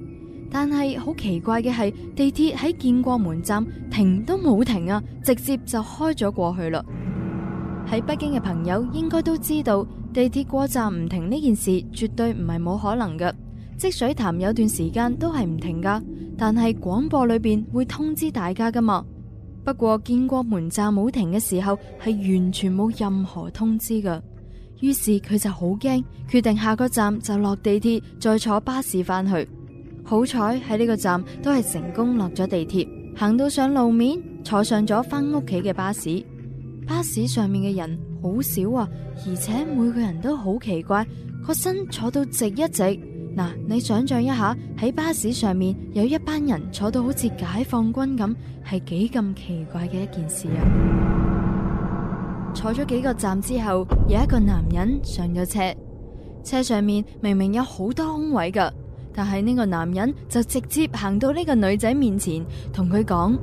[SPEAKER 11] 但係好奇怪嘅係，地鐵喺建國門站停都冇停啊，直接就開咗過去啦。喺北京嘅朋友應該都知道，地鐵過站唔停呢件事絕對唔係冇可能嘅。積水潭有段時間都係唔停噶，但係廣播裏邊會通知大家噶嘛。不過建國門站冇停嘅時候係完全冇任何通知噶，於是佢就好驚，決定下個站就落地鐵，再坐巴士返去。好彩喺呢個站都係成功落咗地鐵，行到上路面，坐上咗返屋企嘅巴士。巴士上面嘅人好少啊，而且每個人都好奇怪，個身坐到直一直。嗱，你想象一下喺巴士上面有一班人坐到好似解放軍咁，係幾咁奇怪嘅一件事啊！坐咗幾個站之後，有一個男人上咗車，車上面明明有好多空位噶，但係呢個男人就直接行到呢個女仔面前，同佢講。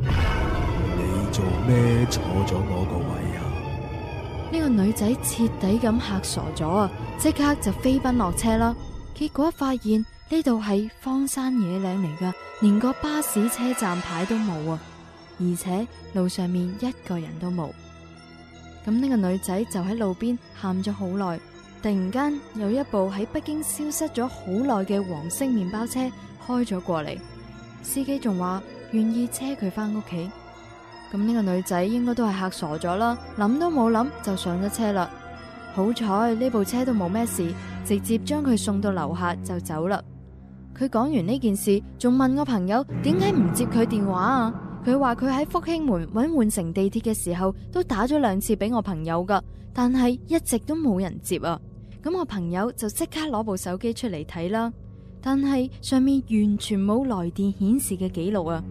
[SPEAKER 19] 你做咩坐咗我個位啊？
[SPEAKER 11] 呢個女仔徹底咁嚇傻咗啊！即刻就飛奔落車啦。結果發現呢度係荒山野嶺嚟噶，連個巴士車站牌都冇啊！而且路上面一個人都冇。咁呢個女仔就喺路邊喊咗好耐。突然間有一部喺北京消失咗好耐嘅黃色麵包車開咗過嚟，司機仲話願意車佢返屋企。咁呢個女仔應該都係嚇傻咗啦，諗都冇諗就上咗車啦。好彩呢部車都冇咩事，直接將佢送到樓下就走啦。佢講完呢件事，仲問我朋友點解唔接佢電話啊？佢話佢喺福興門揾換乘地鐵嘅時候，都打咗兩次俾我朋友噶，但係一直都冇人接啊。咁我朋友就即刻攞部手機出嚟睇啦，但係上面完全冇來電顯示嘅記錄啊。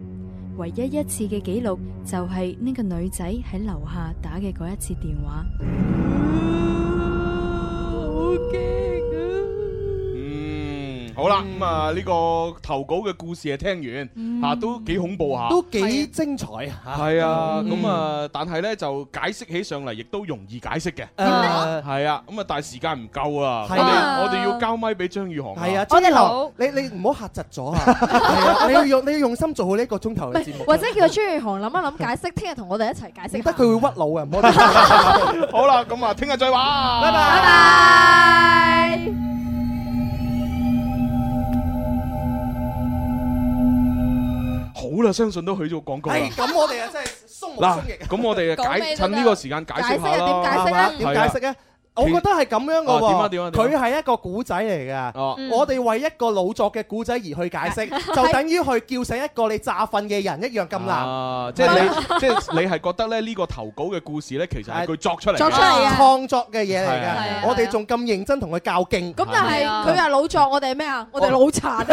[SPEAKER 11] 唯一一次嘅記錄就係呢個女仔喺樓下打嘅嗰一次電話。
[SPEAKER 6] 好啦，咁啊呢個投稿嘅故事啊聽完嚇都幾恐怖嚇，
[SPEAKER 4] 都幾精彩啊！
[SPEAKER 6] 啊係啊，咁啊，但係咧就解釋起上嚟亦都容易解釋嘅，係啊，咁啊，但係時間唔夠啊，我
[SPEAKER 4] 係啊
[SPEAKER 6] 哋我哋要交咪俾張宇航。
[SPEAKER 4] 係啊，張宇航，你你唔好嚇窒咗啊！係啊你要用你要用心做好呢一個鐘頭嘅節目，
[SPEAKER 8] 或者叫張宇航諗一諗解釋，聽日同我哋一齊解釋下。
[SPEAKER 4] 得佢會屈老啊！唔 好理。
[SPEAKER 6] 好啦，咁啊，聽日再玩，拜
[SPEAKER 8] 拜拜。
[SPEAKER 6] 好啦，相信都去咗廣告啦。
[SPEAKER 4] 係咁，我哋啊真係鬆毛鬆
[SPEAKER 6] 嗱
[SPEAKER 4] 翼，。
[SPEAKER 6] 咁我哋
[SPEAKER 4] 講咩
[SPEAKER 6] 解
[SPEAKER 4] 都得
[SPEAKER 6] 趁呢個時間解釋下啦。
[SPEAKER 4] 解釋啊點解釋咧？點解釋咧？我覺得係咁樣
[SPEAKER 6] 哦點啊
[SPEAKER 4] 嘅
[SPEAKER 6] 點啊
[SPEAKER 4] 喎，
[SPEAKER 6] 點啊
[SPEAKER 4] 佢係一個古仔嚟㗎。
[SPEAKER 6] 嗯
[SPEAKER 4] 我哋為一個老作嘅古仔而去解釋，就等於去叫醒一個你詐瞓嘅人一樣咁難。
[SPEAKER 6] 啊，即係你，即係你係覺得咧呢個投稿嘅故事咧，其實係佢作出嚟嘅，啊
[SPEAKER 4] 創作嘅嘢嚟
[SPEAKER 6] 係啊係啊
[SPEAKER 4] 㗎。我哋仲咁認真同佢較勁。咁
[SPEAKER 8] 但係佢係老作，我哋係咩啊？我哋腦殘。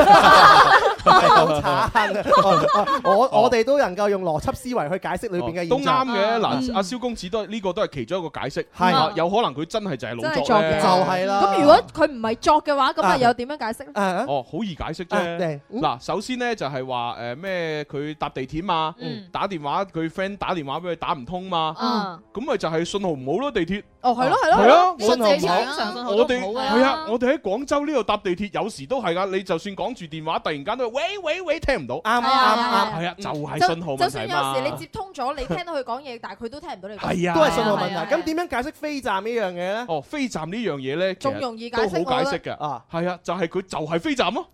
[SPEAKER 4] 我我哋都能夠用邏輯思維去解釋裏邊嘅現
[SPEAKER 6] 哦都啱
[SPEAKER 4] 象
[SPEAKER 6] 嘅。
[SPEAKER 4] 嗯
[SPEAKER 6] 嗱，阿蕭公子都呢個都係其中一個解釋，
[SPEAKER 4] 係
[SPEAKER 6] 啊有可能佢真係就係老
[SPEAKER 8] 真係
[SPEAKER 6] 作
[SPEAKER 8] 作嘅
[SPEAKER 6] 咧，
[SPEAKER 8] 咁如果佢唔係作嘅話，咁
[SPEAKER 6] 啊
[SPEAKER 8] 啊又點樣解釋咧？
[SPEAKER 6] 哦，好易解釋
[SPEAKER 4] 啊
[SPEAKER 6] 啫
[SPEAKER 4] 對。
[SPEAKER 6] 嗱，首先呢，就係話誒咩，佢搭地鐵嘛
[SPEAKER 8] 嗯，
[SPEAKER 6] 打電話佢 friend 打電話俾佢打唔通
[SPEAKER 8] 嗯
[SPEAKER 6] 嘛，咁咪就係信號唔好咯，地鐵。
[SPEAKER 8] 哦係咯係咯
[SPEAKER 6] 係啊，
[SPEAKER 8] 信號唔好
[SPEAKER 6] 我哋
[SPEAKER 8] 正常信號都
[SPEAKER 6] 我
[SPEAKER 8] 唔
[SPEAKER 6] 哋
[SPEAKER 8] 好㗎啦
[SPEAKER 6] 係啊，我哋喺廣州呢度搭地鐵有時都係噶，你就算講住電話，突然間都喂喂喂聽唔到。
[SPEAKER 4] 啱
[SPEAKER 8] 係啊啱係啊啱
[SPEAKER 6] 係啊，就係
[SPEAKER 8] 就
[SPEAKER 6] 信號
[SPEAKER 8] 就
[SPEAKER 6] 問
[SPEAKER 8] 算
[SPEAKER 6] 題
[SPEAKER 8] 有
[SPEAKER 6] 嘛
[SPEAKER 8] 時。你接通咗，你聽到佢講嘢，但係佢都聽唔到你講。
[SPEAKER 6] 係啊
[SPEAKER 4] 都係信號問題。咁點樣解釋飛站呢樣嘢咧？
[SPEAKER 6] 哦，飛站呢樣嘢咧，其實
[SPEAKER 8] 仲容易解
[SPEAKER 6] 都
[SPEAKER 8] 釋
[SPEAKER 6] 好解釋嘅。
[SPEAKER 4] 啊，
[SPEAKER 6] 係啊，就係佢就係 飛站咯。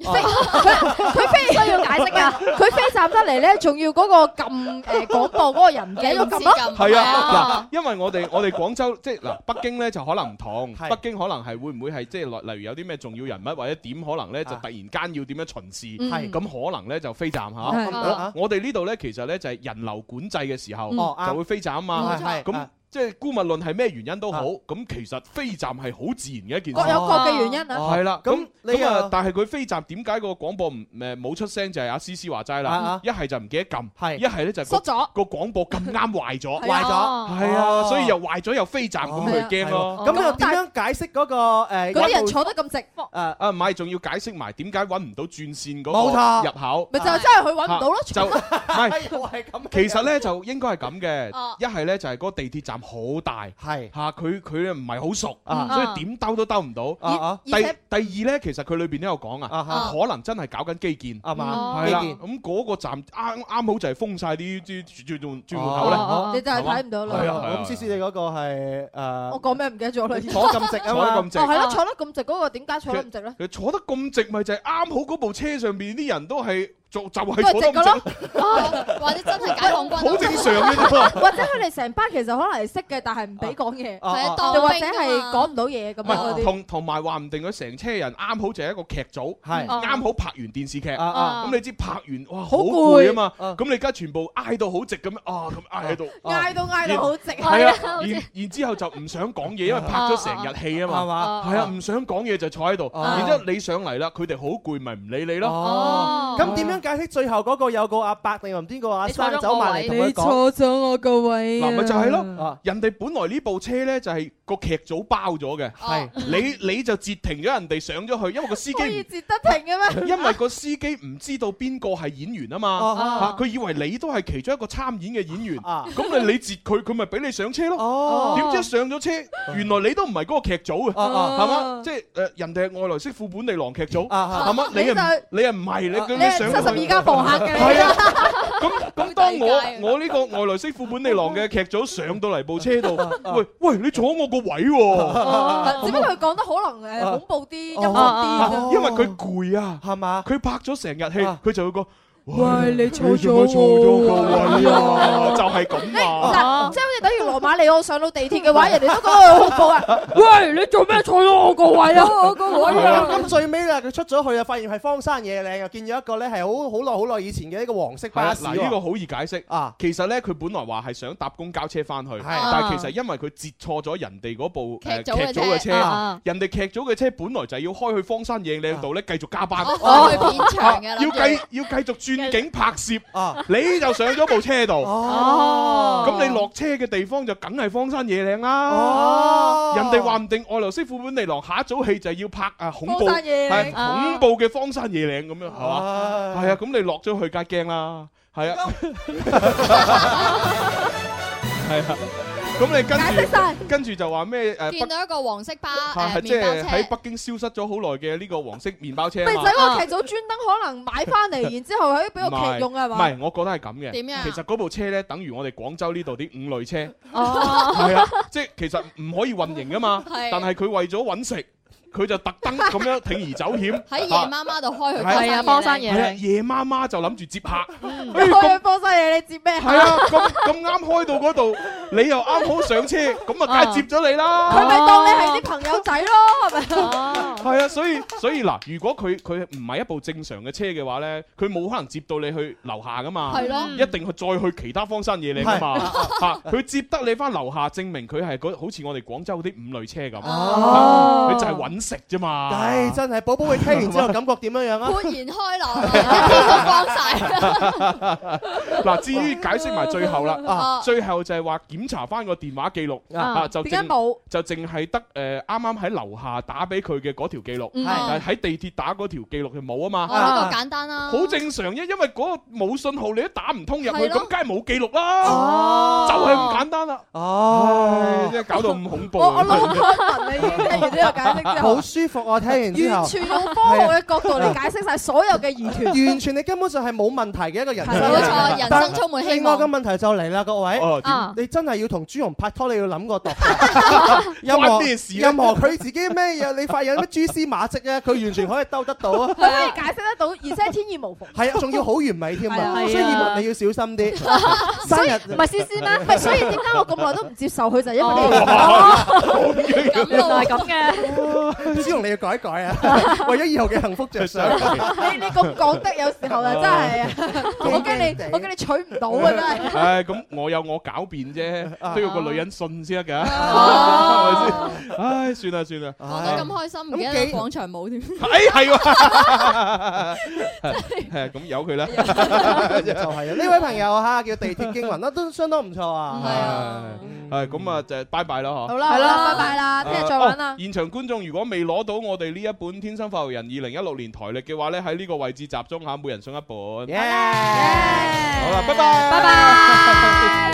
[SPEAKER 8] 佢飛需要解釋 㗎，佢飛站得嚟咧，仲要嗰個撳誒廣播嗰個人嘅一個撳咯。
[SPEAKER 6] 係啊，嗱，因為我哋我哋廣州即係嗱，北京咧就可能唔同，
[SPEAKER 4] 係
[SPEAKER 6] 北京可能係會唔會係即係例例如有啲咩重要人物或者點可能咧就突然間要點樣巡視，
[SPEAKER 4] 嗯係
[SPEAKER 6] 咁可能咧就飛站嚇。
[SPEAKER 4] 係啊
[SPEAKER 6] 我我哋呢度咧其實咧就係人流管制嘅時候
[SPEAKER 4] 嗯哦啱
[SPEAKER 6] 就會飛站啊嘛
[SPEAKER 4] 冇，錯
[SPEAKER 6] 咁。即係姑勿論係咩原因都好，咁其實飛站係好自然嘅一件事，
[SPEAKER 8] 各有各嘅原因啊
[SPEAKER 6] 係啦，咁
[SPEAKER 4] 哦咁你
[SPEAKER 6] 咁啊
[SPEAKER 4] 又，
[SPEAKER 6] 但係佢飛站點解個廣播唔誒冇出聲就係阿思思話齋
[SPEAKER 4] 啊
[SPEAKER 6] 啦
[SPEAKER 4] 啊，
[SPEAKER 6] 一係就唔記得撳，
[SPEAKER 4] 係
[SPEAKER 6] 一係咧就
[SPEAKER 8] 縮咗
[SPEAKER 6] 個廣播咁啱壞
[SPEAKER 8] 啊
[SPEAKER 6] 咗，
[SPEAKER 4] 壞咗
[SPEAKER 6] 係啊，
[SPEAKER 4] 哦
[SPEAKER 6] 所以又壞咗又飛站咁佢
[SPEAKER 4] 係啊
[SPEAKER 6] 驚咯。
[SPEAKER 4] 咁又點樣解釋嗰個誒？
[SPEAKER 8] 嗰啲人坐得咁直，
[SPEAKER 4] 誒
[SPEAKER 6] 啊，唔係，仲要解釋埋點解揾唔到轉線嗰
[SPEAKER 4] 冇錯
[SPEAKER 6] 個入口，
[SPEAKER 8] 咪就係真係佢揾唔到咯
[SPEAKER 6] 啊就唔係，
[SPEAKER 4] 係咁。
[SPEAKER 6] 其實咧就應該係咁嘅
[SPEAKER 8] 哦，
[SPEAKER 6] 一係咧就係嗰個地鐵站站好大，
[SPEAKER 4] 係
[SPEAKER 6] 嚇佢佢咧唔係好熟，
[SPEAKER 4] 啊
[SPEAKER 6] 所以點兜都兜唔到。第
[SPEAKER 4] 而
[SPEAKER 6] 第
[SPEAKER 4] 且
[SPEAKER 6] 二咧，其實佢裏邊都有講啊
[SPEAKER 4] 啊，
[SPEAKER 6] 可能真係搞緊基建，係
[SPEAKER 8] 嗯
[SPEAKER 4] 嘛
[SPEAKER 6] 係啦，
[SPEAKER 4] 基建
[SPEAKER 6] 咁嗰個站啱啱好就係封晒啲啲轉轉轉門口咧
[SPEAKER 4] 哦，
[SPEAKER 8] 你就係睇唔到啦
[SPEAKER 6] 係啊係啊
[SPEAKER 4] 咁思思你嗰個係呃誒
[SPEAKER 8] 我講咩唔記得咗啦。
[SPEAKER 4] 坐咁直啊嘛
[SPEAKER 6] 坐得咁直
[SPEAKER 8] 哦，係咯，坐得咁直嗰個點解坐得咁直咧？
[SPEAKER 6] 佢坐得咁直，咪就係啱好嗰部車上邊啲人都係就就係
[SPEAKER 8] 都係
[SPEAKER 6] 坐得
[SPEAKER 8] 直㗎
[SPEAKER 6] 咁
[SPEAKER 8] 咯
[SPEAKER 6] 直。
[SPEAKER 1] 或者真係解放軍，
[SPEAKER 6] 好正常嘅啫
[SPEAKER 8] 或者佢哋成班其實可能係識嘅，但係唔俾講嘢，
[SPEAKER 6] 啊啊
[SPEAKER 8] 又或者係講唔到嘢咁樣
[SPEAKER 6] 唔
[SPEAKER 8] 嗰
[SPEAKER 6] 係，
[SPEAKER 8] 啲。
[SPEAKER 6] 同同埋話唔定佢成車人啱好就係一個劇組，
[SPEAKER 8] 係
[SPEAKER 6] 啱好拍完電視劇，
[SPEAKER 8] 哦啊
[SPEAKER 6] 咁你知拍完哇
[SPEAKER 8] 好
[SPEAKER 6] 好
[SPEAKER 8] 攰哦
[SPEAKER 6] 攰啊嘛，咁你而家全部挨到好直咁樣啊，咁挨喺度，
[SPEAKER 8] 嗌到嗌到好直
[SPEAKER 6] 係
[SPEAKER 8] 係 啊好
[SPEAKER 6] 啊，
[SPEAKER 8] 直
[SPEAKER 6] 然然之後就唔想講嘢，因為拍咗成日戲啊嘛，
[SPEAKER 4] 係嘛
[SPEAKER 6] 係啊，唔想講嘢就坐喺度，
[SPEAKER 4] 啊
[SPEAKER 6] 然之後你上嚟啦，佢哋好攰咪唔理你咯
[SPEAKER 4] 哦，。咁點樣解釋最後嗰個有個阿伯定唔知個阿生走埋嚟同佢講？
[SPEAKER 8] 咗我個位
[SPEAKER 6] 嗱，咪就係
[SPEAKER 8] 嗯啊
[SPEAKER 6] 咯，人哋本來呢部車咧就係個劇組包咗嘅，
[SPEAKER 4] 係
[SPEAKER 6] 你你就截停咗人哋上咗去，因為個司機
[SPEAKER 8] 可以
[SPEAKER 6] 唔
[SPEAKER 8] 截得停嘅咩？
[SPEAKER 6] 因為個司機唔知道邊個係演員啊
[SPEAKER 8] 啊
[SPEAKER 6] 嘛，嚇佢以為你都係其中一個參演嘅演員，
[SPEAKER 4] 哦啊
[SPEAKER 6] 咁你你截佢，佢咪俾你上車
[SPEAKER 4] 哦
[SPEAKER 6] 咯。點知上咗車，原來你都唔係嗰個劇組嘅，
[SPEAKER 4] 啊啊
[SPEAKER 6] 係嘛？即係誒人哋係外來媳婦本地郎劇組，
[SPEAKER 4] 啊
[SPEAKER 6] 係嘛？你又唔
[SPEAKER 4] 你
[SPEAKER 6] 你又唔係你
[SPEAKER 8] 啊你係
[SPEAKER 6] 上咗去
[SPEAKER 8] 72家房客嘅你
[SPEAKER 6] 係啊。咁當我
[SPEAKER 8] 啊
[SPEAKER 6] 我呢個外來媳婦本地郎嘅劇組上到嚟部車度，
[SPEAKER 4] 啊
[SPEAKER 6] 喂喂，你阻我個位
[SPEAKER 8] 哦
[SPEAKER 6] 喎！
[SPEAKER 8] 只不過佢講得可能誒恐怖啲、陰
[SPEAKER 6] 啊
[SPEAKER 8] 啲。
[SPEAKER 6] 因為佢攰啊，
[SPEAKER 4] 係嘛？
[SPEAKER 6] 佢拍咗成日戲，佢就會講：
[SPEAKER 8] 喂，你
[SPEAKER 6] 你做乜錯咗個
[SPEAKER 8] 哎
[SPEAKER 6] 位啊？就係咁
[SPEAKER 8] 哦
[SPEAKER 6] 啊！
[SPEAKER 8] 即係好似等於羅馬里奧上到地鐵嘅話，人哋都覺得佢好恐怖啊！喂，你做咩坐咗我個位啊？
[SPEAKER 4] 哦
[SPEAKER 8] 我個位啊！
[SPEAKER 4] 咁最尾啦，佢出咗去啊，發現係荒山野嶺，又見咗一個咧係好好耐好耐以前嘅一個黃色
[SPEAKER 6] 係啊
[SPEAKER 4] 巴士
[SPEAKER 6] 嗱，呢個
[SPEAKER 4] 喎。
[SPEAKER 6] 好易解釋
[SPEAKER 4] 啊！
[SPEAKER 6] 其實咧，佢本來話係想搭公交車翻去，
[SPEAKER 4] 係
[SPEAKER 6] 但係其實因為佢截錯咗人哋嗰部誒
[SPEAKER 4] 啊劇組嘅
[SPEAKER 6] 劇組嘅
[SPEAKER 4] 車啊啊
[SPEAKER 6] 車，人哋劇組嘅車本來就係要開去荒山野嶺度咧繼續加班，
[SPEAKER 4] 哦開去片場嘅
[SPEAKER 6] 啊
[SPEAKER 4] 諗住
[SPEAKER 6] 要繼要繼續轉景拍攝
[SPEAKER 4] 啊！
[SPEAKER 6] 你就上咗部車度，
[SPEAKER 4] 哦
[SPEAKER 6] 咁你落車嘅地方就梗係荒山野嶺啦。
[SPEAKER 4] 哦
[SPEAKER 6] 人哋話唔定外流師傅本地郎下一組戲就要拍啊恐怖
[SPEAKER 4] 荒山野嶺
[SPEAKER 6] 係
[SPEAKER 4] 啊
[SPEAKER 6] 恐怖嘅荒山野嶺咁樣係嘛？係啊，咁你落咗去梗係驚啦，係啊。 係啊，咁你
[SPEAKER 1] 解釋晒
[SPEAKER 6] 跟住跟住就話咩誒
[SPEAKER 1] 見
[SPEAKER 6] 北
[SPEAKER 1] 到一個黃色巴
[SPEAKER 6] 係
[SPEAKER 1] 誒
[SPEAKER 6] 即
[SPEAKER 1] 麵
[SPEAKER 6] 係
[SPEAKER 1] 包
[SPEAKER 6] 喺
[SPEAKER 1] 車，
[SPEAKER 6] 北京消失咗好耐嘅呢個黃色麵包車啊
[SPEAKER 8] 咪
[SPEAKER 6] 嘛
[SPEAKER 8] 就係個劇組專登可能買翻嚟，然之後可以俾個劇用啊係
[SPEAKER 6] 唔
[SPEAKER 8] 嘛？
[SPEAKER 6] 係，我覺得係咁嘅。
[SPEAKER 8] 點樣啊
[SPEAKER 6] 其實嗰部車咧，等於我哋廣州呢度啲五類車。
[SPEAKER 8] 哦
[SPEAKER 6] 係啊，即係其實唔可以運營噶嘛。
[SPEAKER 1] 係
[SPEAKER 6] 但係佢為咗揾食，佢就特登咁樣鋌而走險。
[SPEAKER 1] 喺夜
[SPEAKER 6] 啊
[SPEAKER 1] 媽媽度開佢
[SPEAKER 6] 係啊
[SPEAKER 1] 荒山
[SPEAKER 6] 係
[SPEAKER 1] 野
[SPEAKER 6] 啊，
[SPEAKER 1] 嶺。
[SPEAKER 6] 夜媽媽就諗住接客。哎
[SPEAKER 8] 開
[SPEAKER 6] 咁
[SPEAKER 8] 去波西嘢，你接咩？
[SPEAKER 6] 係啊，咁咁啱開到嗰度，你又啱好上車，咁啊梗係接咗你啦。
[SPEAKER 8] 啊佢咪當你係啲朋友仔咯，係咪？
[SPEAKER 6] 係啊，所以所以嗱，如果佢佢唔係一部正常嘅車嘅話咧，佢冇可能接到你去樓下噶嘛，
[SPEAKER 8] 係咯
[SPEAKER 6] 一定去再去其他荒山野嶺噶嘛，
[SPEAKER 4] 係
[SPEAKER 6] 嚇佢接得你翻樓下，證明佢係嗰好似我哋廣州啲五類車咁，
[SPEAKER 4] 哦
[SPEAKER 6] 嚇佢就係揾食啫嘛。
[SPEAKER 4] 唉，真係寶寶，你聽完之後感覺點樣樣啊？
[SPEAKER 1] 豁然開朗啊，一天都光 晒。
[SPEAKER 6] 嗱，至於解釋埋最後啦
[SPEAKER 8] 啊，
[SPEAKER 6] 最後就係話檢查翻個電話記錄
[SPEAKER 8] 啊
[SPEAKER 6] 啊，就
[SPEAKER 8] 點解
[SPEAKER 6] 淨
[SPEAKER 8] 冇
[SPEAKER 6] 就淨係得誒啱啱喺樓下打俾佢嘅嗰條記錄，
[SPEAKER 1] 嗯
[SPEAKER 6] 但係喺地鐵打嗰條記錄就冇啊嘛。
[SPEAKER 1] 哦，呢個簡單啦。
[SPEAKER 6] 好正常啫，因為嗰個冇信號，你都打唔通入去，
[SPEAKER 1] 係咯
[SPEAKER 6] 咁梗係冇記錄啦，就係咁簡單啦。
[SPEAKER 4] 哦
[SPEAKER 6] 唉，真係搞到咁恐怖
[SPEAKER 8] 我我
[SPEAKER 6] 啊。
[SPEAKER 8] 落開文你已經聽完呢個解釋之後
[SPEAKER 4] 好。舒服啊！聽完之後，
[SPEAKER 8] 完全用科學嘅角度嚟解釋晒所有嘅疑 團。
[SPEAKER 4] 完全你根本上係冇問題嘅一個人生。
[SPEAKER 8] 係冇錯人生
[SPEAKER 4] 但
[SPEAKER 8] 充滿希望
[SPEAKER 4] 另外一個問題就嚟啦，各位
[SPEAKER 8] 哦點啊，
[SPEAKER 4] 你真係要同朱紅拍拖，你要諗 過度。任
[SPEAKER 6] 關
[SPEAKER 4] 何
[SPEAKER 6] 咩事啊
[SPEAKER 4] 任何佢自己咩嘢，你發現有咩蛛絲馬跡啊咧，佢完全可以兜得到啊
[SPEAKER 8] 佢！可以解釋得到，而且係天衣無縫。
[SPEAKER 4] 係啊，仲要好完美添
[SPEAKER 8] 係啊
[SPEAKER 4] 啊！
[SPEAKER 8] 係啊
[SPEAKER 4] 所以葉問你要小心啲。生
[SPEAKER 8] 所以
[SPEAKER 4] 日
[SPEAKER 8] 唔係思思咩？唔係，所以點解我咁耐都 唔接受佢就係因為呢
[SPEAKER 6] 哦個
[SPEAKER 8] 原來係哦咁嘅。
[SPEAKER 4] 哦朱紅你要改一改 啊，為咗以後嘅幸福着 想。
[SPEAKER 8] 你 你咁講得有時候啊，真係啊！我驚你，我驚你娶唔到啊！真係。
[SPEAKER 6] 唉，咁我有我狡辯
[SPEAKER 4] 啊
[SPEAKER 6] 啫，都要個女人信先得㗎，係
[SPEAKER 1] 啊
[SPEAKER 6] 咪先？唉，算啦算啦，
[SPEAKER 1] 講得咁開心，唔記得咗廣場舞添。
[SPEAKER 6] 唉，係喎，係咁由佢啦，
[SPEAKER 4] 就係啊！呢位朋友嚇叫地鐵驚魂啦，都相當唔錯啊。係
[SPEAKER 6] 啊，係咁啊，就拜拜啦嗬。
[SPEAKER 8] 好啦，好啦，拜拜啦，聽日再玩啦
[SPEAKER 6] 哦。現場觀眾如果未攞到我哋呢一本《天生發育人》二零一六年台歷嘅話咧，喺呢個位置集中嚇，每人送一本。好啦，拜拜，拜拜。